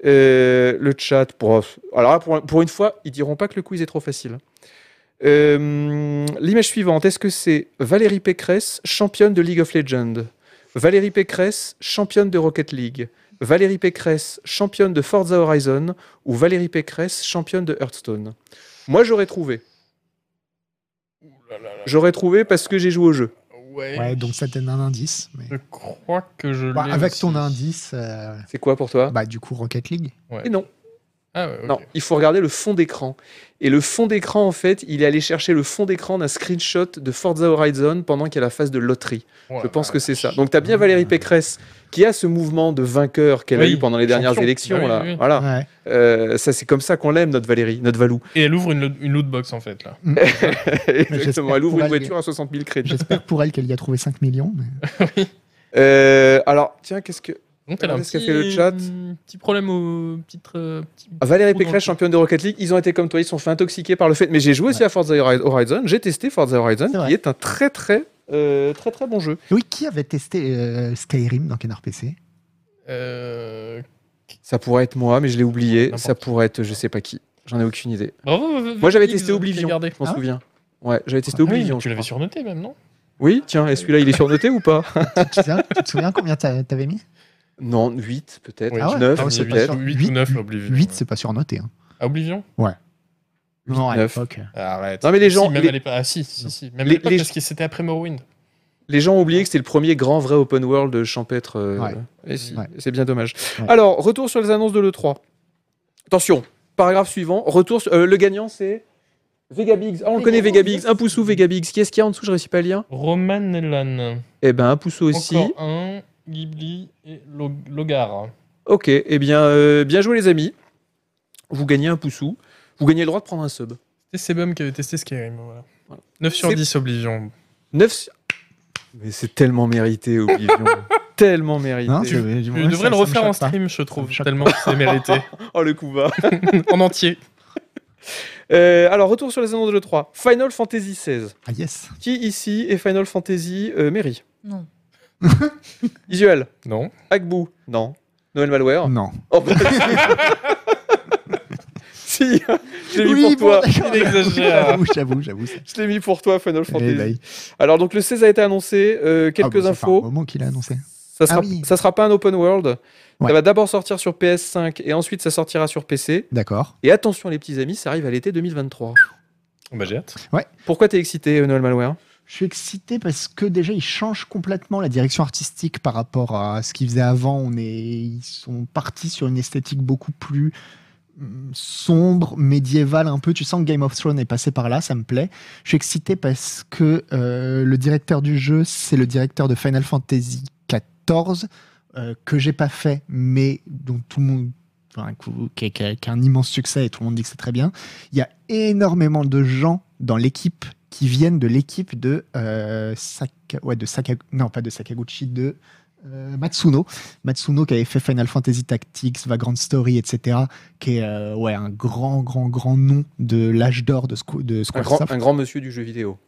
S1: euh, le chat. Pour, alors là, pour, pour une fois, ils diront pas que le quiz est trop facile. Euh, L'image suivante, est-ce que c'est Valérie Pécresse, championne de League of Legends Valérie Pécresse, championne de Rocket League Valérie Pécresse, championne de Forza Horizon Ou Valérie Pécresse, championne de Hearthstone Moi, j'aurais trouvé.
S4: Oh
S1: J'aurais trouvé parce que j'ai joué au jeu.
S4: Ouais.
S3: Ouais, donc ça te donne un indice. mais-
S4: Je crois que je l'ai.
S3: Bah, avec
S4: aussi.
S3: ton indice, euh,
S1: C'est quoi pour toi
S3: bah, du coup, Rocket League.
S1: Et non,
S4: Ah ouais, ok.
S1: non, il faut regarder le fond d'écran. Et le fond d'écran, en fait, il est allé chercher le fond d'écran d'un screenshot de Forza Horizon pendant qu'il y a la phase de loterie.
S4: Oh
S1: Je
S4: la
S1: pense que
S4: vache.
S1: c'est ça. Donc tu as bien Valérie Pécresse qui a ce mouvement de vainqueur qu'elle a
S4: Oui,
S1: eu pendant les dernières
S4: champion.
S1: élections.
S4: Ah oui,
S1: là.
S4: oui, oui.
S1: Voilà.
S3: Ouais.
S1: Euh, ça, c'est comme ça qu'on l'aime, notre Valérie, notre Valou.
S4: Et elle ouvre une, lo- une loot box en fait là.
S1: Exactement,
S3: j'espère
S1: elle ouvre
S3: qu'on
S1: une
S3: va le
S1: voiture à 60 000 crédits.
S3: J'espère pour elle qu'elle y a trouvé 5 millions. mais-
S1: Euh, alors, tiens, qu'est-ce que.
S4: Donc elle a un
S1: Regardez ce qu'a
S4: petit,
S1: fait le chat.
S4: petit problème au petit, euh, petit-
S1: Ah, Valérie
S4: Ou dans le
S1: Pécresse,
S4: coup.
S1: championne de Rocket League, ils ont été comme toi, ils se sont fait intoxiquer par le fait. Mais j'ai joué aussi à Forza Hori- Horizon, j'ai testé Forza Horizon,
S3: C'est
S1: qui
S3: vrai.
S1: est un très très euh, très très bon jeu.
S3: Oui, qui avait testé euh, Skyrim dans Canard PC
S4: Euh,
S1: Ça pourrait être moi, mais je l'ai oublié.
S4: N'importe
S1: Ça
S4: qui.
S1: pourrait être, je sais pas qui. J'en ai aucune idée.
S4: Bravo. V-
S1: Moi, j'avais
S4: Vix,
S1: testé
S4: vous
S1: Oblivion.
S4: l'avez gardé.
S1: Je m'en
S3: Ah ouais
S1: souviens. Ouais, j'avais testé
S4: Ah oui,
S1: Oblivion.
S4: tu
S1: je
S4: l'avais
S1: crois.
S4: surnoté même non
S1: Oui, tiens, et celui-là, il est surnoté ou pas
S3: tu, te souviens- tu te souviens combien t'a- t'avais mis
S1: Non, 8 peut-être,
S4: Oui.
S3: Ah ouais
S1: 9
S4: Ah oui, c'est
S1: peut-être.
S4: bien sûr. Huit ou neuf, Oblivion.
S3: 8, c'est pas surnoté. hein.
S4: À Oblivion
S3: Non, à
S1: neuf.
S3: l'époque.
S4: Arrête.
S1: Non, mais les gens-
S4: Si, même
S1: les-
S4: à l'époque- Ah si, si, si. Même à
S1: Les-
S4: l'époque,
S1: les-
S4: parce que c'était après Morrowind.
S1: Les gens ont oublié que c'était le premier grand vrai open world champêtre. euh,
S3: Ouais.
S1: et si,
S3: Ouais.
S1: C'est bien dommage.
S3: Ouais.
S1: Alors, retour sur les annonces de l'E3. Attention, paragraphe suivant. Retour sur- euh, le gagnant, c'est Vegabix. Ah, on le connaît, Vegabix. Un pouceau, Vegabix. Qui est-ce qu'il y a en dessous Je réussis pas le lien.
S4: Roman Elan.
S1: Eh ben, un pouceau aussi.
S4: Encore un, Ghibli et Lo- Logar.
S1: Ok, eh bien, euh, bien joué, les amis. Vous gagnez un pouceau. Vous gagnez le droit de prendre un sub.
S4: C'était Sebum qui avait testé Skyrim. Voilà.
S1: Voilà.
S4: 9 sur
S1: C'est-
S4: 10 Oblivion.
S1: 9. Mais c'est tellement mérité, Oblivion. tellement mérité.
S3: Non, Hein, tu
S4: Je devrais le refaire en stream, je
S3: Ça
S4: trouve,
S3: me choque
S4: tellement c'est mérité.
S1: Oh, le coup bas.
S4: en entier.
S1: Euh, alors, retour sur les annonces de l'E3. Final Fantasy XVI.
S3: Ah, yes.
S1: Qui ici est Final Fantasy euh, Mary
S2: Non.
S1: Visuel
S4: Non.
S1: Agbu Non. Noël Malware
S3: Non.
S1: Oh, bah, Si Je l'ai mis
S3: Oui,
S1: pour toi
S3: bon, d'accord.
S4: Il exagère.
S3: J'avoue, j'avoue, j'avoue. ça.
S1: Je l'ai mis pour toi, Final Fantasy.
S3: Eh ben,
S1: Alors, donc, le 16 a été annoncé. euh,
S3: ah, bon,
S1: quelques
S3: ça fait
S1: infos.
S3: un moment qu'il a annoncé.
S1: Ça sera,
S3: Ah oui.
S1: ça sera pas un open world.
S3: Ouais.
S1: Ça va d'abord sortir sur PS5 et ensuite ça sortira sur PC.
S3: D'accord.
S1: Et attention les petits amis, ça arrive à l'été 2023.
S4: Bah j'ai hâte.
S1: Pourquoi t'es excité, euh, Noël Malware
S3: Je suis excité parce que déjà, ils changent complètement la direction artistique par rapport à ce qu'ils faisaient avant. On est... Ils sont partis sur une esthétique beaucoup plus hum, sombre, médiévale un peu. Tu sens que Game of Thrones est passé par là, ça me plaît. Je suis excité parce que euh, le directeur du jeu, c'est le directeur de Final Fantasy XIV, euh, que j'ai pas fait, mais dont tout le monde. Enfin, qui, qui a- qui a un immense succès et tout le monde dit que c'est très bien. Il y a énormément de gens dans l'équipe qui viennent de l'équipe de euh, Saka- ouais, de Saka- non pas de Sakaguchi de euh, Matsuno Matsuno qui avait fait Final Fantasy Tactics Vagrant Story etc qui est euh, ouais un grand grand grand nom de l'âge d'or de, Squ- de
S1: un grand,
S3: Squaresoft
S1: un grand monsieur du jeu vidéo.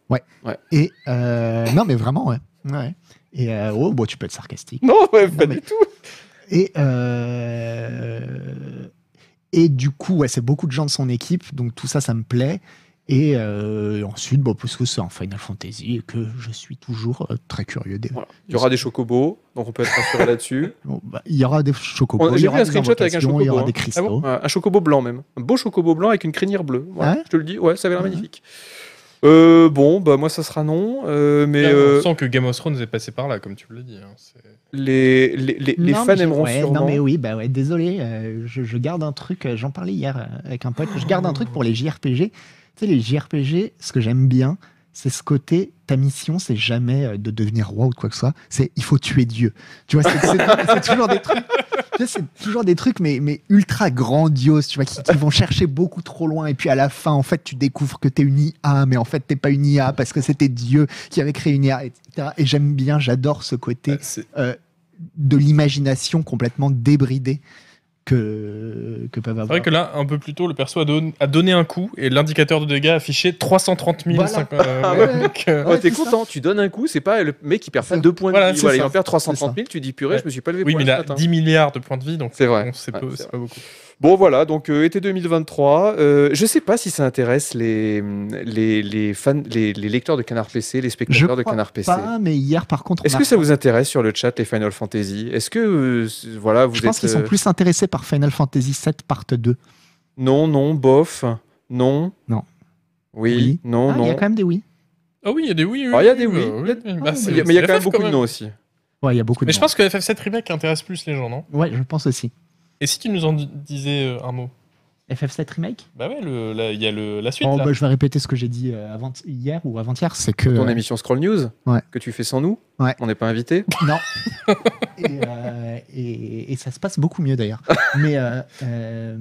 S3: et euh, non mais vraiment ouais, ouais. et euh, oh bon tu peux être sarcastique
S1: Non, ouais, pas
S3: Non,
S1: du
S3: mais-
S1: tout.
S3: et, euh, et du coup, ouais, c'est beaucoup de gens de son équipe, donc tout ça, ça me plaît. Et euh, ensuite, bon, parce que c'est en Final Fantasy et que je suis toujours euh, très curieux des.
S1: Voilà. Il y aura des chocobos, donc on peut être rassuré là-dessus.
S3: Bon, bah, il y aura des
S1: On-
S3: chocobos, il
S1: j'ai vu
S3: y
S1: un
S3: aura des
S1: screenshot avec un
S3: invocations, il y
S1: chocobo,
S3: aura
S1: hein.
S3: des cristaux.
S1: Ouais, un chocobo blanc même. Un beau chocobo blanc avec une crinière bleue. Voilà,
S3: Ah ouais
S1: je te le dis, ouais, ça avait l'air
S3: Ouais.
S1: magnifique. Euh, bon, bah moi ça sera non, euh, mais
S4: Là,
S1: euh,
S4: On sent que Game of Thrones est passé par là, comme tu l'as dit. hein. C'est-
S1: les, les, les, les
S3: Non,
S1: fans
S3: mais-
S1: aimeront
S3: ouais,
S1: sûrement.
S3: Non mais oui, bah ouais, désolé, euh, je, je garde un truc, euh, j'en parlais hier euh, avec un pote, je garde un truc pour les JRPG. Tu sais, les JRPG, ce que j'aime bien, c'est ce côté, ta mission, c'est jamais euh, de devenir roi ou de quoi que ce soit, c'est il faut tuer Dieu. Tu vois, c'est- c'est c'est toujours des trucs... tu sais, C'est toujours des trucs, mais, mais ultra grandioses, tu vois, qui, qui vont chercher beaucoup trop loin. Et puis à la fin, en fait, tu découvres que t'es une IA, mais en fait, t'es pas une IA parce que c'était Dieu qui avait créé une IA, etc. Et j'aime bien, j'adore ce côté
S4: C'est-
S3: de l'imagination complètement débridée que, que peuvent
S4: C'est
S3: avoir.
S4: vrai que là, un peu plus tôt, le perso a, don- a donné un coup et l'indicateur de dégâts affichait 330 000.
S3: Voilà.
S4: cinq- euh,
S3: Ah
S4: ouais,
S3: ouais.
S4: donc, euh,
S1: Ouais,
S3: Ouais,
S1: Oh, t'es
S3: c'est ça.
S1: content, tu donnes un coup, c'est pas le mec qui perd pas
S3: C'est-
S1: deux points
S4: Voilà,
S1: de vie.
S4: c'est
S1: Voilà, il
S4: ça.
S1: en perd
S3: C'est
S1: 330
S3: ça.
S1: 000, tu dis purée,
S4: Ouais.
S1: je me suis pas levé
S4: Oui,
S1: pour hein.
S4: mais il
S1: rien
S4: a
S1: ce matin.
S4: 10 milliards de points de vie, donc
S1: C'est vrai.
S4: bon, c'est
S1: Ouais,
S4: peu-
S1: c'est
S4: c'est
S1: vrai.
S4: pas beaucoup.
S1: Bon voilà, donc euh, été 2023. Euh, je sais pas si ça intéresse les, les, les fans, les, les lecteurs de Canard PC, les
S3: Je
S1: spectateurs
S3: crois
S1: de Canard PC.
S3: pas, mais hier par contre, on
S1: Est-ce
S3: a-
S1: que ça vous intéresse sur le chat les Final Fantasy Est-ce que euh, c- voilà, vous
S3: je
S1: êtes
S3: pense qu'ils sont
S1: euh,
S3: plus intéressés par Final Fantasy VII Part 2.
S1: non, non, bof, non,
S3: Non.
S1: oui,
S3: Oui.
S1: non,
S3: Ah, il y a
S1: Oh, non.
S3: quand même des oui.
S4: Ah oui, il y a des oui. oui,
S1: Ah, il y a des oui,
S4: bah
S1: il y a-
S4: bah, c'est-
S1: Il y a- Mais il y a
S4: c'est
S1: quand même
S4: FF
S1: beaucoup de non aussi.
S3: Ouais, il y a beaucoup de
S4: Mais je
S3: non.
S4: pense que FF7 Remake intéresse plus les gens, non
S3: Ouais, je pense aussi.
S4: Et si tu nous en dis- disais euh, un mot
S3: FF7 Remake
S4: Bah ouais, le- là, il y a le, la suite.
S3: Oh,
S4: là.
S3: bah, Je vais répéter ce que j'ai dit euh, avant hier ou avant-hier, c'est que...
S1: Ton émission Scroll News
S3: Ouais.
S1: que tu fais sans nous,
S3: Ouais.
S1: on n'est pas invité.
S3: Non. et, euh, et- et ça se passe beaucoup mieux d'ailleurs. Mais euh, euh,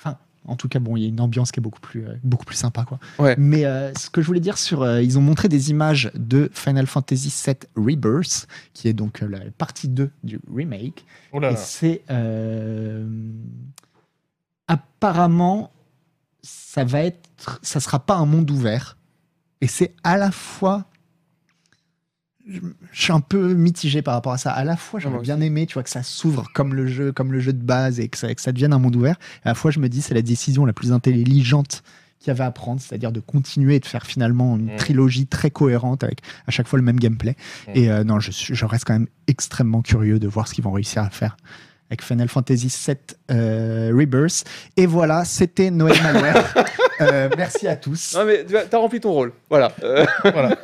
S3: enfin, en tout cas, bon, il y a une ambiance qui est beaucoup plus, euh, beaucoup plus sympa, quoi.
S1: Ouais.
S3: Mais euh, ce que je voulais dire sur, euh, ils ont montré des images de Final Fantasy VII Rebirth, qui est donc euh, la partie 2 du remake.
S4: Oh là
S3: Et
S4: là.
S3: c'est. euh, apparemment, ça va être. Ça sera pas un monde ouvert. Et c'est à la fois. Je, je suis un peu mitigé par rapport à ça. À la fois,
S1: Ah,
S3: j'aurais
S1: moi
S3: bien aimé, tu vois, que ça s'ouvre comme le jeu, comme le jeu de base et que ça, que ça devienne un monde ouvert. À la fois, je me dis, c'est la décision la plus intelligente
S5: qu'il y avait à prendre, c'est-à-dire de continuer et de faire finalement une trilogie très cohérente avec à chaque fois le même gameplay. Et euh, non, je, suis- je reste quand même extrêmement curieux de voir ce qu'ils vont réussir à faire avec Final Fantasy VII euh, Rebirth. Et voilà, c'était Noël Malware. Euh, merci à tous.
S1: Non, mais tu as- t'as rempli ton rôle. Voilà. Euh,
S4: Voilà.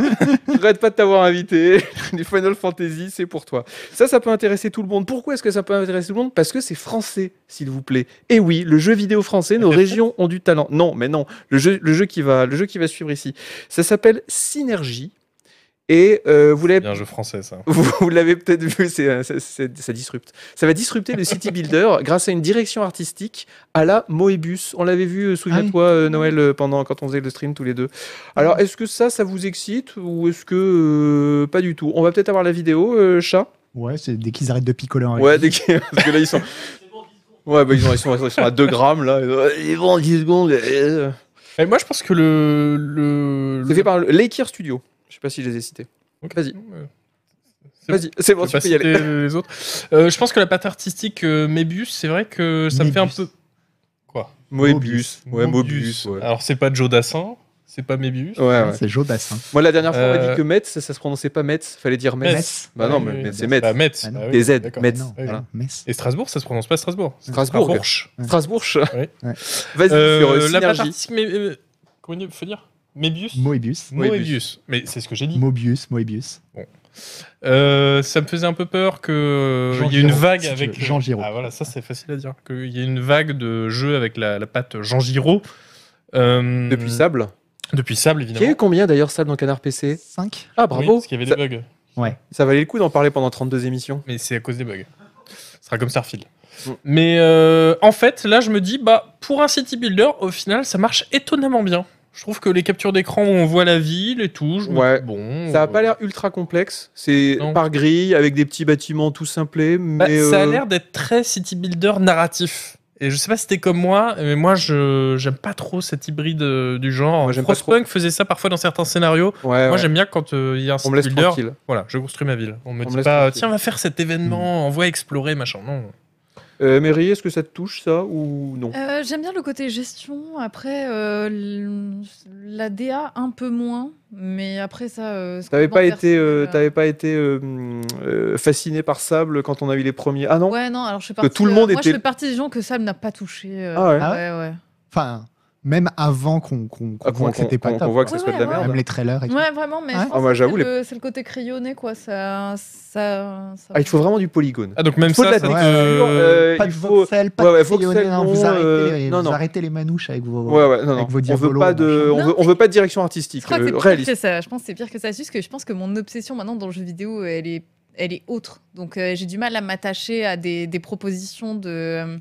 S1: Regrette pas de t'avoir invité. Du Final Fantasy, c'est pour toi. Ça, ça peut intéresser tout le monde. Pourquoi est-ce que ça peut intéresser tout le monde Parce que c'est français, s'il vous plaît. Et oui, le jeu vidéo français, nos régions ont du talent. Non, mais non. Le jeu, le jeu, qui, va, le jeu qui va suivre ici. Ça s'appelle Synergie. Et euh, vous l'avez
S4: Bien, jeu français, ça.
S1: vous, vous l'avez peut-être vu, c'est, euh, ça, c'est- ça disrupte. Ça va disrupter le City Builder grâce à une direction artistique à la Moebius. On l'avait vu, euh, souviens-toi, euh, Noël, euh, pendant, quand on faisait le stream tous les deux. Alors, est-ce que ça, ça vous excite ou est-ce que euh, pas du tout On va peut-être avoir la vidéo, euh, chat
S5: Ouais, c'est dès qu'ils arrêtent de picoler en
S1: Ouais, dès que, parce que là, ils sont. Ouais, bah, ils, ont- ils sont, ils sont à 2 grammes, là. Ils vont en 10 secondes. euh.
S4: Et Eh, moi, je pense que le. le,
S1: C'est fait par l'Ekir Studio. Je sais pas si je les ai cités.
S4: Ok.
S1: Vas-y.
S4: Euh, c'est-
S1: Vas-y, c'est bon,
S4: je
S1: tu
S4: vais
S1: peux y
S4: pas
S1: aller.
S4: citer les autres. Euh, je pense que la patte artistique euh, Mébius, c'est vrai que ça me fait un peu.
S5: Mébius.
S4: Quoi
S1: Moebius. Ouais, Moebius.
S4: Mobius.
S1: Ouais, Oh,
S4: Alors, c'est pas Joe Dassin, c'est pas Mébius.
S1: ouais. ouais.
S5: hein, C'est Joe Dassin.
S1: Moi, la dernière fois, on m'a
S4: Euh,
S1: dit que Metz, ça, ça se prononçait pas Metz, fallait dire Metz.
S5: Metz.
S1: Bah non, mais
S4: oui,
S1: mais
S4: oui.
S1: c'est Metz.
S4: Bah, Metz.
S5: Ah non.
S4: bah oui,
S1: Des Z,
S4: d'accord.
S1: Metz. Ah.
S5: Non, euh,
S1: Voilà.
S5: Metz.
S4: Et Strasbourg, ça se prononce pas Strasbourg. c'est
S1: Strasbourg.
S4: Strasbourg.
S1: Strasbourg.
S4: Ouais.
S5: Ouais.
S1: Vas-y, sur, euh,
S4: Euh, la patte
S1: Synergie.
S4: artistique. Mais, euh, comment il faut dire Mébius
S5: Moebius.
S1: Moebius.
S4: Moebius. Mais c'est ce que j'ai dit.
S5: Mobius, Moebius.
S4: Euh, ça me faisait un peu peur que euh,
S5: Jean
S4: il y ait une
S5: Giraud,
S4: vague
S5: si tu
S4: avec
S5: veux. Jean Giraud.
S4: Ah voilà, ça c'est facile à dire. Qu'il y ait une vague de jeux avec la, la patte Jean Giraud. Euh,
S1: Depuis Sable.
S4: Depuis Sable
S1: Qui
S4: évidemment.
S1: est combien d'ailleurs Sable dans Canard PC
S5: 5
S1: Ah,
S4: Oui,
S1: bravo
S4: parce qu'il y avait
S1: ça,
S4: des bugs.
S1: ça valait le coup d'en parler pendant 32 émissions.
S4: Mais c'est à cause des bugs. Ce sera comme Starfield.
S1: Mm.
S4: Mais euh, en fait, là, je me dis, bah, pour un city builder, au final, ça marche étonnamment bien. Je trouve que les captures d'écran où on voit la ville et tout, je me
S1: Ouais.
S4: dis, bon.
S1: Ça a
S4: euh,
S1: pas l'air ultra complexe, c'est
S4: Non.
S1: par grille, avec des petits bâtiments tout simplés, mais...
S4: bah, Ça a
S1: euh,
S4: l'air d'être très city builder narratif. Et je sais pas si t'es comme moi, mais moi, je j'aime pas trop cet hybride euh, du genre.
S1: Moi, j'aime pas
S4: Frostpunk faisait ça parfois dans certains scénarios.
S1: Ouais,
S4: Moi,
S1: ouais.
S4: j'aime bien quand euh, il y a un
S1: On
S4: city
S1: me laisse
S4: builder.
S1: tranquille.
S4: Voilà, je construis ma ville. On me
S1: On me
S4: dit
S1: laisse
S4: pas,
S1: tranquille. Mm.
S4: tiens, va faire cet événement, on va explorer, machin. Non.
S1: Euh, Mary, est-ce que ça te touche ça ou non
S2: Euh, J'aime bien le côté gestion. Après, euh, l- la DA, un peu moins. Mais après, ça. euh, ce
S1: T'avais
S2: qu'on
S1: pas,
S2: pense
S1: été, euh,
S2: personnel, euh,
S1: t'avais pas été euh, hum, euh, fasciné par Sable quand on a eu les premiers Ah non
S2: Ouais, non, alors je fais
S1: Que
S2: partie.
S1: tout le monde
S2: euh, Moi, je
S1: était-
S2: fais partie des gens que Sam n'a pas touché. euh,
S1: Ah ouais.
S5: Ah
S2: ouais, ouais.
S5: Enfin, même avant qu'on qu'on- qu'on
S1: Ah,
S5: voit que c'était pas
S1: qu'on-
S5: top.
S1: qu'on voit que ça
S2: Ouais,
S1: soit de la
S2: ouais,
S1: merde.
S5: Même les trailers et tout.
S2: Ouais, vraiment, mais
S5: Ouais.
S2: je pense
S1: Ah, moi,
S2: que
S1: j'avoue,
S2: c'est le, c'est le côté crayonné, quoi. Ça, ça, ça-
S1: Ah, il te faut vraiment du polygone.
S4: Ah, donc même
S1: faut
S4: ça,
S1: de la
S4: ça te-
S1: texture, euh,
S5: Pas
S1: il
S5: de
S1: faut...
S5: voxel,
S1: ouais,
S5: pas
S1: ouais,
S5: de crayonné,
S1: voxel,
S5: hein,
S1: non,
S5: vous, arrêtez
S1: euh,
S5: les,
S1: non,
S5: vous
S1: non.
S5: arrêtez les manouches avec vos...
S1: Ouais, ouais, non, non.
S5: Avec vos
S1: On veut
S5: diabolos,
S1: pas de, on
S2: machin.
S1: veut, on veut pas de direction artistique,
S2: Je crois que c'est
S1: euh,
S2: pire
S1: réaliste.
S2: que ça. Je pense que c'est pire que ça. C'est juste que je pense que mon obsession maintenant dans le jeu vidéo, elle est, elle est autre. Donc euh, j'ai du mal à m'attacher à des, des propositions de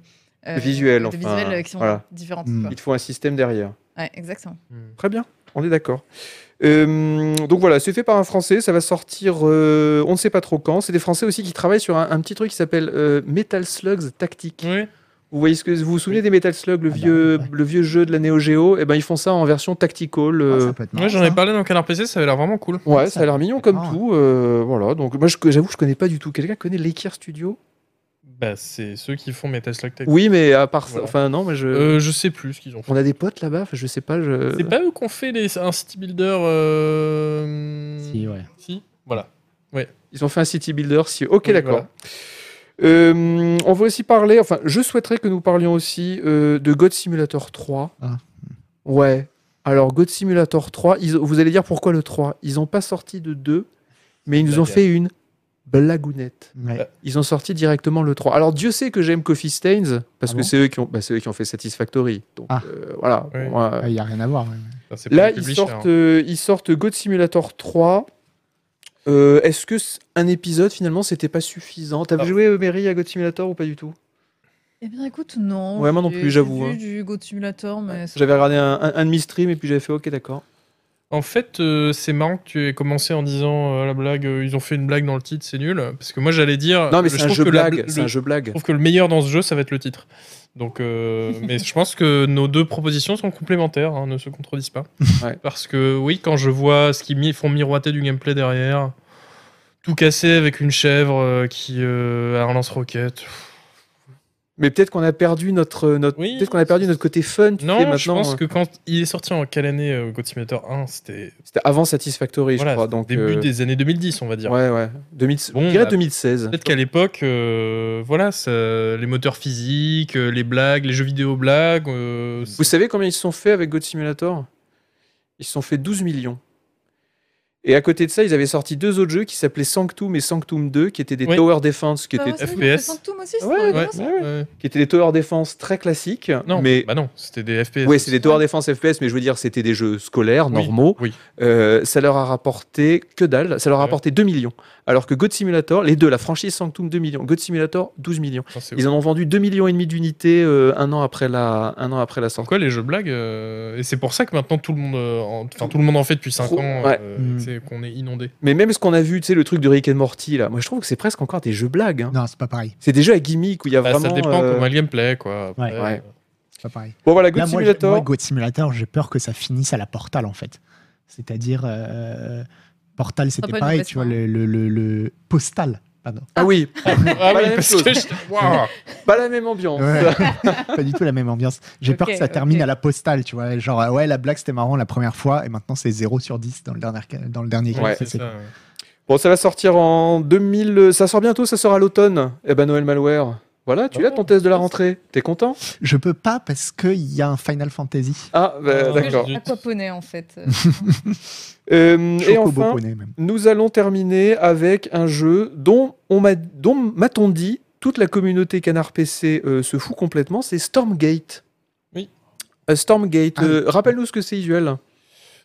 S2: euh,
S1: Visuel,
S2: de
S1: enfin,
S2: visuels, euh, qui sont
S1: voilà.
S2: différentes.
S5: Mm.
S2: quoi.
S1: Il te faut un système derrière.
S2: Ouais, exactement.
S1: Très bien, on est d'accord. Euh, donc voilà, c'est fait par un Français, ça va sortir euh, on ne sait pas trop quand. C'est des Français aussi qui travaillent sur un, un petit truc qui s'appelle euh, Metal Slugs Tactique.
S4: Oui.
S1: Vous voyez ce que vous vous souvenez des Metal Slug, le
S5: Ah bah,
S1: vieux
S5: ouais.
S1: le vieux jeu de la Neo Geo Et ben ils font ça en version tactical.
S5: Ah,
S1: euh,
S5: ça peut être
S4: Moi,
S5: marrant,
S4: j'en ai
S5: ça.
S4: parlé dans Canard PC, ça avait l'air vraiment cool.
S1: ouais,
S5: ça
S1: ça a l'air mignon comme
S5: marrant,
S1: tout. euh, voilà, donc moi je- j'avoue que je connais pas du tout. Quelqu'un connaît Lekir Studio
S4: Bah, c'est ceux qui font Metal Slug Tactics.
S1: Oui, mais à part ça,
S4: Voilà.
S1: enfin non, mais je
S4: Euh, je sais plus ce qu'ils ont fait.
S1: on a des potes là-bas. enfin, Je sais pas. Je...
S4: C'est pas eux qu'on fait les, un city builder. euh,
S5: Si, ouais.
S4: Si Voilà.
S1: Ils ont fait un city builder, si. Ok,
S4: Oui,
S1: d'accord.
S4: voilà.
S1: Euh, on va aussi parler, enfin, je souhaiterais que nous parlions aussi euh, de God Simulator 3.
S5: Ah.
S1: Ouais. Alors, God Simulator 3, ils ont- vous allez dire pourquoi le 3 Ils n'ont pas sorti de 2, mais ils nous ont
S4: Blague.
S1: fait une blagounette.
S5: Ouais.
S1: Ils ont sorti directement le 3. Alors, Dieu sait que j'aime Coffee Stains, parce
S5: Ah
S1: que
S5: bon
S1: c'est eux, qui ont- bah, c'est eux qui ont fait Satisfactory. Donc,
S5: Ah.
S1: euh, voilà.
S4: Oui.
S1: Pour moi,
S5: Il n'y a rien à voir. ouais.
S4: Enfin, c'est pas
S1: Là,
S4: les
S1: ils
S4: publishers,
S1: sortent,
S4: hein.
S1: euh, ils sortent God Simulator 3. Euh, Est-ce que c- un épisode finalement c'était pas suffisant T'avais
S4: Ah.
S1: joué euh, Mary à God Simulator ou pas du tout
S2: Eh bien, écoute, non.
S1: Ouais, moi non
S2: j'ai-
S1: plus, j'avoue,
S2: J'ai
S1: hein.
S2: vu du Goat Simulator, mais ça-
S6: Ah,
S1: J'avais regardé un, un, un demi-stream et puis j'avais fait ok d'accord.
S4: En fait, euh, c'est marrant que tu aies commencé en disant euh, la blague, euh, ils ont fait une blague dans le titre, c'est nul. Parce que moi, j'allais dire.
S1: Non mais
S4: je
S1: c'est un
S4: trouve
S1: jeu
S4: que la
S1: blague,
S4: bl-
S1: c'est
S4: le-
S1: un jeu
S4: Je
S1: blague.
S4: trouve que le meilleur dans ce jeu, ça va être le titre. Donc, euh, mais je pense que nos deux propositions sont complémentaires, hein, ne se contredisent pas.
S1: Ouais.
S4: Parce que oui, quand je vois ce qu'ils mi- font miroiter du gameplay derrière, tout cassé avec une chèvre euh, qui euh, a un lance-roquette.
S1: Mais peut-être qu'on a perdu notre, notre
S4: Oui.
S1: peut-être qu'on a perdu notre côté fun. tu sais,
S4: Non, je
S1: maintenant,
S4: pense
S1: euh,
S4: que quand il est sorti en quelle année euh, Goat Simulator 1 C'était
S1: c'était avant Satisfactory,
S4: voilà,
S1: je crois.
S4: c'était
S1: Donc
S4: début
S1: euh,
S4: des années 2010, on va dire.
S1: ouais, ouais, 2000
S4: Bon,
S1: je dirais
S4: bah,
S1: 2016.
S4: Peut-être qu'à l'époque, euh, voilà, ça- les moteurs physiques, euh, les blagues, les jeux vidéo blagues. euh,
S1: Vous savez combien ils se sont fait avec God Simulator Ils se sont fait 12 millions. Et à côté de ça, ils avaient sorti deux autres jeux qui s'appelaient Sanctum et Sanctum 2, qui étaient des
S4: Oui.
S1: Tower Defense,
S2: Ah
S1: qui étaient,
S4: ouais, FPS.
S1: Ouais,
S4: ouais, ouais.
S1: qui étaient des Tower Defense très classiques.
S4: Non,
S1: mais
S4: bah non, c'était des FPS.
S1: ouais, c'est des Tower Defense FPS, mais je veux dire, c'était des jeux scolaires,
S4: Oui,
S1: normaux.
S4: oui.
S1: Euh, ça leur a rapporté que dalle, ça leur a
S4: Ouais.
S1: rapporté 2 millions. Alors que God Simulator, les deux, la franchise Sanctum 2 millions, God Simulator 12 millions.
S4: Enfin, c'est ouf.
S1: Ils en ont vendu 2 millions et demi d'unités euh, un an après la un an après la sortie.
S4: Pourquoi les jeux blagues euh, Et c'est pour ça que maintenant tout le monde, euh, en- enfin tout le monde en fait depuis 5
S1: Trop-
S4: ans,
S1: ouais.
S4: euh,
S3: Mm.
S4: c'est qu'on est inondé.
S1: Mais même ce qu'on a vu, tu sais, le truc de Rick and Morty, là, moi je trouve que c'est presque encore des jeux blagues. hein.
S3: Non, c'est pas pareil.
S1: C'est des jeux à gimmick où il y a
S4: Bah,
S1: vraiment.
S4: ça dépend
S1: euh,
S4: comment est le gameplay, quoi. Après, euh,
S3: Ouais.
S1: Ouais.
S3: C'est pas pareil.
S1: Bon voilà, Goat
S3: Là, moi, j'ai-
S1: Simulator.
S3: moi, Goat Simulator, j'ai peur que ça finisse à la Portal, en fait. C'est-à-dire, euh, Portal, c'était
S6: Portal,
S3: pareil,
S6: mauvaise
S3: tu vois,
S6: fin.
S3: le, le, le- le- Postal, pardon.
S1: Ah oui,
S4: Ah
S1: Pas la
S4: oui,
S1: même
S4: parce
S1: chose.
S4: que je- Waouh.
S1: pas la même ambiance.
S3: Ouais. pas du tout la même ambiance. J'ai peur
S2: Ok,
S3: que ça termine
S2: ok.
S3: à la Postale, tu vois. Genre, euh, ouais, la blague, c'était marrant la première fois, et maintenant, c'est 0 sur 10 dans le dernier, ca- dans le dernier
S1: Ouais,
S3: cas.
S4: c'est
S3: C'est-
S4: ça.
S1: Bon, ça va sortir en 2000. Ça sort bientôt, ça sort à l'automne. Eh ben Noël Malware. Voilà,
S4: Ah
S1: tu l'as ton test de la rentrée. T'es content
S3: Je peux pas parce qu'il y a un Final Fantasy.
S1: Ah, bah,
S4: Ah,
S1: d'accord.
S4: zut.
S6: Aquaponé en fait. euh,
S1: Euh, et
S3: Chocobo
S1: enfin,
S3: Poney, même.
S1: nous allons terminer avec un jeu dont on m'a, dont m'a-t-on dit, toute la communauté Canard PC euh, se fout complètement, c'est Stormgate.
S4: Oui.
S1: Euh, Stormgate,
S3: Ah
S1: euh, rappelle-nous ce que c'est Isuel.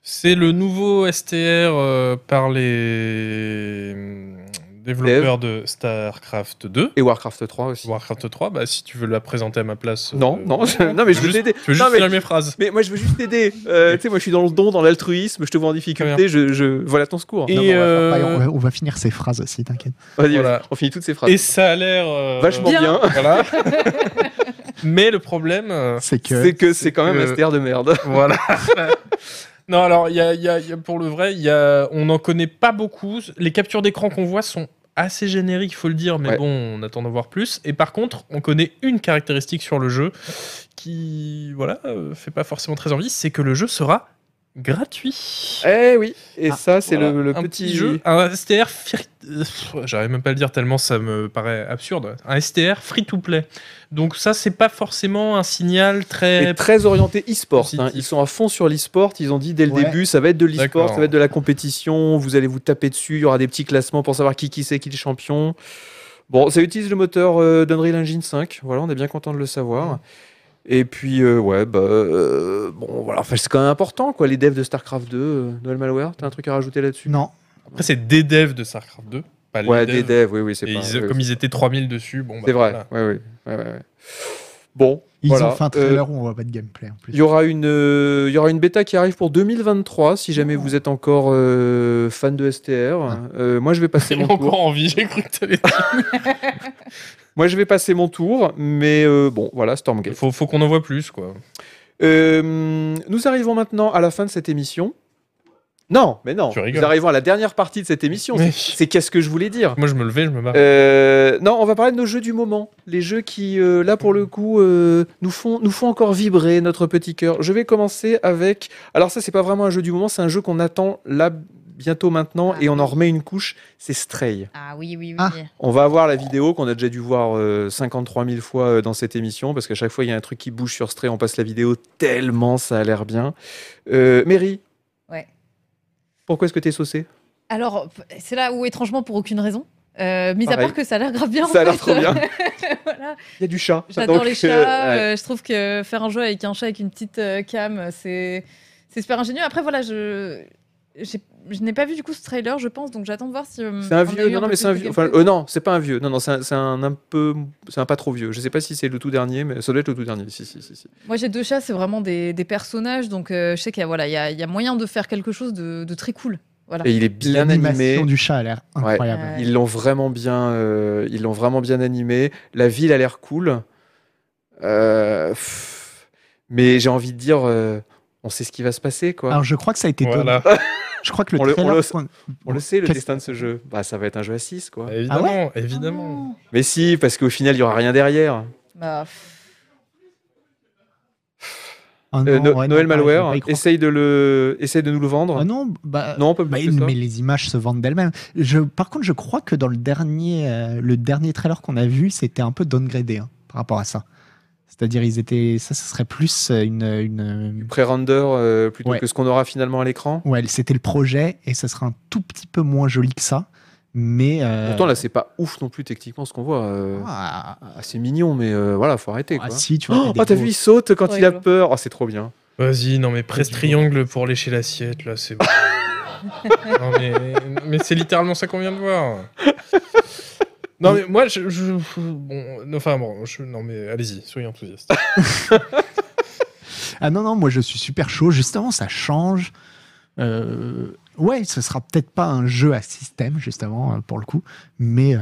S4: C'est le nouveau STR euh, par les hum, développeurs de StarCraft 2.
S1: Et Warcraft 3 aussi.
S4: Warcraft 3, bah, si tu veux la présenter à ma place.
S1: Non,
S4: euh,
S1: non, je- non, mais je veux
S4: Juste-
S1: t'aider.
S4: Tu veux
S1: Non,
S4: juste
S1: mais-
S4: finir mes phrases.
S1: Mais moi, je veux juste t'aider. Euh, tu sais, moi, je suis dans le don, dans l'altruisme, je te vois en difficulté, je, je- voilà ton secours.
S4: Et,
S3: Non, mais on, va faire
S4: euh,
S3: pareil, on va- on va finir ces phrases aussi, t'inquiète.
S1: Vas-y,
S4: voilà.
S1: vas-y, on finit toutes ces phrases.
S4: Et ça a l'air. euh,
S1: Vachement
S6: Bien.
S1: bien.
S4: Voilà. mais le problème. euh,
S3: C'est que.
S1: Ah, C'est que c'est quand même un
S4: que-
S1: STR de merde.
S4: Voilà. non, alors, il y a- il y a- il y a- pour le vrai, il y a, on n'en connaît pas beaucoup. Les captures d'écran qu'on voit sont assez génériques, il faut le dire, mais
S1: Ouais.
S4: bon, on attend d'en voir plus. Et par contre, on connaît une caractéristique sur le jeu qui, voilà, euh, fait pas forcément très envie, c'est que le jeu sera gratuit.
S1: Eh oui, et ça, c'est
S4: Voilà,
S1: le, le
S4: un
S1: petit,
S4: jeu, un STR free... euh, pff, J'arrive même pas à le dire tellement ça me paraît absurde. Un STR free to play. Donc ça, c'est pas forcément un signal
S1: Et
S4: très.
S1: très orienté e-sport.
S4: Euh, Positif.
S1: hein. Ils sont à fond sur l'e-sport. Ils ont dit dès le
S3: Ouais.
S1: début, ça va être de l'e-sport,
S4: D'accord.
S1: ça va être de la compétition. Vous allez vous taper dessus. Il y aura des petits classements pour savoir qui qui c'est qui est le champion. Bon, ça utilise le moteur euh, d'Unreal Engine 5. Voilà, on est bien content de le savoir. Et puis, euh, ouais, bah, euh, bon, voilà, enfin, c'est quand même important, quoi, les devs de StarCraft 2. euh, Noël Malware, t'as un truc à rajouter là-dessus
S3: Non,
S4: Après, c'est des devs de StarCraft 2. Pas les
S1: Ouais,
S4: devs.
S1: des devs, oui, oui, c'est
S4: Et
S1: pas.
S4: ils-
S1: oui,
S4: comme
S1: oui.
S4: ils étaient 3000 dessus, bon. bah,
S1: C'est vrai,
S4: voilà.
S1: ouais, ouais, ouais, ouais, ouais. Bon,
S3: Ils
S1: voilà.
S3: ont fait un
S1: Euh,
S3: trailer où on voit pas de gameplay en plus.
S1: Il y aura une, euh, il y aura une bêta qui arrive pour 2023 si
S4: Ah.
S1: jamais vous êtes encore euh, fan de STR. Euh, moi je vais passer
S4: J'ai
S1: mon
S4: Ah. encore
S1: tour.
S4: envie, j'ai cru que t'allais
S1: Moi je vais passer mon tour, mais euh, bon voilà Stormgate.
S4: Faut, faut qu'on en voit plus, quoi.
S1: Euh, nous arrivons maintenant à la fin de cette émission. Non, mais non.
S4: Tu rigoles.
S1: nous arrivons à la dernière partie de cette émission.
S4: Mais-
S1: C'est c'est qu'est-ce que je voulais dire.
S4: Moi, je me levais, je me barre.
S1: Euh, non, on va parler de nos jeux du moment, les jeux qui, euh, là pour le coup, euh, nous font nous font encore vibrer notre petit cœur. Je vais commencer avec. Alors ça, c'est pas vraiment un jeu du moment, c'est un jeu qu'on attend là bientôt maintenant
S6: Ah
S1: et on en
S6: oui.
S1: remet une couche. C'est Stray.
S6: Ah oui, oui, oui.
S3: Ah.
S1: On va avoir la vidéo qu'on a déjà dû voir euh, 53 000 fois euh, dans cette émission parce qu'à chaque fois il y a un truc qui bouge sur Stray, on passe la vidéo tellement ça a l'air bien. Euh, Mary.
S6: Ouais.
S1: Pourquoi est-ce que t'es saucée
S6: Alors, p- c'est là où, étrangement, pour aucune raison, euh, mis
S1: Pareil.
S6: à part que ça a l'air grave bien. en
S1: Ça a l'air
S6: fait.
S1: trop bien.
S6: Voilà.
S1: Il y a du chat.
S6: J'adore
S1: Donc,
S6: les
S1: euh,
S6: chats.
S1: ouais.
S6: euh, je trouve que faire un jeu avec un chat avec une petite euh, cam, euh, c'est c'est super ingénieux. Après, voilà, je. j'ai- Je n'ai pas vu du coup ce trailer, je pense, donc j'attends de voir si. euh,
S1: C'est un
S6: on a
S1: vieux,
S6: eu
S1: non, non,
S6: peu
S1: mais
S6: plus
S1: c'est un
S6: de
S1: vieux. Enfin,
S6: gameplay.
S1: euh, non, c'est pas un vieux. Non, non, c'est un, c'est un, un peu. C'est un pas trop vieux. Je sais pas si c'est le tout dernier, mais ça doit être le tout dernier. Si, si, si. si.
S6: Moi, j'ai deux chats, c'est vraiment des, des personnages, donc euh, je sais qu'il y, a- voilà, il y a, il y a moyen de faire quelque chose de, de très cool. Voilà.
S1: Et il est bien animé.
S3: L'animation du chat a l'air incroyable.
S6: Ouais.
S1: Ils l'ont vraiment bien, euh, ils l'ont vraiment bien animé. La ville a l'air cool. Euh, pff, mais j'ai envie de dire, euh, on sait ce qui va se passer, quoi.
S3: Alors je crois que ça a été
S4: Voilà.
S1: Ah.
S3: donné. Je crois que le
S1: On le- on
S3: trailer
S1: le-
S3: qu'on-
S1: on le sait, le
S3: qu'est-ce-
S1: destin de ce jeu. Bah, ça va être un jeu à 6 quoi.
S4: Évidemment, évidemment.
S6: Oh.
S1: Mais si, parce qu'au final, il y aura rien derrière.
S2: Bah, pff,
S3: Ah non,
S1: Euh, No-
S3: ouais, non,
S1: Noël
S3: pareil, je vais
S1: Malware,
S3: pas y croire.
S1: essaye de, le... essaye de nous le vendre.
S3: Ah non, bah,
S1: non, on peut
S3: bah,
S1: plus que ça.
S3: mais les images se vendent d'elles-mêmes. Je, par contre, je crois que dans le dernier, euh, le dernier trailer qu'on a vu, c'était un peu downgradé hein, par rapport à ça. C'est-à-dire, ils étaient, ça, ce serait plus euh, une, une-
S1: Pré-render euh, plutôt
S3: Ouais.
S1: que ce qu'on aura finalement à l'écran.
S3: ouais, c'était le projet et ça sera un tout petit peu moins joli que ça. Mais euh,
S1: Pourtant, là, c'est pas ouf non plus techniquement ce qu'on voit. euh,
S3: ah,
S1: ah, c'est mignon, mais euh, voilà, faut arrêter.
S3: ah,
S1: Quoi.
S3: si, tu vois,
S1: Oh,
S3: des
S1: t'as
S3: beaux-
S1: vu, il saute quand il a
S2: Horrible.
S1: peur. Oh, c'est trop bien.
S4: Vas-y, non mais presse triangle pour lécher l'assiette, là, c'est bon. non mais, mais c'est littéralement ça qu'on vient de voir. Non mais moi, je... je- bon, enfin bon, je- non mais allez-y, soyez enthousiaste.
S3: Ah non, non, moi je suis super chaud. Justement, ça change. Euh, ouais, ce sera peut-être pas un jeu à système, justement, euh, pour le coup. Mais, euh,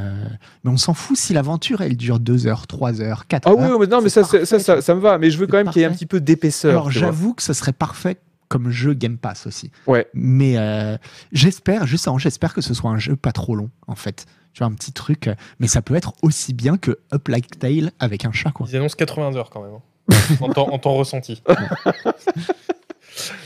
S3: mais on s'en fout si l'aventure, elle dure 2 heures, 3 heures, 4
S1: Ah
S3: heures.
S1: oui, oui, mais non, mais
S3: c'est
S1: ça, c'est- ça,
S3: parfait,
S1: ça, ça me va. Mais je veux
S3: C'est
S1: quand même qu'il y ait un
S3: parfait.
S1: petit peu d'épaisseur.
S3: Alors
S1: tu vois.
S3: j'avoue que ce serait parfait comme jeu Game Pass aussi.
S1: Ouais.
S3: Mais euh, j'espère, juste avant, j'espère que ce soit un jeu pas trop long, en fait. Tu vois, un petit truc. euh, Mais ça peut être aussi bien que Up Like Tail avec un chat, quoi.
S4: Ils annoncent 80 heures quand même, hein. en, temps, en temps ressenti.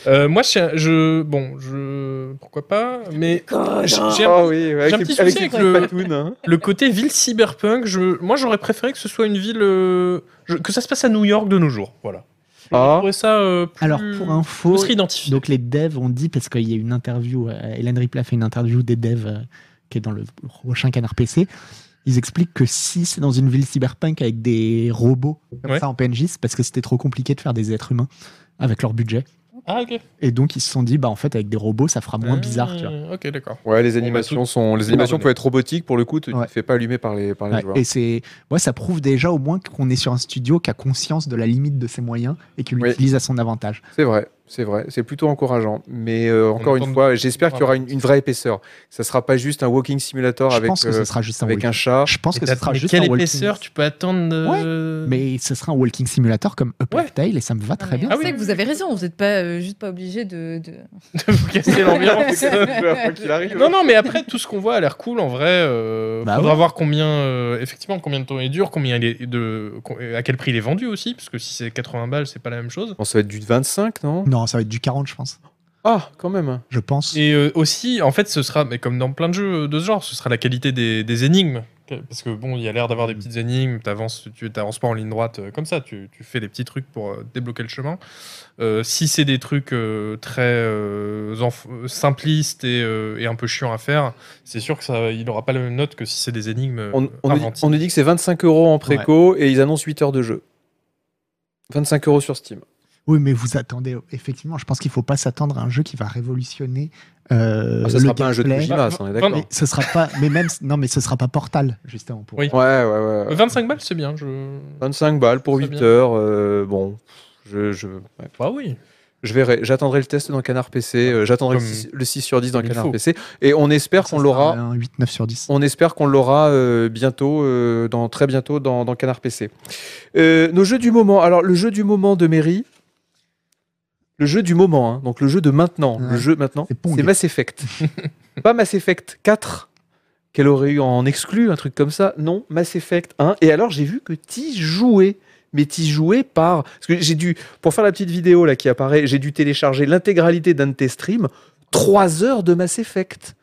S4: Euh, moi, je, je- bon, je, pourquoi pas, mais j'ai j'ai un-
S1: Ah oui, ouais,
S4: j'ai un
S1: avec,
S4: petit
S1: les- avec
S4: souci
S1: les
S4: avec le-
S1: petites patounes, hein.
S4: le côté ville cyberpunk. Je, moi, j'aurais préféré que ce soit une ville, euh, je- que ça se passe à New York de nos jours, voilà.
S1: Ah.
S4: Je trouvais ça euh, plus-
S3: Alors pour info,
S4: On serait identifié.
S3: Donc les devs ont dit, parce qu'il y a une interview, euh, Hélène Ripley a fait une interview des devs euh, qui est dans le prochain canard PC. Ils expliquent que si c'est dans une ville cyberpunk avec des robots comme
S4: Ouais.
S3: ça en PNJ, c'est parce que c'était trop compliqué de faire des êtres humains avec leur budget.
S4: Ah, ok.
S3: Et donc ils se sont dit, bah en fait avec des robots ça fera moins bizarre. Tu vois.
S4: Ah, Ok, d'accord.
S1: Ouais, les
S4: bah,
S1: animations sont, les animations
S4: pardonné.
S1: peuvent être robotiques pour le coup. Tu tu
S3: Ouais.
S1: te fais pas allumer par les, par les
S3: Ouais,
S1: joueurs.
S3: et c'est, moi ça prouve déjà au moins qu'on est sur un studio qui a conscience de la limite de ses moyens et qui
S1: Oui.
S3: l'utilise à son avantage.
S1: C'est vrai, c'est vrai, c'est plutôt encourageant. Mais euh, encore
S4: entend-
S1: une fois, j'espère qu'il y aura une,
S4: Voilà.
S1: une vraie épaisseur. Ça sera pas juste un walking simulator
S3: Je
S1: avec,
S3: pense que
S1: euh,
S3: ce sera juste un
S1: avec
S3: walking.
S1: un chat.
S3: Je pense que
S4: Mais
S3: ce sera juste
S4: quelle
S3: un walking.
S4: épaisseur tu peux attendre euh,
S3: Mais ce sera un walking simulator comme Up
S4: Ouais.
S3: Like Tail et ça me va
S2: non,
S3: très
S2: mais
S3: bien.
S2: on
S4: Ah
S2: sait
S4: oui,
S2: que
S4: oui,
S2: vous
S4: oui.
S2: avez raison, vous n'êtes pas euh, juste pas obligé de. de-
S4: de vous casser l'ambiance
S1: qu'il arrive.
S4: Non, non, mais après, tout ce qu'on voit a l'air cool en vrai. Euh,
S3: Bah
S4: faudra
S3: ouais.
S4: voir combien, euh, effectivement, combien de temps il dure, combien il est de, co- à quel prix il est vendu aussi, parce que si c'est 80 balles, c'est pas la même chose.
S1: Bon, ça va être du 25, non
S3: Non, ça va être du 40, je pense.
S1: Ah, quand même.
S3: Je pense.
S4: Et euh, aussi, en fait, ce sera, mais comme dans plein de jeux de ce genre, ce sera la qualité des, des énigmes. Parce que bon, il y a l'air d'avoir des petites énigmes, t'avances- tu n'avances pas en ligne droite euh, comme ça, tu, tu fais des petits trucs pour euh, débloquer le chemin. Euh, si c'est des trucs euh, très euh, enf- euh, simplistes et, euh, et un peu chiants à faire, c'est sûr que ça, il n'aura pas la même note que si c'est des énigmes euh,
S1: On, on nous, dit-
S4: inventives.
S1: on nous dit que c'est 25 euros en préco et ils annoncent 8 heures de jeu. 25 euros sur Steam.
S3: Oui, mais vous attendez. Effectivement, je pense qu'il faut pas s'attendre à un jeu qui va révolutionner. Euh,
S1: Ah, ça
S3: le
S1: sera pas un jeu de
S3: gameplay.
S1: Kojima, ça, on est d'accord.
S4: Non.
S3: Mais ce sera pas. Mais même. Non, mais ce sera pas Portal, justement. Pour...
S4: Oui.
S1: Ouais, ouais, ouais.
S4: Euh, 25 balles, c'est bien. Je...
S1: 25 balles pour
S4: Très
S1: 8
S4: bien.
S1: heures. euh, bon, je, je, ouais.
S4: Bah oui.
S1: Je verrai. J'attendrai le test dans Canard PC. euh, J'attendrai
S4: Comme-
S1: le, 6, le 6 sur 10 dans
S4: comme il
S1: Canard
S4: faut.
S1: PC. Et on espère
S3: Ça
S1: qu'on
S3: sera
S1: l'aura.
S3: Un 8, 9 sur 10.
S1: On espère qu'on l'aura euh, bientôt, euh, dans, très bientôt dans, dans Canard PC. Euh, nos jeux du moment. Alors, le jeu du moment de Mairie. Le jeu du moment, hein, donc le jeu de maintenant.
S3: Ouais.
S1: Le jeu maintenant,
S3: C'est Pong.
S1: c'est Mass Effect. Pas Mass Effect 4, qu'elle aurait eu en exclu, un truc comme ça. Non, Mass Effect 1. Et alors, j'ai vu que t'y jouais. Mais t'y jouais par. Parce que j'ai dû. Pour faire la petite vidéo là qui apparaît, j'ai dû télécharger l'intégralité d'un de tes streams. 3 heures de Mass Effect.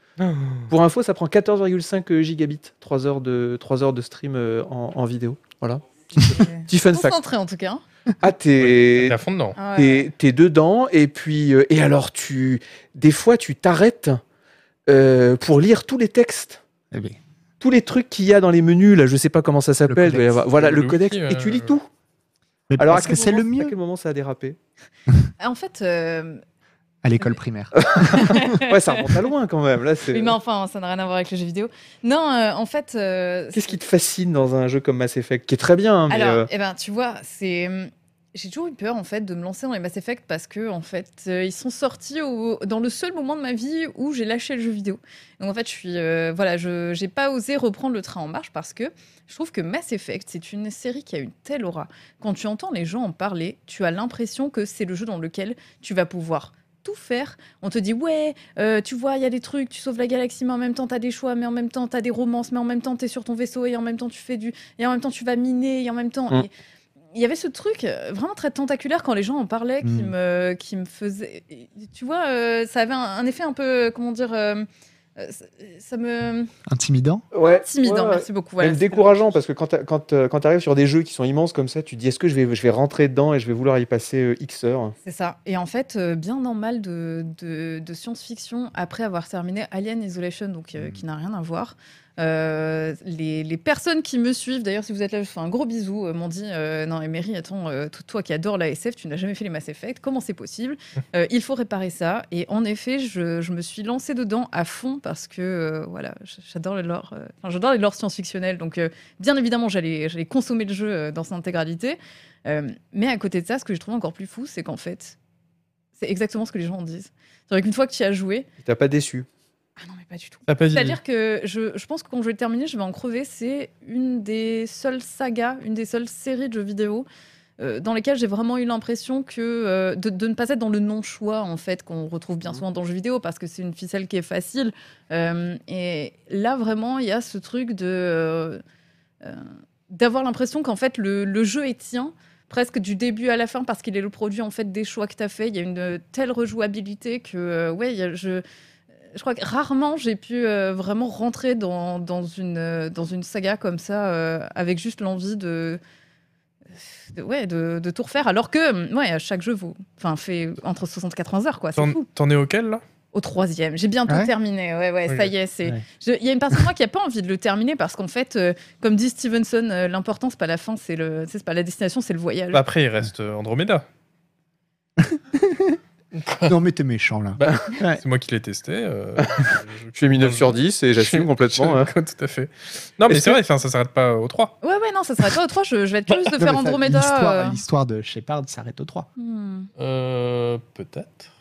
S1: Pour info, ça prend 14,5 gigabits, 3 heures de, 3 heures de stream euh, en, en vidéo. Voilà. Petit fun fact.
S2: Concentré en tout cas. hein.
S1: Ah,
S4: T'es
S1: t'es
S4: à fond dedans.
S2: Ah ouais.
S1: t'es- t'es dedans, et puis. euh, et alors, tu. Des fois, tu t'arrêtes euh, pour lire tous les textes.
S3: Eh bien,
S1: Tous les trucs qu'il y a dans les menus, là, je sais pas comment ça s'appelle.
S3: codex.
S1: doit y avoir- Voilà,
S4: Le
S1: le
S4: wiki,
S1: codex.
S4: euh,
S1: Et tu lis tout.
S3: Mais
S1: Alors, à
S3: parce
S1: quel
S3: que c'est le
S1: moment- À
S3: mieux
S1: quel moment ça a dérapé
S2: Ah, En fait, euh,
S3: à l'école primaire.
S1: Ouais, ça remonte à loin quand même. Là, c'est.
S2: oui, mais enfin, ça n'a rien à voir avec le jeu vidéo. Non, euh, en fait. euh,
S1: Qu'est-ce qui te fascine dans un jeu comme Mass Effect, qui est très bien, hein, mais.
S2: Alors,
S1: euh,
S2: eh ben, tu vois, c'est. J'ai toujours eu peur en fait de me lancer dans les Mass Effect parce que en fait euh, ils sont sortis au- dans le seul moment de ma vie où j'ai lâché le jeu vidéo. Donc en fait je suis euh, voilà je j'ai pas osé reprendre le train en marche parce que je trouve que Mass Effect c'est une série qui a une telle aura. Quand tu entends les gens en parler, tu as l'impression que c'est le jeu dans lequel tu vas pouvoir tout faire. On te dit, ouais, euh, tu vois, il y a des trucs, tu sauves la galaxie, mais en même temps, t'as des choix, mais en même temps, t'as des romances, mais en même temps, t'es sur ton vaisseau, et en même temps, tu fais du. Et en même temps, tu vas miner, et en même temps.
S1: Mm.
S2: Et Il y avait ce truc euh, vraiment très tentaculaire quand les gens en parlaient, qui,
S3: Mm.
S2: me, qui me faisait. Tu vois, euh, ça avait un, un effet un peu. Comment dire euh, euh, ça, ça me.
S3: Intimidant
S1: euh, Ouais.
S2: Intimidant,
S1: Ouais, ouais.
S2: hein, merci beaucoup. voilà,
S1: Même
S2: c'était-
S1: décourageant parce que quand tu arrives sur des jeux qui sont immenses comme ça, tu te dis est-ce que je vais, je vais rentrer dedans et je vais vouloir y passer euh, X heures
S2: C'est ça. Et en fait, euh, bien en mal de, de- de science-fiction, après avoir terminé Alien Isolation, donc euh,
S3: Mhm.
S2: qui n'a rien à voir, euh, les, les personnes qui me suivent, d'ailleurs, si vous êtes là, je vous fais un gros bisou, euh, m'ont dit euh, Non, Emery, attends, euh, to- toi qui adore la SF, tu n'as jamais fait les Mass Effect, comment c'est possible Euh, Il faut réparer ça. Et en effet, je, je me suis lancée dedans à fond parce que, euh, voilà, j- j'adore les lore, euh, enfin, j'adore les lore science-fictionnelles. Donc, euh, bien évidemment, j'allais j'allais consommer le jeu euh, dans son intégralité. Euh, mais à côté de ça, ce que j'ai trouvé encore plus fou, c'est qu'en fait, c'est exactement ce que les gens en disent. C'est-à-dire qu'une fois que tu y as joué,
S1: Tu T'as pas déçu
S2: ah non, mais pas du tout.
S4: T'as pas dit.
S2: C'est-à-dire que je, je pense que quand je vais le terminer, je vais en crever. C'est une des seules sagas, une des seules séries de jeux vidéo euh, dans lesquelles j'ai vraiment eu l'impression que euh, de, de ne pas être dans le non-choix, en fait, qu'on retrouve bien souvent dans le jeu vidéo, parce que c'est une ficelle qui est facile. Euh, et là, vraiment, il y a ce truc de. euh, euh, d'avoir l'impression qu'en fait, le, le jeu est tien presque du début à la fin parce qu'il est le produit en fait des choix que tu as fait il y a une euh, telle rejouabilité que euh, ouais il y a- je je crois que rarement j'ai pu euh, vraiment rentrer dans, dans une, euh, dans une saga comme ça euh, avec juste l'envie de, de- ouais, de, de tout refaire. Alors que mm, ouais, chaque jeu vaut, enfin, fait entre 60 et 80 heures, quoi. C'est
S4: T'en
S2: fou.
S4: t'en es auquel là
S2: Au troisième, j'ai bientôt
S3: Ah Ouais
S2: terminé. Ouais, ouais, ça
S4: Ok.
S2: y est. c'est-
S3: Ouais.
S2: je- Il y a une partie de moi qui n'a pas envie de le terminer parce qu'en fait, euh, comme dit Stevenson, euh, l'important, c'est pas la fin, c'est le... c'est pas la destination, c'est le voyage.
S4: Bah, Après, il reste euh, Andromeda.
S3: Non, mais t'es méchant là.
S4: C'est moi qui l'ai testé. euh,
S1: Je fais 9 sur 10 et j'assume complètement. hein.
S4: Tout à fait. Non, mais
S1: Est-ce
S4: c'est
S1: que-
S4: vrai, enfin, ça s'arrête pas au 3.
S2: Ouais, ouais, non, ça serait pas au 3. Je, je vais être curieuse de faire
S3: Non, mais ça,
S2: Andromeda.
S3: l'histoire-
S2: euh,
S3: L'histoire de Shepard s'arrête au 3.
S2: hmm.
S4: Euh, peut-être.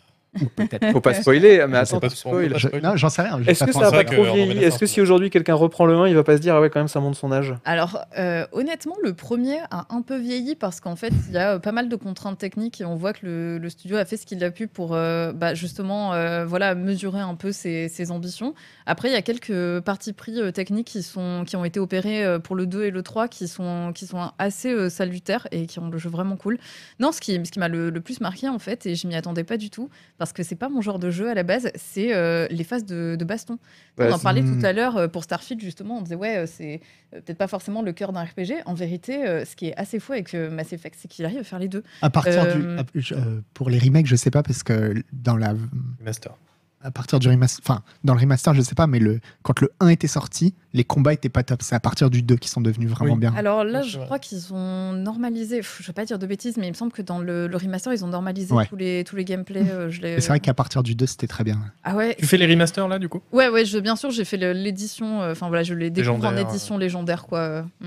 S3: Peut-être.
S1: Faut pas spoiler, hein, mais
S3: Je
S1: attends,
S4: sais pas
S1: tu
S4: ce qu'on-
S1: spoil.
S4: pas
S3: Je-
S4: spoiler.
S3: non, j'en sais rien. j'ai
S1: Est-ce
S3: pas
S1: que
S3: pensé.
S1: ça a pas
S4: C'est vrai que
S1: trop
S4: Robin
S1: vieilli Est-ce que si
S4: Wilson-
S1: aujourd'hui quelqu'un reprend le 1, il va pas se dire ah ouais quand même ça monte son âge
S2: Alors, euh, honnêtement, le premier a un peu vieilli parce qu'en fait, il y a euh, pas mal de contraintes techniques et on voit que le, le studio a fait ce qu'il a pu pour euh, bah, justement euh, voilà, mesurer un peu ses, ses ambitions. Après, il y a quelques parties pris euh, techniques qui, sont, qui ont été opérées euh, pour le 2 et le 3 qui sont, qui sont assez euh, salutaires et qui rendent le jeu vraiment cool. Non, ce qui, ce qui m'a le, le plus marqué en fait, et je m'y attendais pas du tout parce que c'est pas mon genre de jeu à la base, c'est euh, les phases de, de baston.
S1: Ouais,
S2: on en
S1: Bah, c'est-
S2: parlait
S3: Hmm.
S2: tout à l'heure euh, pour Starfield justement, on disait ouais, euh, c'est euh, peut-être pas forcément le cœur d'un RPG. En vérité, euh, ce qui est assez fou avec euh, Mass Effect, c'est qu'il arrive à faire les deux.
S3: À partir
S2: Euh,
S3: du, à- je- euh, pour les remakes, je sais pas parce que dans la,
S4: Master.
S3: à partir du remaster, enfin dans le remaster, je sais pas, mais le quand le 1 était sorti, les combats étaient pas top. C'est à partir du 2 qui sont devenus vraiment
S4: Oui.
S3: bien.
S2: Alors là,
S4: Ouais, c'est
S2: je
S4: vrai.
S2: crois qu'ils ont normalisé. Pff, je vais pas dire de bêtises, mais il me semble que dans le, le remaster, ils ont normalisé
S3: Ouais.
S2: tous les tous les gameplays. euh, je l'ai-
S3: Et c'est vrai qu'à partir du 2, c'était très bien.
S2: Ah ouais.
S4: Tu fais les remasters là, du coup
S2: Ouais, ouais, je, bien sûr, j'ai fait le- l'édition. euh, Enfin voilà, je l'ai découvert en
S4: Légendaire,
S2: édition légendaire, quoi. euh, hmm.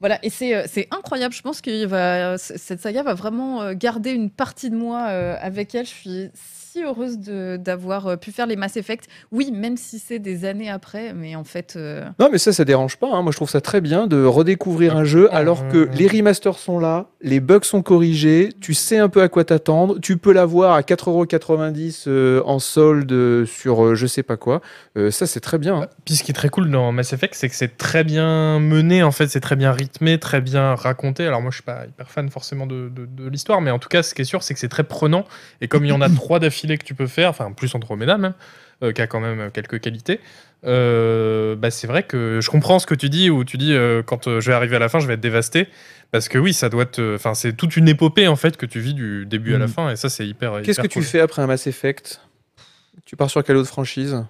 S2: Voilà, et c'est euh, c'est incroyable. Je pense que va, c- cette saga va vraiment euh, garder une partie de moi euh, avec elle. Je suis si heureuse de- d'avoir euh, pu faire les Mass Effect. Oui, même si c'est des années après, mais en fait. euh,
S1: Non, mais ça, ça dérange pas. hein. Moi, je trouve ça très bien de redécouvrir un jeu alors que
S4: Euh,
S1: les remasters sont là, les bugs sont corrigés, tu sais un peu à quoi t'attendre, tu peux l'avoir à 4,90€ euh, en solde euh, sur euh, je sais pas quoi. Euh, ça, c'est très bien. hein.
S4: Puis ce qui est très cool dans Mass Effect, c'est que c'est très bien mené, en fait, c'est très bien rythmé, très bien raconté. Alors moi, je suis pas hyper fan forcément de, de- de l'histoire, mais en tout cas, ce qui est sûr, c'est que c'est très prenant. Et comme il y en a trois d'affilée que tu peux faire, enfin plus Andromeda même, euh, qui a quand même quelques qualités, euh, bah, c'est vrai que je comprends ce que tu dis, où tu dis euh, quand euh, je vais arriver à la fin, je vais être dévasté. Parce que oui, ça doit te. Enfin, c'est toute une épopée, en fait, que tu vis du début à la
S3: Mm.
S4: fin, et ça, c'est hyper.
S1: Qu'est-ce que
S4: hyper
S1: tu
S4: cool.
S1: fais après un Mass Effect Tu pars sur quelle autre franchise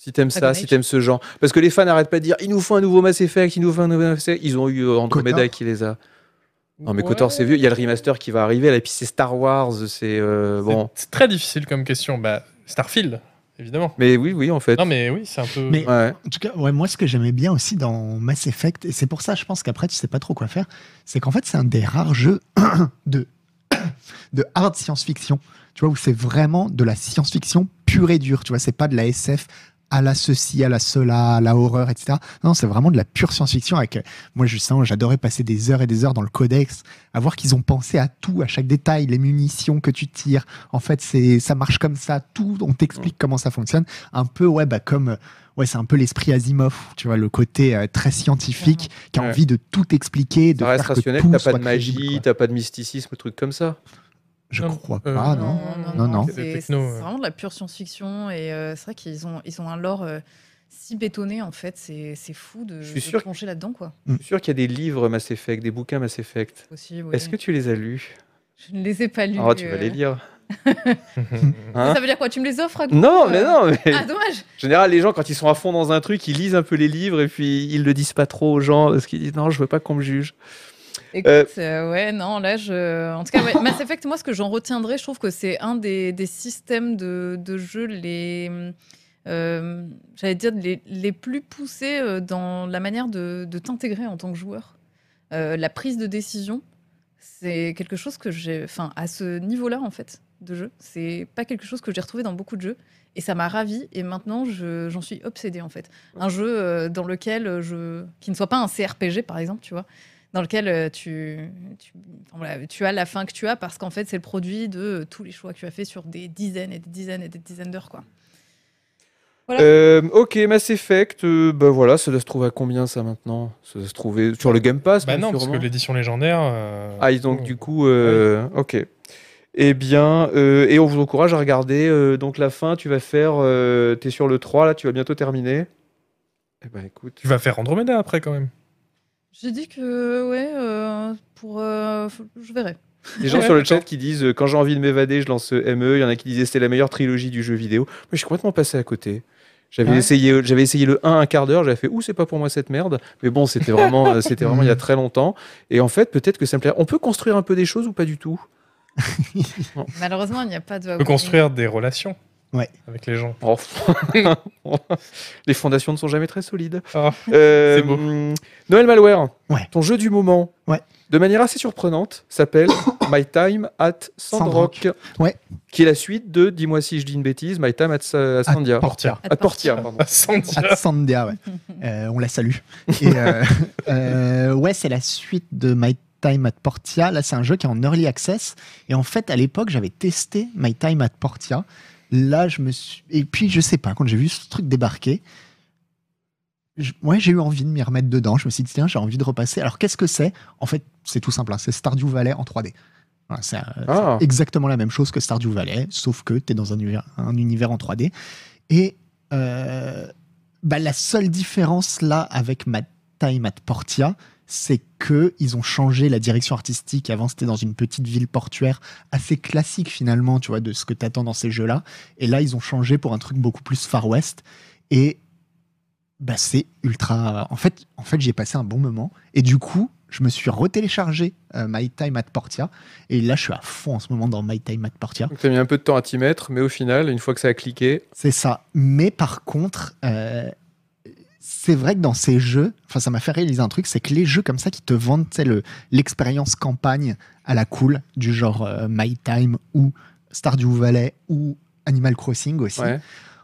S1: si t'aimes ça,
S2: Dragon
S1: si
S2: Age.
S1: t'aimes ce genre. Parce que les fans n'arrêtent pas de dire il nous faut un nouveau Mass Effect, il nous faut un nouveau Mass Effect. Ils ont eu euh, Andromeda
S3: Kotor.
S1: qui les a. Non, mais
S4: Ouais.
S1: Kotor, c'est vieux. Il y a le remaster qui va arriver. Là, et puis c'est Star Wars. C'est. euh,
S4: C'est-
S1: bon.
S4: C'est très difficile comme question. Bah, Starfield, évidemment.
S1: Mais oui, oui, en fait.
S4: Non, mais oui, c'est un peu.
S3: Mais-
S1: Ouais.
S3: En tout cas, ouais, moi, ce que j'aimais bien aussi dans Mass Effect, et c'est pour ça, je pense qu'après, tu sais pas trop quoi faire, c'est qu'en fait, c'est un des rares jeux de, de hard science-fiction, tu vois, où c'est vraiment de la science-fiction pure et dure, tu vois, c'est pas de la SF à la ceci, à la cela, à la horreur, etc. Non, c'est vraiment de la pure science-fiction. Avec euh, moi, Justin, j'adorais passer des heures et des heures dans le codex, à voir qu'ils ont pensé à tout, à chaque détail, les munitions que tu tires. En fait, c'est ça marche comme ça. Tout, on t'explique comment ça fonctionne. Un peu, ouais, bah comme ouais, c'est un peu l'esprit Asimov, tu vois, le côté euh, très scientifique qui a
S1: Ouais.
S3: envie de tout expliquer, de
S1: Ça reste
S3: faire que
S1: rationnel,
S3: tout
S1: t'as pas
S3: soit
S1: de
S3: crédible,
S1: magie,
S3: quoi.
S1: t'as pas de mysticisme, truc comme ça.
S3: Je
S4: Non,
S3: crois
S4: euh,
S1: Ah
S3: pas, non. Non, non.
S4: C'est
S2: C'est c'est
S4: techno, euh.
S2: vraiment de la pure science-fiction et euh, c'est vrai qu'ils ont, ils ont un lore euh, si bétonné en fait. C'est c'est fou de,
S1: Je suis
S2: de
S1: sûr-
S2: plonger là-dedans quoi.
S1: Je suis sûr qu'il y a des livres Mass Effect, des bouquins Mass Effect.
S2: Aussi, oui.
S1: Est-ce que tu les as lus
S2: Je ne les ai pas lus.
S1: Oh, tu vas
S2: euh.
S1: les lire.
S2: Mais
S4: Bah,
S1: hein
S2: Ça veut dire quoi Tu me les offres à
S1: Non, mais non, mais
S2: Ah dommage
S1: en général, les gens, quand ils sont à fond dans un truc, ils lisent un peu les livres et puis ils le disent pas trop aux gens parce qu'ils disent non, je veux pas qu'on me juge.
S2: Écoute,
S1: Euh.
S2: euh, ouais, non, là, je... En tout cas, ouais, Mass Effect, moi, ce que j'en retiendrai, je trouve que c'est un des, des systèmes de, de jeu les... euh, J'allais dire les, les plus poussés euh, dans la manière de, de t'intégrer en tant que joueur. Euh, la prise de décision, c'est quelque chose que j'ai... Enfin, à ce niveau-là, en fait, de jeu, c'est pas quelque chose que j'ai retrouvé dans beaucoup de jeux. Et ça m'a ravi et maintenant je- j'en suis obsédée en fait. Un jeu euh, dans lequel je... qui ne soit pas un CRPG par exemple, tu vois, dans lequel euh, tu, tu, enfin, voilà, tu as la fin que tu as parce qu'en fait, c'est le produit de euh, tous les choix que tu as fait sur des dizaines et des dizaines et des dizaines d'heures. quoi. Voilà.
S1: Euh, ok, Mass Effect, euh, ben voilà, ça doit se trouver à combien ça maintenant Ça doit se trouver sur le Game Pass
S4: Bah
S1: même
S4: non, parce que
S1: sûrement.
S4: l'édition légendaire. euh,
S1: Ah, et donc
S4: bon.
S1: du coup, euh, ok. Eh bien, euh, et on vous encourage à regarder. euh, donc la fin, tu vas faire. euh, T'es sur le 3, là, tu vas bientôt terminer. Eh ben écoute.
S4: Tu vas faire Andromeda après quand même.
S2: J'ai dit que, ouais, euh, pour, euh, faut- je verrai.
S1: Des gens
S4: Ouais,
S1: sur le chat
S4: d'accord.
S1: qui disent euh, quand j'ai envie de m'évader, je lance euh, ME. Il y en a qui disaient c'est la meilleure trilogie du jeu vidéo. Moi, je suis complètement passé à côté. J'avais
S3: Ouais.
S1: essayé, euh, j'avais essayé le 1 un quart d'heure, j'avais fait ouh c'est pas pour moi cette merde, mais bon c'était vraiment, euh, c'était vraiment il y a très longtemps. Et en fait peut-être que ça me plaît. On peut construire un peu des choses ou pas du tout.
S2: Malheureusement, il n'y a pas de.
S4: Tu peux construire des relations
S3: Ouais.
S4: avec les gens.
S1: Oh, Les fondations ne sont jamais très solides.
S4: Ah.
S1: Euh,
S4: C'est beau.
S1: hum, Noël Malware,
S3: Ouais.
S1: ton jeu du moment,
S3: Ouais.
S1: de manière assez surprenante, s'appelle My Time at Sandrock,
S3: Ouais.
S1: qui est la suite de, dis-moi si je dis une bêtise, My Time at, Sa- à Sandia.
S3: Portia.
S1: At Portia, pardon.
S4: À Sandia.
S3: À Sandia, ouais. Euh, on la salue. Et, euh, euh, ouais, c'est la suite de My Time at Portia. Là, c'est un jeu qui est en early access. Et en fait, à l'époque, j'avais testé My Time at Portia. Là, je me suis. Et puis, je sais pas, quand j'ai vu ce truc débarquer, je- ouais, j'ai eu envie de m'y remettre dedans. Je me suis dit, tiens, j'ai envie de repasser. Alors, qu'est-ce que c'est En fait, c'est tout simple. hein. C'est Stardew Valley en 3D. Voilà, c'est, euh,
S1: Ah,
S3: exactement la même chose que Stardew Valley, sauf que tu es dans un univers, un univers en 3D. Et euh, bah, la seule différence là avec Mad Time at Portia, c'est que ils ont changé la direction artistique. Avant, c'était dans une petite ville portuaire assez classique finalement, tu vois, de ce que t'attends dans ces jeux-là. Et là, ils ont changé pour un truc beaucoup plus Far West. Et bah, c'est ultra. En fait, en fait, j'y ai passé un bon moment. Et du coup, je me suis retéléchargé euh, My Time at Portia. Et là, je suis à fond en ce moment dans My Time at Portia.
S1: donc t'as mis un peu de temps à t'y mettre, mais au final, une fois que ça a cliqué,
S3: C'est ça. Mais par contre, euh, c'est vrai que dans ces jeux, enfin, ça m'a fait réaliser un truc, c'est que les jeux comme ça qui te vendent tu sais, le- l'expérience campagne à la cool, du genre euh, My Time ou Stardew Valley ou Animal Crossing aussi,
S1: ouais.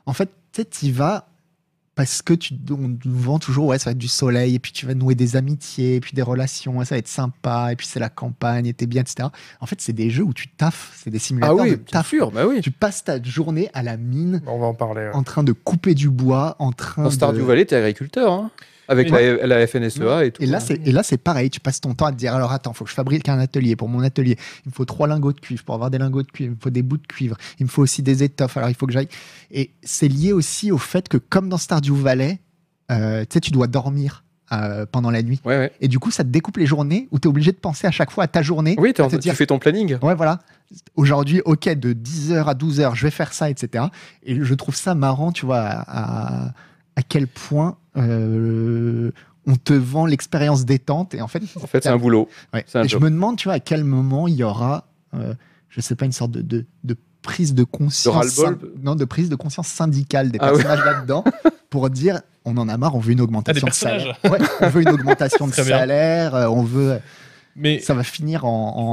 S3: en fait, tu sais, t'y vas parce que tu on te vend toujours, ouais, ça va être du soleil, et puis tu vas nouer des amitiés, et puis des relations, ouais, ça va être sympa, et puis c'est la campagne, et t'es bien, etc. En fait, c'est des jeux où tu taffes, c'est des
S1: Ah
S3: simulateurs
S1: oui,
S3: de
S1: bien
S3: taf.
S1: sûr, bah oui.
S3: Tu passes ta journée à la mine,
S4: On va en parler. ouais.
S3: en train de couper du bois, en train
S1: Dans Stardew
S3: de...
S1: Valley, t'es agriculteur, hein, avec la, la FNSEA E et tout.
S3: Et là, c'est, et là, c'est pareil. Tu passes ton temps à te dire alors attends, faut que je fabrique un atelier. Pour mon atelier, il me faut trois lingots de cuivre. Pour avoir des lingots de cuivre, il me faut des bouts de cuivre. Il me faut aussi des étoffes. Alors il faut que j'aille. Et c'est lié aussi au fait que, comme dans Stardew Valley, euh, tu sais, tu dois dormir euh, pendant la nuit.
S1: Ouais, ouais.
S3: Et du coup, ça te découpe les journées où tu es obligé de penser à chaque fois à ta journée.
S1: Oui, t'es en-
S3: à te
S1: tu
S3: Ah, dire,
S1: fais ton planning.
S3: Ouais, voilà. Aujourd'hui, ok, de 10h à 12h, je vais faire ça, etc. Et je trouve ça marrant, tu vois, à, à- à quel point euh, on te vend l'expérience détente. Et en fait,
S1: En fait, c'est un boulot.
S3: ouais.
S1: c'est un
S3: Et je
S1: job.
S3: me demande, tu vois, à quel moment il y aura, euh, je sais pas, une sorte de, de- de prise de conscience.
S1: ras-le-bol
S3: syn- non, de prise de conscience syndicale des
S1: Ah ouais.
S3: personnages là-dedans pour dire. On en a marre, on veut une
S4: Ah,
S3: augmentation de
S4: personnages.
S3: salaire. Ouais, on veut une augmentation de
S4: Très bien.
S3: salaire, euh, on veut.
S4: Mais
S3: ça va finir en,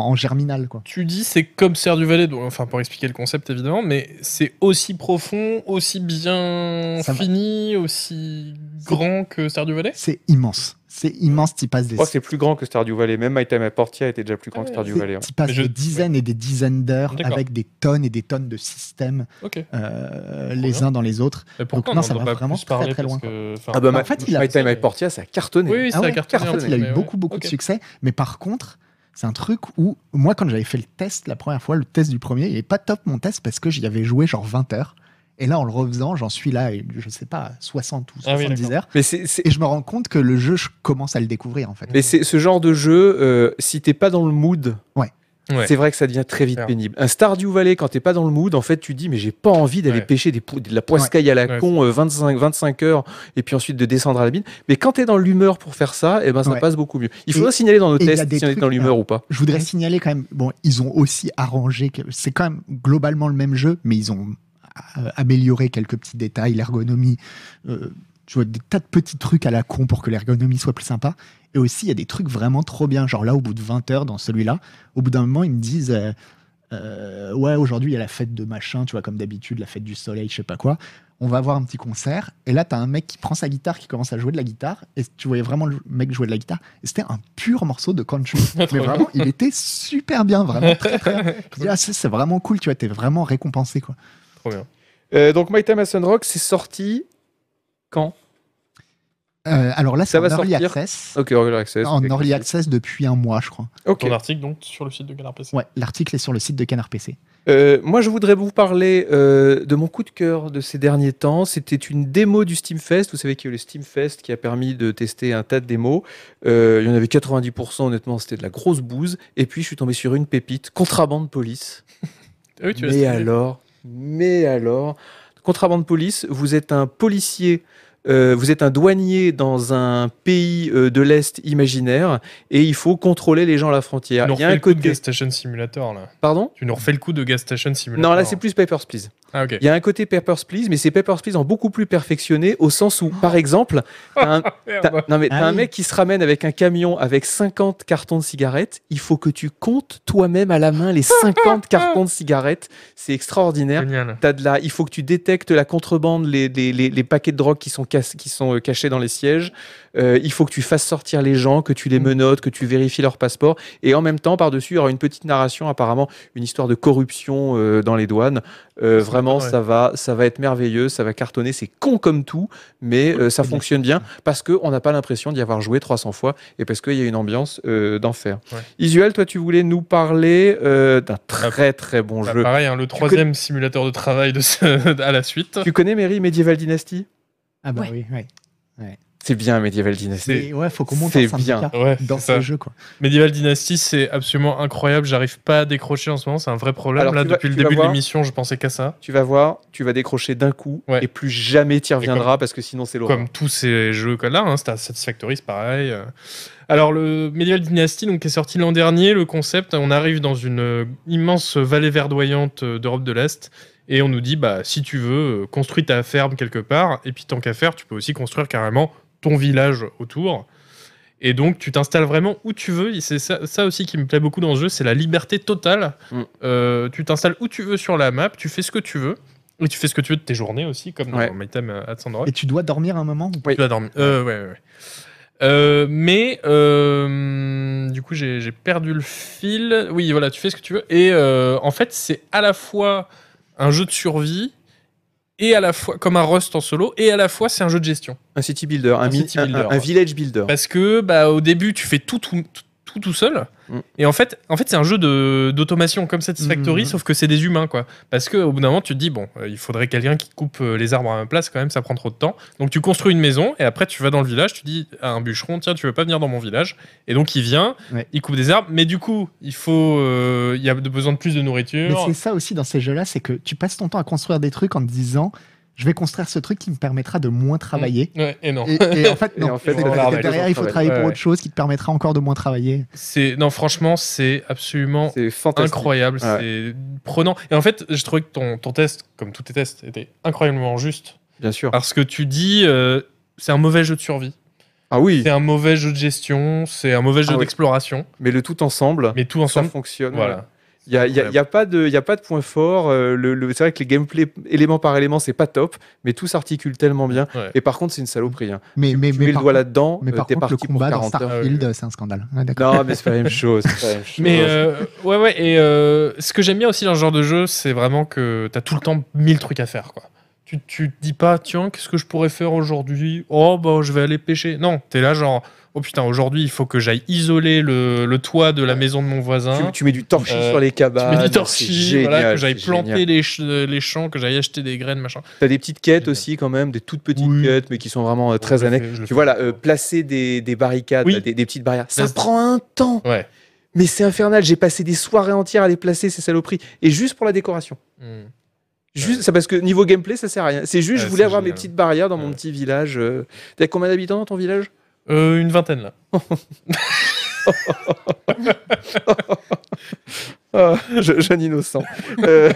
S3: en- en germinal, quoi.
S4: tu dis c'est comme Serre du Valais, donc- enfin pour expliquer le concept évidemment, mais c'est aussi profond, aussi bien
S3: Ça va.
S4: fini, aussi grand que Serre du Valais
S3: C'est immense. C'est immense, tu passes des,
S1: Je crois que Oh, c'est plus grand que Stardew Valley. Même My Time at Portia était déjà plus grand
S4: Ah
S1: que
S4: ouais.
S1: Stardew
S3: c'est-
S1: Valley. hein.
S3: t'y passes
S4: Mais je-
S3: des dizaines et des dizaines d'heures
S4: D'accord.
S3: avec des tonnes et des tonnes de systèmes
S4: Ok.
S3: euh,
S4: Trop
S3: les
S4: bien.
S3: uns dans les autres.
S4: Mais pourquoi
S3: non,
S4: Euh, on
S3: ça
S4: n'en
S3: va
S4: a pas
S3: vraiment
S4: plus parler
S3: très, très
S4: parce
S3: loin,
S4: que, enfin,
S1: Ah bah,
S3: en fait, il a-
S1: My Time
S4: c'est-
S1: at Portia, ça a cartonné.
S4: Oui, oui, ça
S3: Ah
S4: a
S3: ouais,
S4: cartonné.
S3: en fait, il a
S4: mais
S3: eu
S4: ouais.
S3: beaucoup, beaucoup
S4: Ok.
S3: de succès. Mais par contre, c'est un truc où, moi, quand j'avais fait le test la première fois, le test du premier, il est pas top mon test parce que j'y avais joué genre 20 heures. Et là, en le refaisant, j'en suis là, je sais pas, 60 ou
S4: Ah oui,
S3: 70
S4: d'accord.
S3: heures.
S1: Mais c'est- c'est
S3: Et je me rends compte que le jeu, je commence à le découvrir en fait.
S1: Mais c'est ce genre de jeu, euh, si t'es pas dans le mood,
S3: Ouais.
S4: Ouais.
S1: c'est vrai que ça devient très vite
S4: Clair.
S1: pénible. Un Stardew Valley, quand t'es pas dans le mood, en fait, tu dis, mais j'ai pas envie d'aller
S4: Ouais.
S1: pêcher des, pou- de la poiscaille à la
S4: Ouais.
S1: con euh, 25, 25 heures et puis ensuite de descendre à la mine. Mais quand t'es dans l'humeur pour faire ça, eh ben, ça
S3: Ouais.
S1: passe beaucoup mieux. Il
S3: Et-
S1: faudra signaler dans nos
S3: et il y a
S1: tests
S3: des
S1: si on est
S3: trucs-
S1: dans l'humeur ou pas.
S3: Je voudrais signaler quand même, bon, ils ont aussi arrangé, que- c'est quand même globalement le même jeu, mais ils ont euh, amélioré quelques petits détails, l'ergonomie, euh, tu vois, des tas de petits trucs à la con pour que l'ergonomie soit plus sympa. Et aussi, il y a des trucs vraiment trop bien. Genre là, au bout de 20 heures dans celui-là, au bout d'un moment, ils me disent euh, euh, Ouais, aujourd'hui, il y a la fête de machin, tu vois, comme d'habitude, la fête du soleil, je sais pas quoi. On va voir un petit concert. Et là, t'as un mec qui prend sa guitare, qui commence à jouer de la guitare. Et tu voyais vraiment le mec jouer de la guitare. Et c'était un pur morceau de country. Mais
S4: bien.
S3: vraiment, il était super bien, vraiment très très bien. Je dis, Ah, ça, c'est vraiment cool, tu vois, t'es vraiment récompensé, quoi.
S4: Trop bien.
S1: Euh, donc, My Time at Sunrock, c'est sorti quand
S3: Euh, alors là,
S1: Ça
S3: c'est en
S1: va
S3: early
S1: sortir
S3: access.
S1: Ok, Early Access.
S3: En
S1: ok.
S3: early access depuis un mois, je crois.
S1: Ok.
S4: Ton article donc sur le site de Canard PC.
S3: Ouais, l'article est sur le site de Canard PC.
S1: Euh, moi, je voudrais vous parler euh, de mon coup de cœur de ces derniers temps. C'était une démo du Steam Fest. Vous savez qu'il y a eu le Steam Fest qui a permis de tester un tas de démos. Euh, il y en avait 90%, honnêtement, c'était de la grosse bouse. Et puis, je suis tombé sur une pépite, Contrabande Police.
S4: Ah oui, tu l'as
S1: mais
S4: cité.
S1: alors, mais alors, Contrabande Police, vous êtes un policier. euh, vous êtes un douanier dans un pays euh, de l'Est imaginaire et il faut contrôler les gens à la
S4: Tu
S1: frontière.
S4: nous
S1: Il y a
S4: refais
S1: un
S4: le coup de
S1: côté.
S4: Gas Station Simulator là.
S1: Pardon
S4: Tu nous refais le coup de Gas Station Simulator.
S1: Non, là c'est plus Papers, Please.
S4: Ah ok.
S1: Il y a un côté Papers, Please, mais c'est Papers, Please en beaucoup plus perfectionné, au sens où, par exemple, t'as un,
S4: Merde.
S1: t'as- non, mais t'as
S3: Ah
S1: un
S3: oui.
S1: mec qui se ramène avec un camion avec 50 cartons de cigarettes, il faut que tu comptes toi-même à la main les 50 cartons de cigarettes, c'est extraordinaire.
S4: Génial.
S1: T'as de la, il faut que tu détectes la contrebande, les, les- les- les paquets de drogue qui sont, cass- qui sont euh, cachés dans les sièges. Euh, il faut que tu fasses sortir les gens, que tu
S4: Mm.
S1: les menottes, que tu vérifies leur passeport. Et en même temps, par-dessus, il y aura une petite narration, apparemment, une histoire de corruption euh, dans les douanes. Euh,
S4: C'est
S1: vraiment,
S4: sympa, ouais.
S1: ça, va, ça va être merveilleux, ça va cartonner. C'est con comme tout, mais euh, ça
S3: Cool.
S1: fonctionne bien parce qu'on n'a pas l'impression d'y avoir joué 300 fois et parce qu'il y a une ambiance euh, d'enfer.
S4: Ouais.
S1: Isuel, toi, tu voulais nous parler euh, d'un très très bon
S4: Bah,
S1: jeu.
S4: pareil, hein, le troisième simulateur de travail de ce- à la suite.
S1: Tu connais Mary Medieval Dynasty
S3: Ah bah
S2: Ouais.
S3: oui, ouais.
S1: C'est bien Medieval Dynasty.
S3: Et ouais, faut qu'on monte
S1: c'est
S3: un syndicat
S4: Ouais,
S3: dans
S4: c'est ça.
S3: ce jeu, quoi.
S4: Medieval Dynasty, c'est absolument incroyable. J'arrive pas à décrocher en ce moment. C'est un vrai problème.
S1: Alors,
S4: Là,
S1: tu vas-
S4: depuis le
S1: tu vas
S4: début de
S1: voir.
S4: l'émission, je pensais qu'à ça.
S1: Tu vas voir, tu vas décrocher d'un coup
S4: Ouais.
S1: et plus jamais t'y reviendras parce que sinon c'est l'horreur.
S4: Comme tous ces jeux que là, hein, c'est à Satisfactory, c'est pareil. euh. Alors, le Medieval Dynasty, donc, qui est sorti l'an dernier, le concept, on arrive dans une euh, immense vallée verdoyante euh, d'Europe de l'Est. Et on nous dit, bah, si tu veux, euh, construis ta ferme quelque part. Et puis, tant qu'à faire, tu peux aussi construire carrément ton village autour. Et donc, tu t'installes vraiment où tu veux. Et C'est ça, ça aussi qui me plaît beaucoup dans ce jeu, c'est la liberté totale.
S1: Mm.
S4: Euh, tu t'installes où tu veux sur la map, tu fais ce que tu veux. Et tu fais ce que tu veux de tes journées aussi, comme
S1: Ouais.
S4: dans euh, My Time at Sandrock.
S3: Et tu dois dormir un moment ou-
S1: Oui.
S4: Tu vas dormir. Euh, ouais, ouais, ouais. Euh, mais euh, du coup, j'ai j'ai perdu le fil. Oui, voilà, tu fais ce que tu veux. Et euh, en fait, c'est à la fois un jeu de survie et à la fois comme un Rust en solo et à la fois c'est un jeu de gestion.
S1: Un city builder, un,
S4: Un
S1: mi-
S4: city
S1: un-
S4: builder,
S1: un- un
S4: ouais.
S1: village builder.
S4: Parce que bah, au début, tu fais tout tout, tout, tout, tout seul.
S1: Mm.
S4: Et en fait, en fait c'est un jeu de- d'automation comme Satisfactory,
S3: Mm.
S4: sauf que c'est des humains. quoi. Parce qu'au bout d'un moment, tu te dis, bon, euh, il faudrait quelqu'un qui coupe euh, les arbres à la place, quand même, ça prend trop de temps. Donc tu construis une maison, et après tu vas dans le village, tu dis à un bûcheron, tiens, tu veux pas venir dans mon village Et donc il vient,
S3: Ouais.
S4: il coupe des arbres, mais du coup, il faut, euh, il y a besoin de plus de
S3: Mais
S4: nourriture.
S3: c'est ça aussi dans ces jeux-là, c'est que tu passes ton temps à construire des trucs en te disant je vais construire ce truc qui me permettra de moins travailler.
S4: Ouais, et non.
S3: Et, et en fait,
S1: Et
S3: non.
S1: en fait,
S3: C'est-
S4: on
S3: c'est-
S4: l'arrête.
S3: derrière, il faut
S1: Ouais.
S3: travailler pour
S4: Ouais.
S3: autre chose qui te permettra encore de moins travailler.
S4: C'est- non, franchement, c'est absolument
S1: C'est fantastique.
S4: incroyable,
S1: Ouais.
S4: c'est prenant. Et en fait, j'ai trouvé que ton, ton test, comme tous tes tests, était incroyablement juste.
S1: Bien sûr.
S4: Parce que tu dis, euh, c'est un mauvais jeu de survie.
S1: Ah oui,
S4: C'est un mauvais jeu de gestion, c'est un mauvais jeu
S1: Ah oui.
S4: d'exploration,
S1: mais le tout ensemble,
S4: mais tout
S1: ça
S4: ensemble,
S1: fonctionne.
S4: voilà.
S1: Il n'y a, y a- y a pas de, y a pas de point fort. euh, le, le- c'est vrai que les gameplay élément par élément, c'est pas top, mais tout s'articule tellement bien.
S4: Ouais.
S1: Et par contre, c'est une saloperie. Hein.
S3: Mais, mais,
S1: tu
S3: mais
S1: mets le
S3: par
S1: doigt
S3: contre-
S1: là-dedans,
S3: mais
S1: euh,
S3: par
S1: t'es
S3: contre, le
S1: parti pour
S3: combat dans
S1: 40 heures.
S4: Ah
S3: Starfield, c'est un scandale. Ouais, d'accord.
S1: Non, mais c'est pas la même chose. c'est pas la même chose.
S4: Mais euh, ouais, ouais, et euh, ce que j'aime bien aussi dans ce genre de jeu, c'est vraiment que t'as tout le temps mille trucs à faire, quoi. Tu, tu te dis pas, tiens, qu'est-ce que je pourrais faire aujourd'hui Oh, bah, je vais aller pêcher. Non, t'es là, genre, oh putain, aujourd'hui, il faut que j'aille isoler le, le toit de la maison de mon voisin.
S1: tu, tu mets du torchis
S4: Euh,
S1: sur les cabanes.
S4: Tu mets du
S1: c'est
S4: torchis, voilà,
S1: génial,
S4: que j'aille
S1: c'est
S4: planter
S1: génial.
S4: les, ch- euh, les champs, que j'aille acheter des graines, machin.
S1: T'as des petites quêtes
S4: Génial.
S1: aussi, quand même, des toutes petites
S4: Oui.
S1: quêtes, mais qui sont vraiment euh, très
S4: Je le
S1: années.
S4: fais, je le
S1: Tu
S4: fais.
S1: vois, là, euh, placer des, des barricades,
S4: Oui.
S1: là, des, des petites barrières, ça
S4: Place-
S1: prend un temps.
S4: Ouais.
S1: Mais c'est infernal. J'ai passé des soirées entières à les placer, ces saloperies. Et juste pour la décoration.
S4: Mm.
S1: Juste, ça parce que niveau gameplay, ça sert à rien. C'est juste,
S4: Ouais,
S1: je voulais
S4: c'est
S1: avoir mes
S4: génial.
S1: petites barrières dans mon
S4: Ouais.
S1: petit village. euh. T'as combien d'habitants dans ton village
S4: Euh, une vingtaine, là.
S1: Ah, je- Jeune innocent. Euh,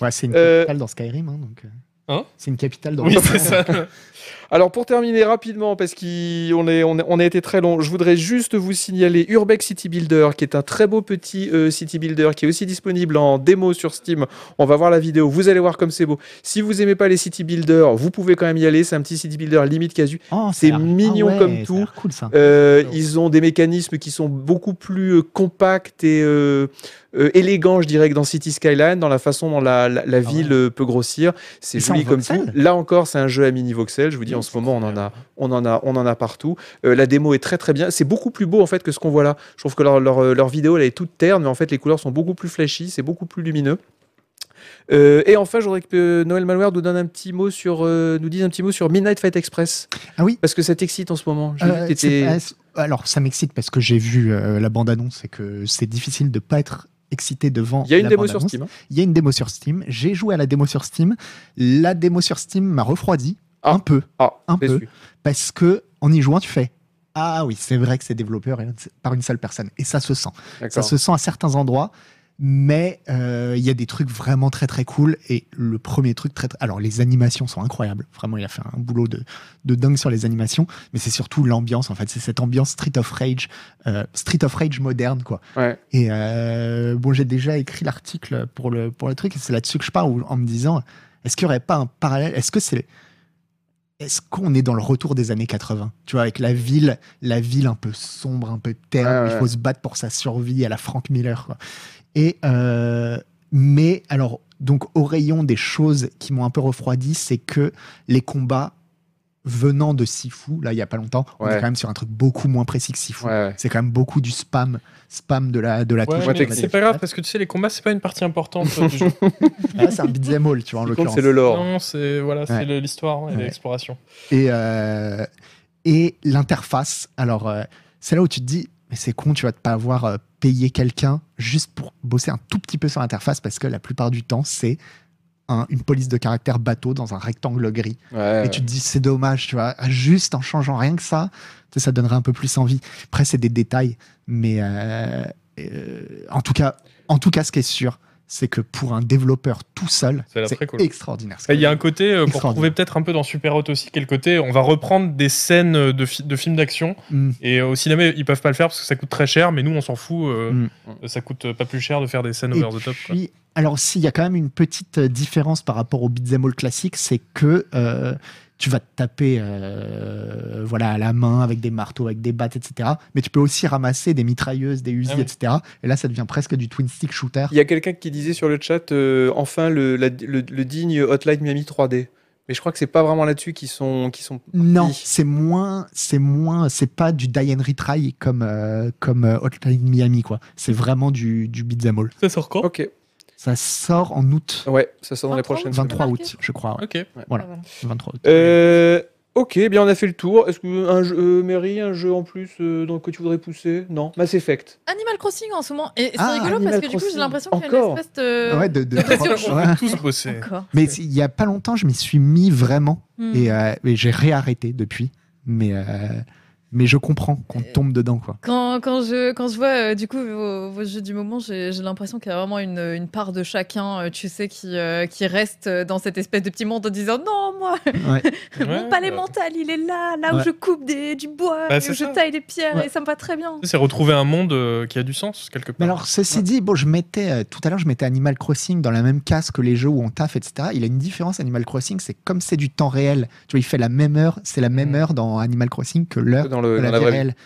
S3: Ouais, c'est une
S1: Euh,
S3: capitale dans Skyrim. hein, donc, euh,
S4: Hein
S3: c'est une capitale dans
S4: Oui, c'est
S3: Skyrim.
S4: ça.
S1: alors pour terminer rapidement, parce qu'on est, on est- on a été très long, je voudrais juste vous signaler Urbex City Builder, qui est un très beau petit euh, city builder, qui est aussi disponible en démo sur Steam. On va voir la vidéo, vous allez voir comme c'est beau. Si vous aimez pas les city builders, vous pouvez quand même y aller. C'est un petit city builder limite casu.
S3: Oh,
S1: C'est
S3: ça a l'air-
S1: mignon
S3: ah ouais,
S1: comme
S3: ça a
S1: tout.
S3: l'air cool ça.
S1: Euh,
S4: Ouais.
S1: ils ont des mécanismes qui sont beaucoup plus euh, compacts et euh, euh, élégants, je dirais, que dans City Skyline, dans la façon dont la,
S3: Ah
S1: la- la ville euh, peut grossir. C'est
S3: Mais c'est en
S1: joli comme tout.
S3: voxel
S1: Là encore, c'est un jeu à mini voxel. Je vous dis, en ce moment, on en a, on en a, on en a partout. Euh, la démo est très très bien. C'est beaucoup plus beau en fait que ce qu'on voit là. Je trouve que leur, leur, euh, leur vidéo elle est toute terne, mais en fait les couleurs sont beaucoup plus flashy, c'est beaucoup plus lumineux. Euh, et enfin, je voudrais que euh, Noël Malware nous donne un petit mot sur, euh, nous dise un petit mot sur Midnight Fight Express.
S3: Ah oui.
S1: Parce que ça t'excite en ce moment. J'ai vu que
S3: Euh,
S1: t'étais-
S3: c'est- ah, c'est- alors, ça m'excite parce que j'ai vu euh, la bande-annonce et que c'est difficile de pas être excité devant.
S1: Il y a une
S3: la
S1: démo sur
S3: bande-annonce.
S1: Steam. hein.
S3: Il y a une démo sur Steam. J'ai joué à la démo sur Steam. La démo sur Steam m'a refroidi
S1: Ah.
S3: un peu
S1: Ah,
S3: Un peu.
S1: déçu.
S3: parce que en y jouant, tu fais Ah oui, c'est vrai que c'est développé par une seule personne et ça se sent. Ça
S1: D'accord.
S3: se sent à certains endroits, mais euh, il y a des trucs vraiment très très cool. Et le premier truc, très, très- alors les animations sont incroyables. Vraiment, il a fait un boulot de, de dingue sur les animations, mais c'est surtout l'ambiance en fait. C'est cette ambiance Street of Rage, euh, Street of Rage moderne quoi.
S1: Ouais.
S3: Et euh, bon, j'ai déjà écrit l'article pour le, pour le truc, et c'est là-dessus que je pars où- en me disant est-ce qu'il n'y aurait pas un parallèle Est-ce que c'est. Est-ce qu'on est dans le retour des années 80 Tu vois, avec la ville, la ville un peu sombre, un peu terne,
S1: Ouais,
S3: où il
S1: ouais.
S3: faut se battre pour sa survie à la Frank Miller. quoi. Et euh, mais alors, donc au rayon des choses qui m'ont un peu refroidi, c'est que les combats venant de Sifu, là il y a pas longtemps, on
S1: Ouais.
S3: est quand même sur un truc beaucoup moins précis que Sifu.
S1: Ouais, ouais.
S3: C'est quand même beaucoup du spam, spam de la de la
S4: Ouais,
S3: touche.
S1: moi,
S4: mais
S1: t'excites.
S4: c'est pas grave parce que tu sais, les combats, c'est pas une partie importante euh, du jeu.
S3: Là, Ah, c'est un beat'em all, tu vois en
S1: Ce qui compte,
S3: l'occurrence.
S1: c'est le lore.
S4: Non, c'est voilà, c'est
S3: Ouais.
S4: le- l'histoire ouais, et
S3: Ouais.
S4: l'exploration.
S3: Et euh, et l'interface. Alors euh, c'est là où tu te dis mais c'est con, tu vas pas avoir euh, payé quelqu'un juste pour bosser un tout petit peu sur l'interface parce que la plupart du temps c'est un- une police de caractère bateau dans un rectangle gris.
S1: Ouais,
S4: Euh.
S3: Et
S1: ouais.
S3: tu te dis, c'est dommage, tu vois, juste en changeant rien que ça, tu sais, ça donnerait un peu plus envie. Après, c'est des détails, mais euh, euh, en, tout cas, en tout cas, ce qui est sûr, c'est que pour un développeur tout seul,
S4: Ça a l'air
S3: c'est
S4: très cool.
S3: extraordinaire. ce
S4: Et Il y a
S3: qu'il
S4: un côté euh, qu'on
S3: Extraordinaire.
S4: retrouvait peut-être un peu dans Super Hot aussi, quel côté on va reprendre des scènes euh, de, fi- de films d'action.
S3: Mm.
S4: Et euh, au cinéma, ils peuvent pas le faire parce que ça coûte très cher, mais nous, on s'en fout. euh,
S3: Mm.
S4: Ça coûte pas plus cher de faire des scènes
S3: Et
S4: over the top. quoi.
S3: puis, alors si, il y a quand même une petite euh, différence par rapport au beat'em all classique, c'est que euh, tu vas te taper euh, voilà, à la main avec des marteaux, avec des battes, etc. Mais tu peux aussi ramasser des mitrailleuses, des usines,
S4: oui.
S3: etc. Et là, ça devient presque du twin stick shooter.
S1: Il y a quelqu'un qui disait sur le chat, euh, enfin, le, la- le- le digne Hotline Miami 3D. Mais je crois que c'est pas vraiment là-dessus qu'ils sont, qu'ils sont.
S3: Non,
S1: Oui.
S3: c'est moins, c'est moins, c'est pas du die and retry comme euh, comme euh, Hotline Miami quoi. C'est vraiment du du beat'em all.
S4: Ça sort quand
S1: Ok.
S3: Ça sort en août,
S1: Ouais, ça sort dans les
S2: 23,
S1: prochaines. semaines.
S3: 23 août, je crois. ouais.
S4: Ok.
S3: Voilà,
S2: Ah, voilà.
S3: 23 août.
S1: Euh, ok, bien on a fait le tour. Est-ce que un jeu, euh, Mary, un jeu en plus euh, dans- que tu voudrais pousser Non. Mass Effect.
S2: Animal Crossing en ce moment. Et c'est
S3: Ah,
S2: rigolo
S1: Animal
S2: parce que du coup,
S1: Crossing.
S2: j'ai l'impression qu'il y a
S1: Encore.
S2: une espèce de.
S3: Ouais, de, de-
S4: On
S3: Ouais.
S4: va tous bosser.
S2: Encore.
S3: Mais c'est- il y a pas longtemps, je m'y suis mis vraiment
S2: Hmm.
S3: et, euh, et j'ai réarrêté depuis. Mais euh, mais je comprends qu'on tombe dedans, quoi.
S2: Quand, quand, je, quand je vois euh, du coup vos, vos jeux du moment, j'ai j'ai l'impression qu'il y a vraiment une, une part de chacun, euh, tu sais, qui, euh, qui reste dans cette espèce de petit monde en disant non, moi,
S3: Ouais.
S2: mon
S4: Ouais,
S2: palais
S4: bah,
S2: mental, il est là, là où
S3: Ouais.
S2: je coupe des, du bois,
S4: Bah,
S2: et
S4: c'est
S2: où je
S4: ça.
S2: taille des pierres,
S3: Ouais.
S2: et ça me va très bien.
S4: C'est retrouver un monde euh, qui a du sens, quelque
S3: Mais
S4: part.
S3: alors, ceci dit, bon, je mettais euh, tout à l'heure, je mettais Animal Crossing dans la même case que les jeux où on taffe, etc. Il y a une différence. Animal Crossing, c'est comme c'est du temps réel. Tu vois, il fait la même heure, c'est la même
S4: Mm.
S3: heure dans Animal Crossing que l'heure
S5: Dans,
S3: de
S5: le, dans
S3: la,
S5: la
S3: vie
S5: vraie vie.
S3: réelle.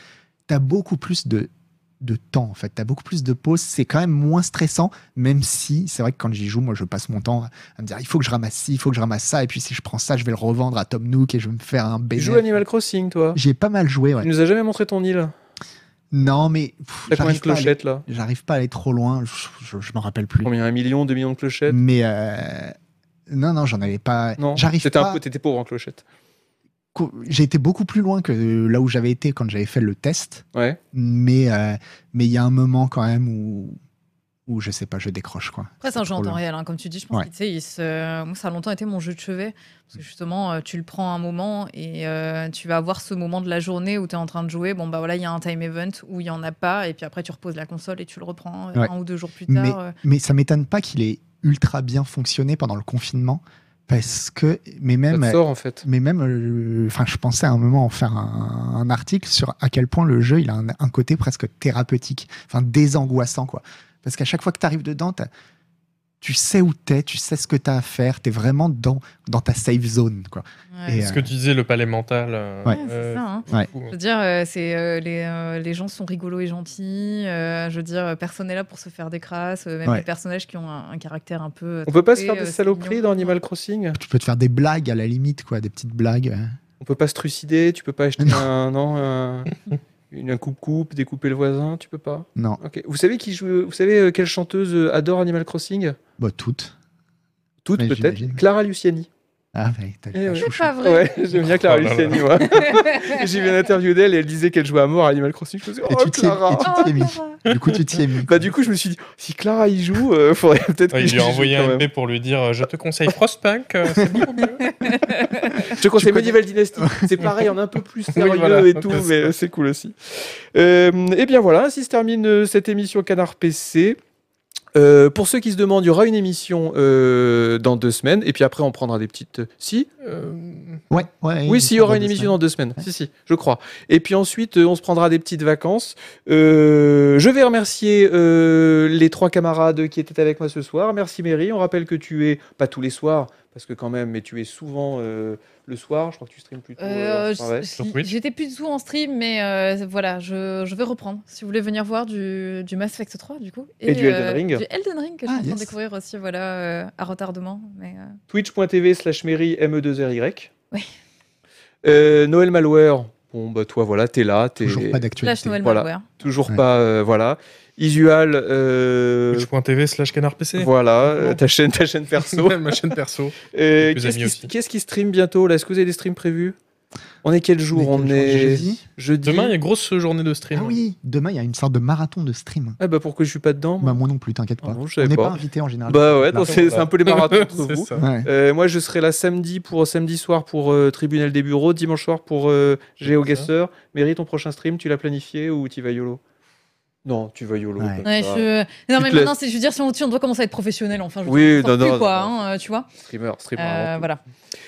S3: T'as beaucoup plus de de temps en fait, t'as beaucoup plus de pauses, c'est quand même moins stressant, même si c'est vrai que quand j'y joue, moi je passe mon temps à me dire il faut que je ramasse ci, il faut que je ramasse ça, et puis si je prends ça, je vais le revendre à Tom Nook et je vais me faire un
S5: Tu
S3: bénéfice.
S5: joues à Animal Crossing, toi
S3: J'ai pas mal joué, ouais.
S5: Tu nous as jamais montré ton île.
S3: Non mais pff,
S5: T'as combien de
S3: j'arrive pas à aller-
S5: clochettes là
S3: j'arrive pas à aller trop loin, je, je, je m'en rappelle plus.
S5: Combien Un million, deux millions de clochettes
S3: Mais euh, non, non, j'en avais pas.
S5: Non,
S3: J'arrive
S5: T'étais un
S3: pas.
S5: peu- T'étais pauvre en clochettes.
S3: co- J'ai été beaucoup plus loin que là où j'avais été quand j'avais fait le test.
S5: Ouais.
S3: Mais euh, mais il y a un moment quand même où où je sais pas, je décroche quoi.
S2: Après, c'est un jeu en
S3: trop
S2: temps
S3: long.
S2: réel, hein, comme tu dis, je pense
S3: Ouais.
S2: que tu sais, il se... Moi, ça a longtemps été mon jeu de chevet, parce que justement, euh, tu le prends un moment et euh, tu vas avoir ce moment de la journée où tu es en train de jouer, bon, bah voilà, il y a un time event où il y en a pas, et puis après, tu reposes la console et tu le reprends euh,
S3: Ouais.
S2: un ou deux jours plus tard. euh.
S3: Mais ça m'étonne pas qu'il ait ultra bien fonctionné pendant le confinement parce que mais
S5: Ça
S3: même
S5: te sort en fait.
S3: mais même euh, enfin je pensais à un moment en faire un, un article sur à quel point le jeu il a un, un côté presque thérapeutique enfin désangoissant quoi parce qu'à chaque fois que tu arrives dedans t'as- tu sais où t'es tu sais ce que t'as à faire t'es vraiment dans dans ta safe zone quoi
S2: Ouais.
S3: Et, euh,
S4: Ce que tu disais, le palais mental. euh,
S3: Ouais.
S2: Ouais, c'est
S4: euh,
S2: ça, hein.
S3: Ouais.
S4: fou.
S2: Je veux dire, euh, c'est euh, les, euh, les gens sont rigolos et gentils. euh, je veux dire, euh, personne n'est là pour se faire des crasses. euh, même
S3: Ouais.
S2: les personnages qui ont un, un caractère un peu. euh,
S5: On peut pas se
S2: trempé,
S5: faire des
S2: euh, c'est
S5: saloperies
S2: mignon.
S5: dans Animal Crossing
S3: tu peux te faire des blagues à la limite quoi des petites blagues euh.
S5: On peut pas se trucider, tu peux pas acheter
S3: Non.
S5: un, non, un- une un coupe-coupe, découper le voisin, tu peux pas.
S3: non
S5: Ok. Vous savez qui joue, vous savez euh, quelle chanteuse euh, adore Animal Crossing
S3: bah toutes
S5: Toutes
S3: Mais
S5: peut-être.
S3: j'imagine.
S5: Clara Luciani.
S3: ah ouais, t'as-
S5: Eh ouais.
S2: C'est pas vrai.
S5: Ouais, j'aime bien Clara
S4: Oh là là.
S5: Luciani, moi. J'ai vu une interview d'elle et elle disait qu'elle jouait à mort à Animal Crossing. Je me suis dit,
S3: Et
S5: oh
S3: tu t'y es-
S5: Clara
S3: et tu
S2: Oh,
S3: t'y es mis.
S2: Clara.
S3: du coup tu t'y es mis
S5: Bah, du coup, je me suis dit, si Clara y joue, euh, faudrait peut-être
S4: Ouais,
S5: que
S4: il
S5: j'y
S4: lui a
S5: joue
S4: envoyé
S5: quand
S4: un
S5: même.
S4: MP pour lui dire euh, Je te conseille Frostpunk, euh, c'est beaucoup mieux.
S5: Je te conseille
S3: connais-
S5: Medieval Dynasty. C'est pareil, on est un peu plus sérieux
S4: voilà.
S5: et tout, mais euh, c'est cool aussi. Euh, et bien voilà, ainsi se termine euh, cette émission Canard PC. Euh, pour ceux qui se demandent, il y aura une émission euh, dans deux semaines, et puis après on prendra des petites. Si
S4: Euh,
S3: ouais ouais
S5: Oui, si, il y aura une émission dans deux semaines. Si, si, je crois. Et puis ensuite, euh, on se prendra des petites vacances. Euh, je vais remercier euh, les trois camarades qui étaient avec moi ce soir. Merci Mary. On rappelle que tu es, pas tous les soirs, parce que quand même, mais tu es souvent euh, le soir. Je crois que tu streams plutôt. euh,
S2: Euh,
S5: en soirée.
S2: je-
S4: sur
S2: si-
S4: Twitch.
S2: J'étais plus du tout en stream, mais euh, voilà, je, je vais reprendre. Si vous voulez venir voir du, du Mass Effect 3, du coup. euh,
S5: Et du Elden Ring.
S2: Du Elden Ring que je
S3: Ah,
S2: suis en train de
S3: yes.
S2: découvrir aussi, voilà, euh, à retardement. Mais, euh,
S5: Twitch.tv slash Mary E M2RY.
S2: Oui.
S5: Euh, Noël Malware. Bon, bah toi, voilà, t'es là. T'es...
S3: toujours pas d'actualité
S2: Flash Noël
S5: voilà.
S2: Malware.
S5: Toujours
S3: Ouais.
S5: pas, euh, voilà. Isual, euh,
S4: Twitch.tv slash canard PC.
S5: voilà, euh, ta chaîne, ta chaîne perso.
S4: Ma chaîne perso.
S5: Euh,
S4: Quelques
S5: Qu'est-ce
S4: amis
S5: qui,
S4: aussi.
S5: qu'est-ce qui stream bientôt là Est-ce que vous avez des streams prévus On est quel jour On est jeudi.
S3: jeudi
S4: Demain, il y a grosse journée de stream.
S3: Ah oui, demain il y a une sorte de marathon de stream.
S5: Ah bah pourquoi je suis pas dedans
S3: Bah
S5: moi
S3: moi non plus, t'inquiète
S5: Ah
S3: pas.
S5: non, je
S3: On
S5: savais
S3: n'est
S5: pas.
S3: pas invité en général.
S5: Bah ouais,
S3: Là.
S5: non, c'est c'est un peu les marathons entre
S4: C'est
S5: vous.
S4: ça.
S3: Ouais.
S5: Euh, moi, je serai là samedi pour samedi soir pour euh, Tribunal des Bureaux, dimanche soir pour euh, GeoGuessr. Mairie, ton prochain stream, tu l'as planifié ou tu vas YOLO Non, tu vas YOLO.
S3: Ouais.
S5: comme
S2: Ouais,
S5: ça.
S2: je... Non,
S5: Tu
S2: mais
S5: te
S2: maintenant, c'est- je veux dire, si on, tue, on doit commencer à être professionnel, enfin. Je veux
S5: Oui,
S2: dire, on
S5: non,
S2: sort plus,
S5: non,
S2: quoi,
S5: non.
S2: hein, euh, tu vois.
S5: Streamer, streamer. hein.
S2: Euh,
S5: avant tout.
S2: voilà.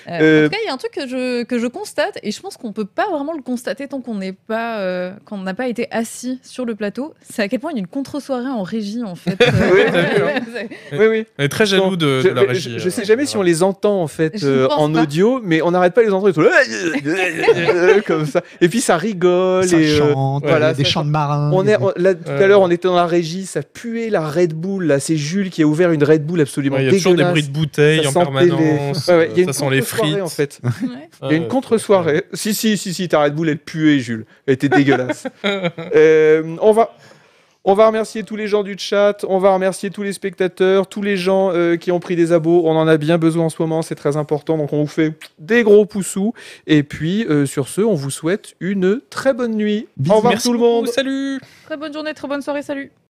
S2: Euh,
S5: Euh,
S2: En tout cas, il y a un truc que je, que je constate, et je pense qu'on peut pas vraiment le constater tant qu'on n'est pas euh, qu'on n'a pas été assis sur le plateau, c'est à quel point il y a une contre-soirée en régie en fait. Euh,
S5: Oui, t'as vu, hein.
S2: C'est-
S5: Oui, oui.
S4: On est très jaloux de,
S5: je,
S4: de la
S5: je-
S4: régie.
S5: Je,
S4: euh,
S5: sais jamais si on les entend en fait
S2: Je ne
S5: euh,
S2: pense
S5: en
S2: pas.
S5: audio, mais on n'arrête pas de les entendre ils sont comme ça. Et puis ça rigole.
S3: Ça
S5: et, euh,
S3: chante, il y a
S5: voilà,
S3: des
S5: ça
S3: chants de marins.
S5: On
S3: il y
S5: est,
S3: a des-
S5: on- là, tout à
S4: Euh.
S5: l'heure, on était dans la régie, ça puait la Red Bull. Là, c'est Jules qui a ouvert une Red Bull absolument
S4: Ouais, Il y a toujours des
S5: dégueulasse.
S4: bruits de bouteilles
S5: Ça
S4: en
S5: sentait les-
S4: permanence.
S5: Ouais, ouais, il y a
S4: euh,
S5: une
S4: Ça sent les
S5: contre-soirée,
S4: frites.
S5: en fait.
S2: Ouais.
S5: Il y a
S4: Euh,
S5: une contre-soirée. Si, si, si, si, ta Red Bull, elle puait, Jules. Elle était dégueulasse. Euh, on va. On va remercier tous les gens du chat, on va remercier tous les spectateurs, tous les gens euh, qui ont pris des abos. On en a bien besoin en ce moment, c'est très important. Donc on vous fait des gros poussous. Et puis euh, sur ce, on vous souhaite une très bonne nuit.
S3: Bisous.
S5: Au revoir
S4: Merci
S5: tout le
S4: beaucoup,
S5: monde.
S4: Salut
S2: Très bonne journée, très bonne soirée, salut.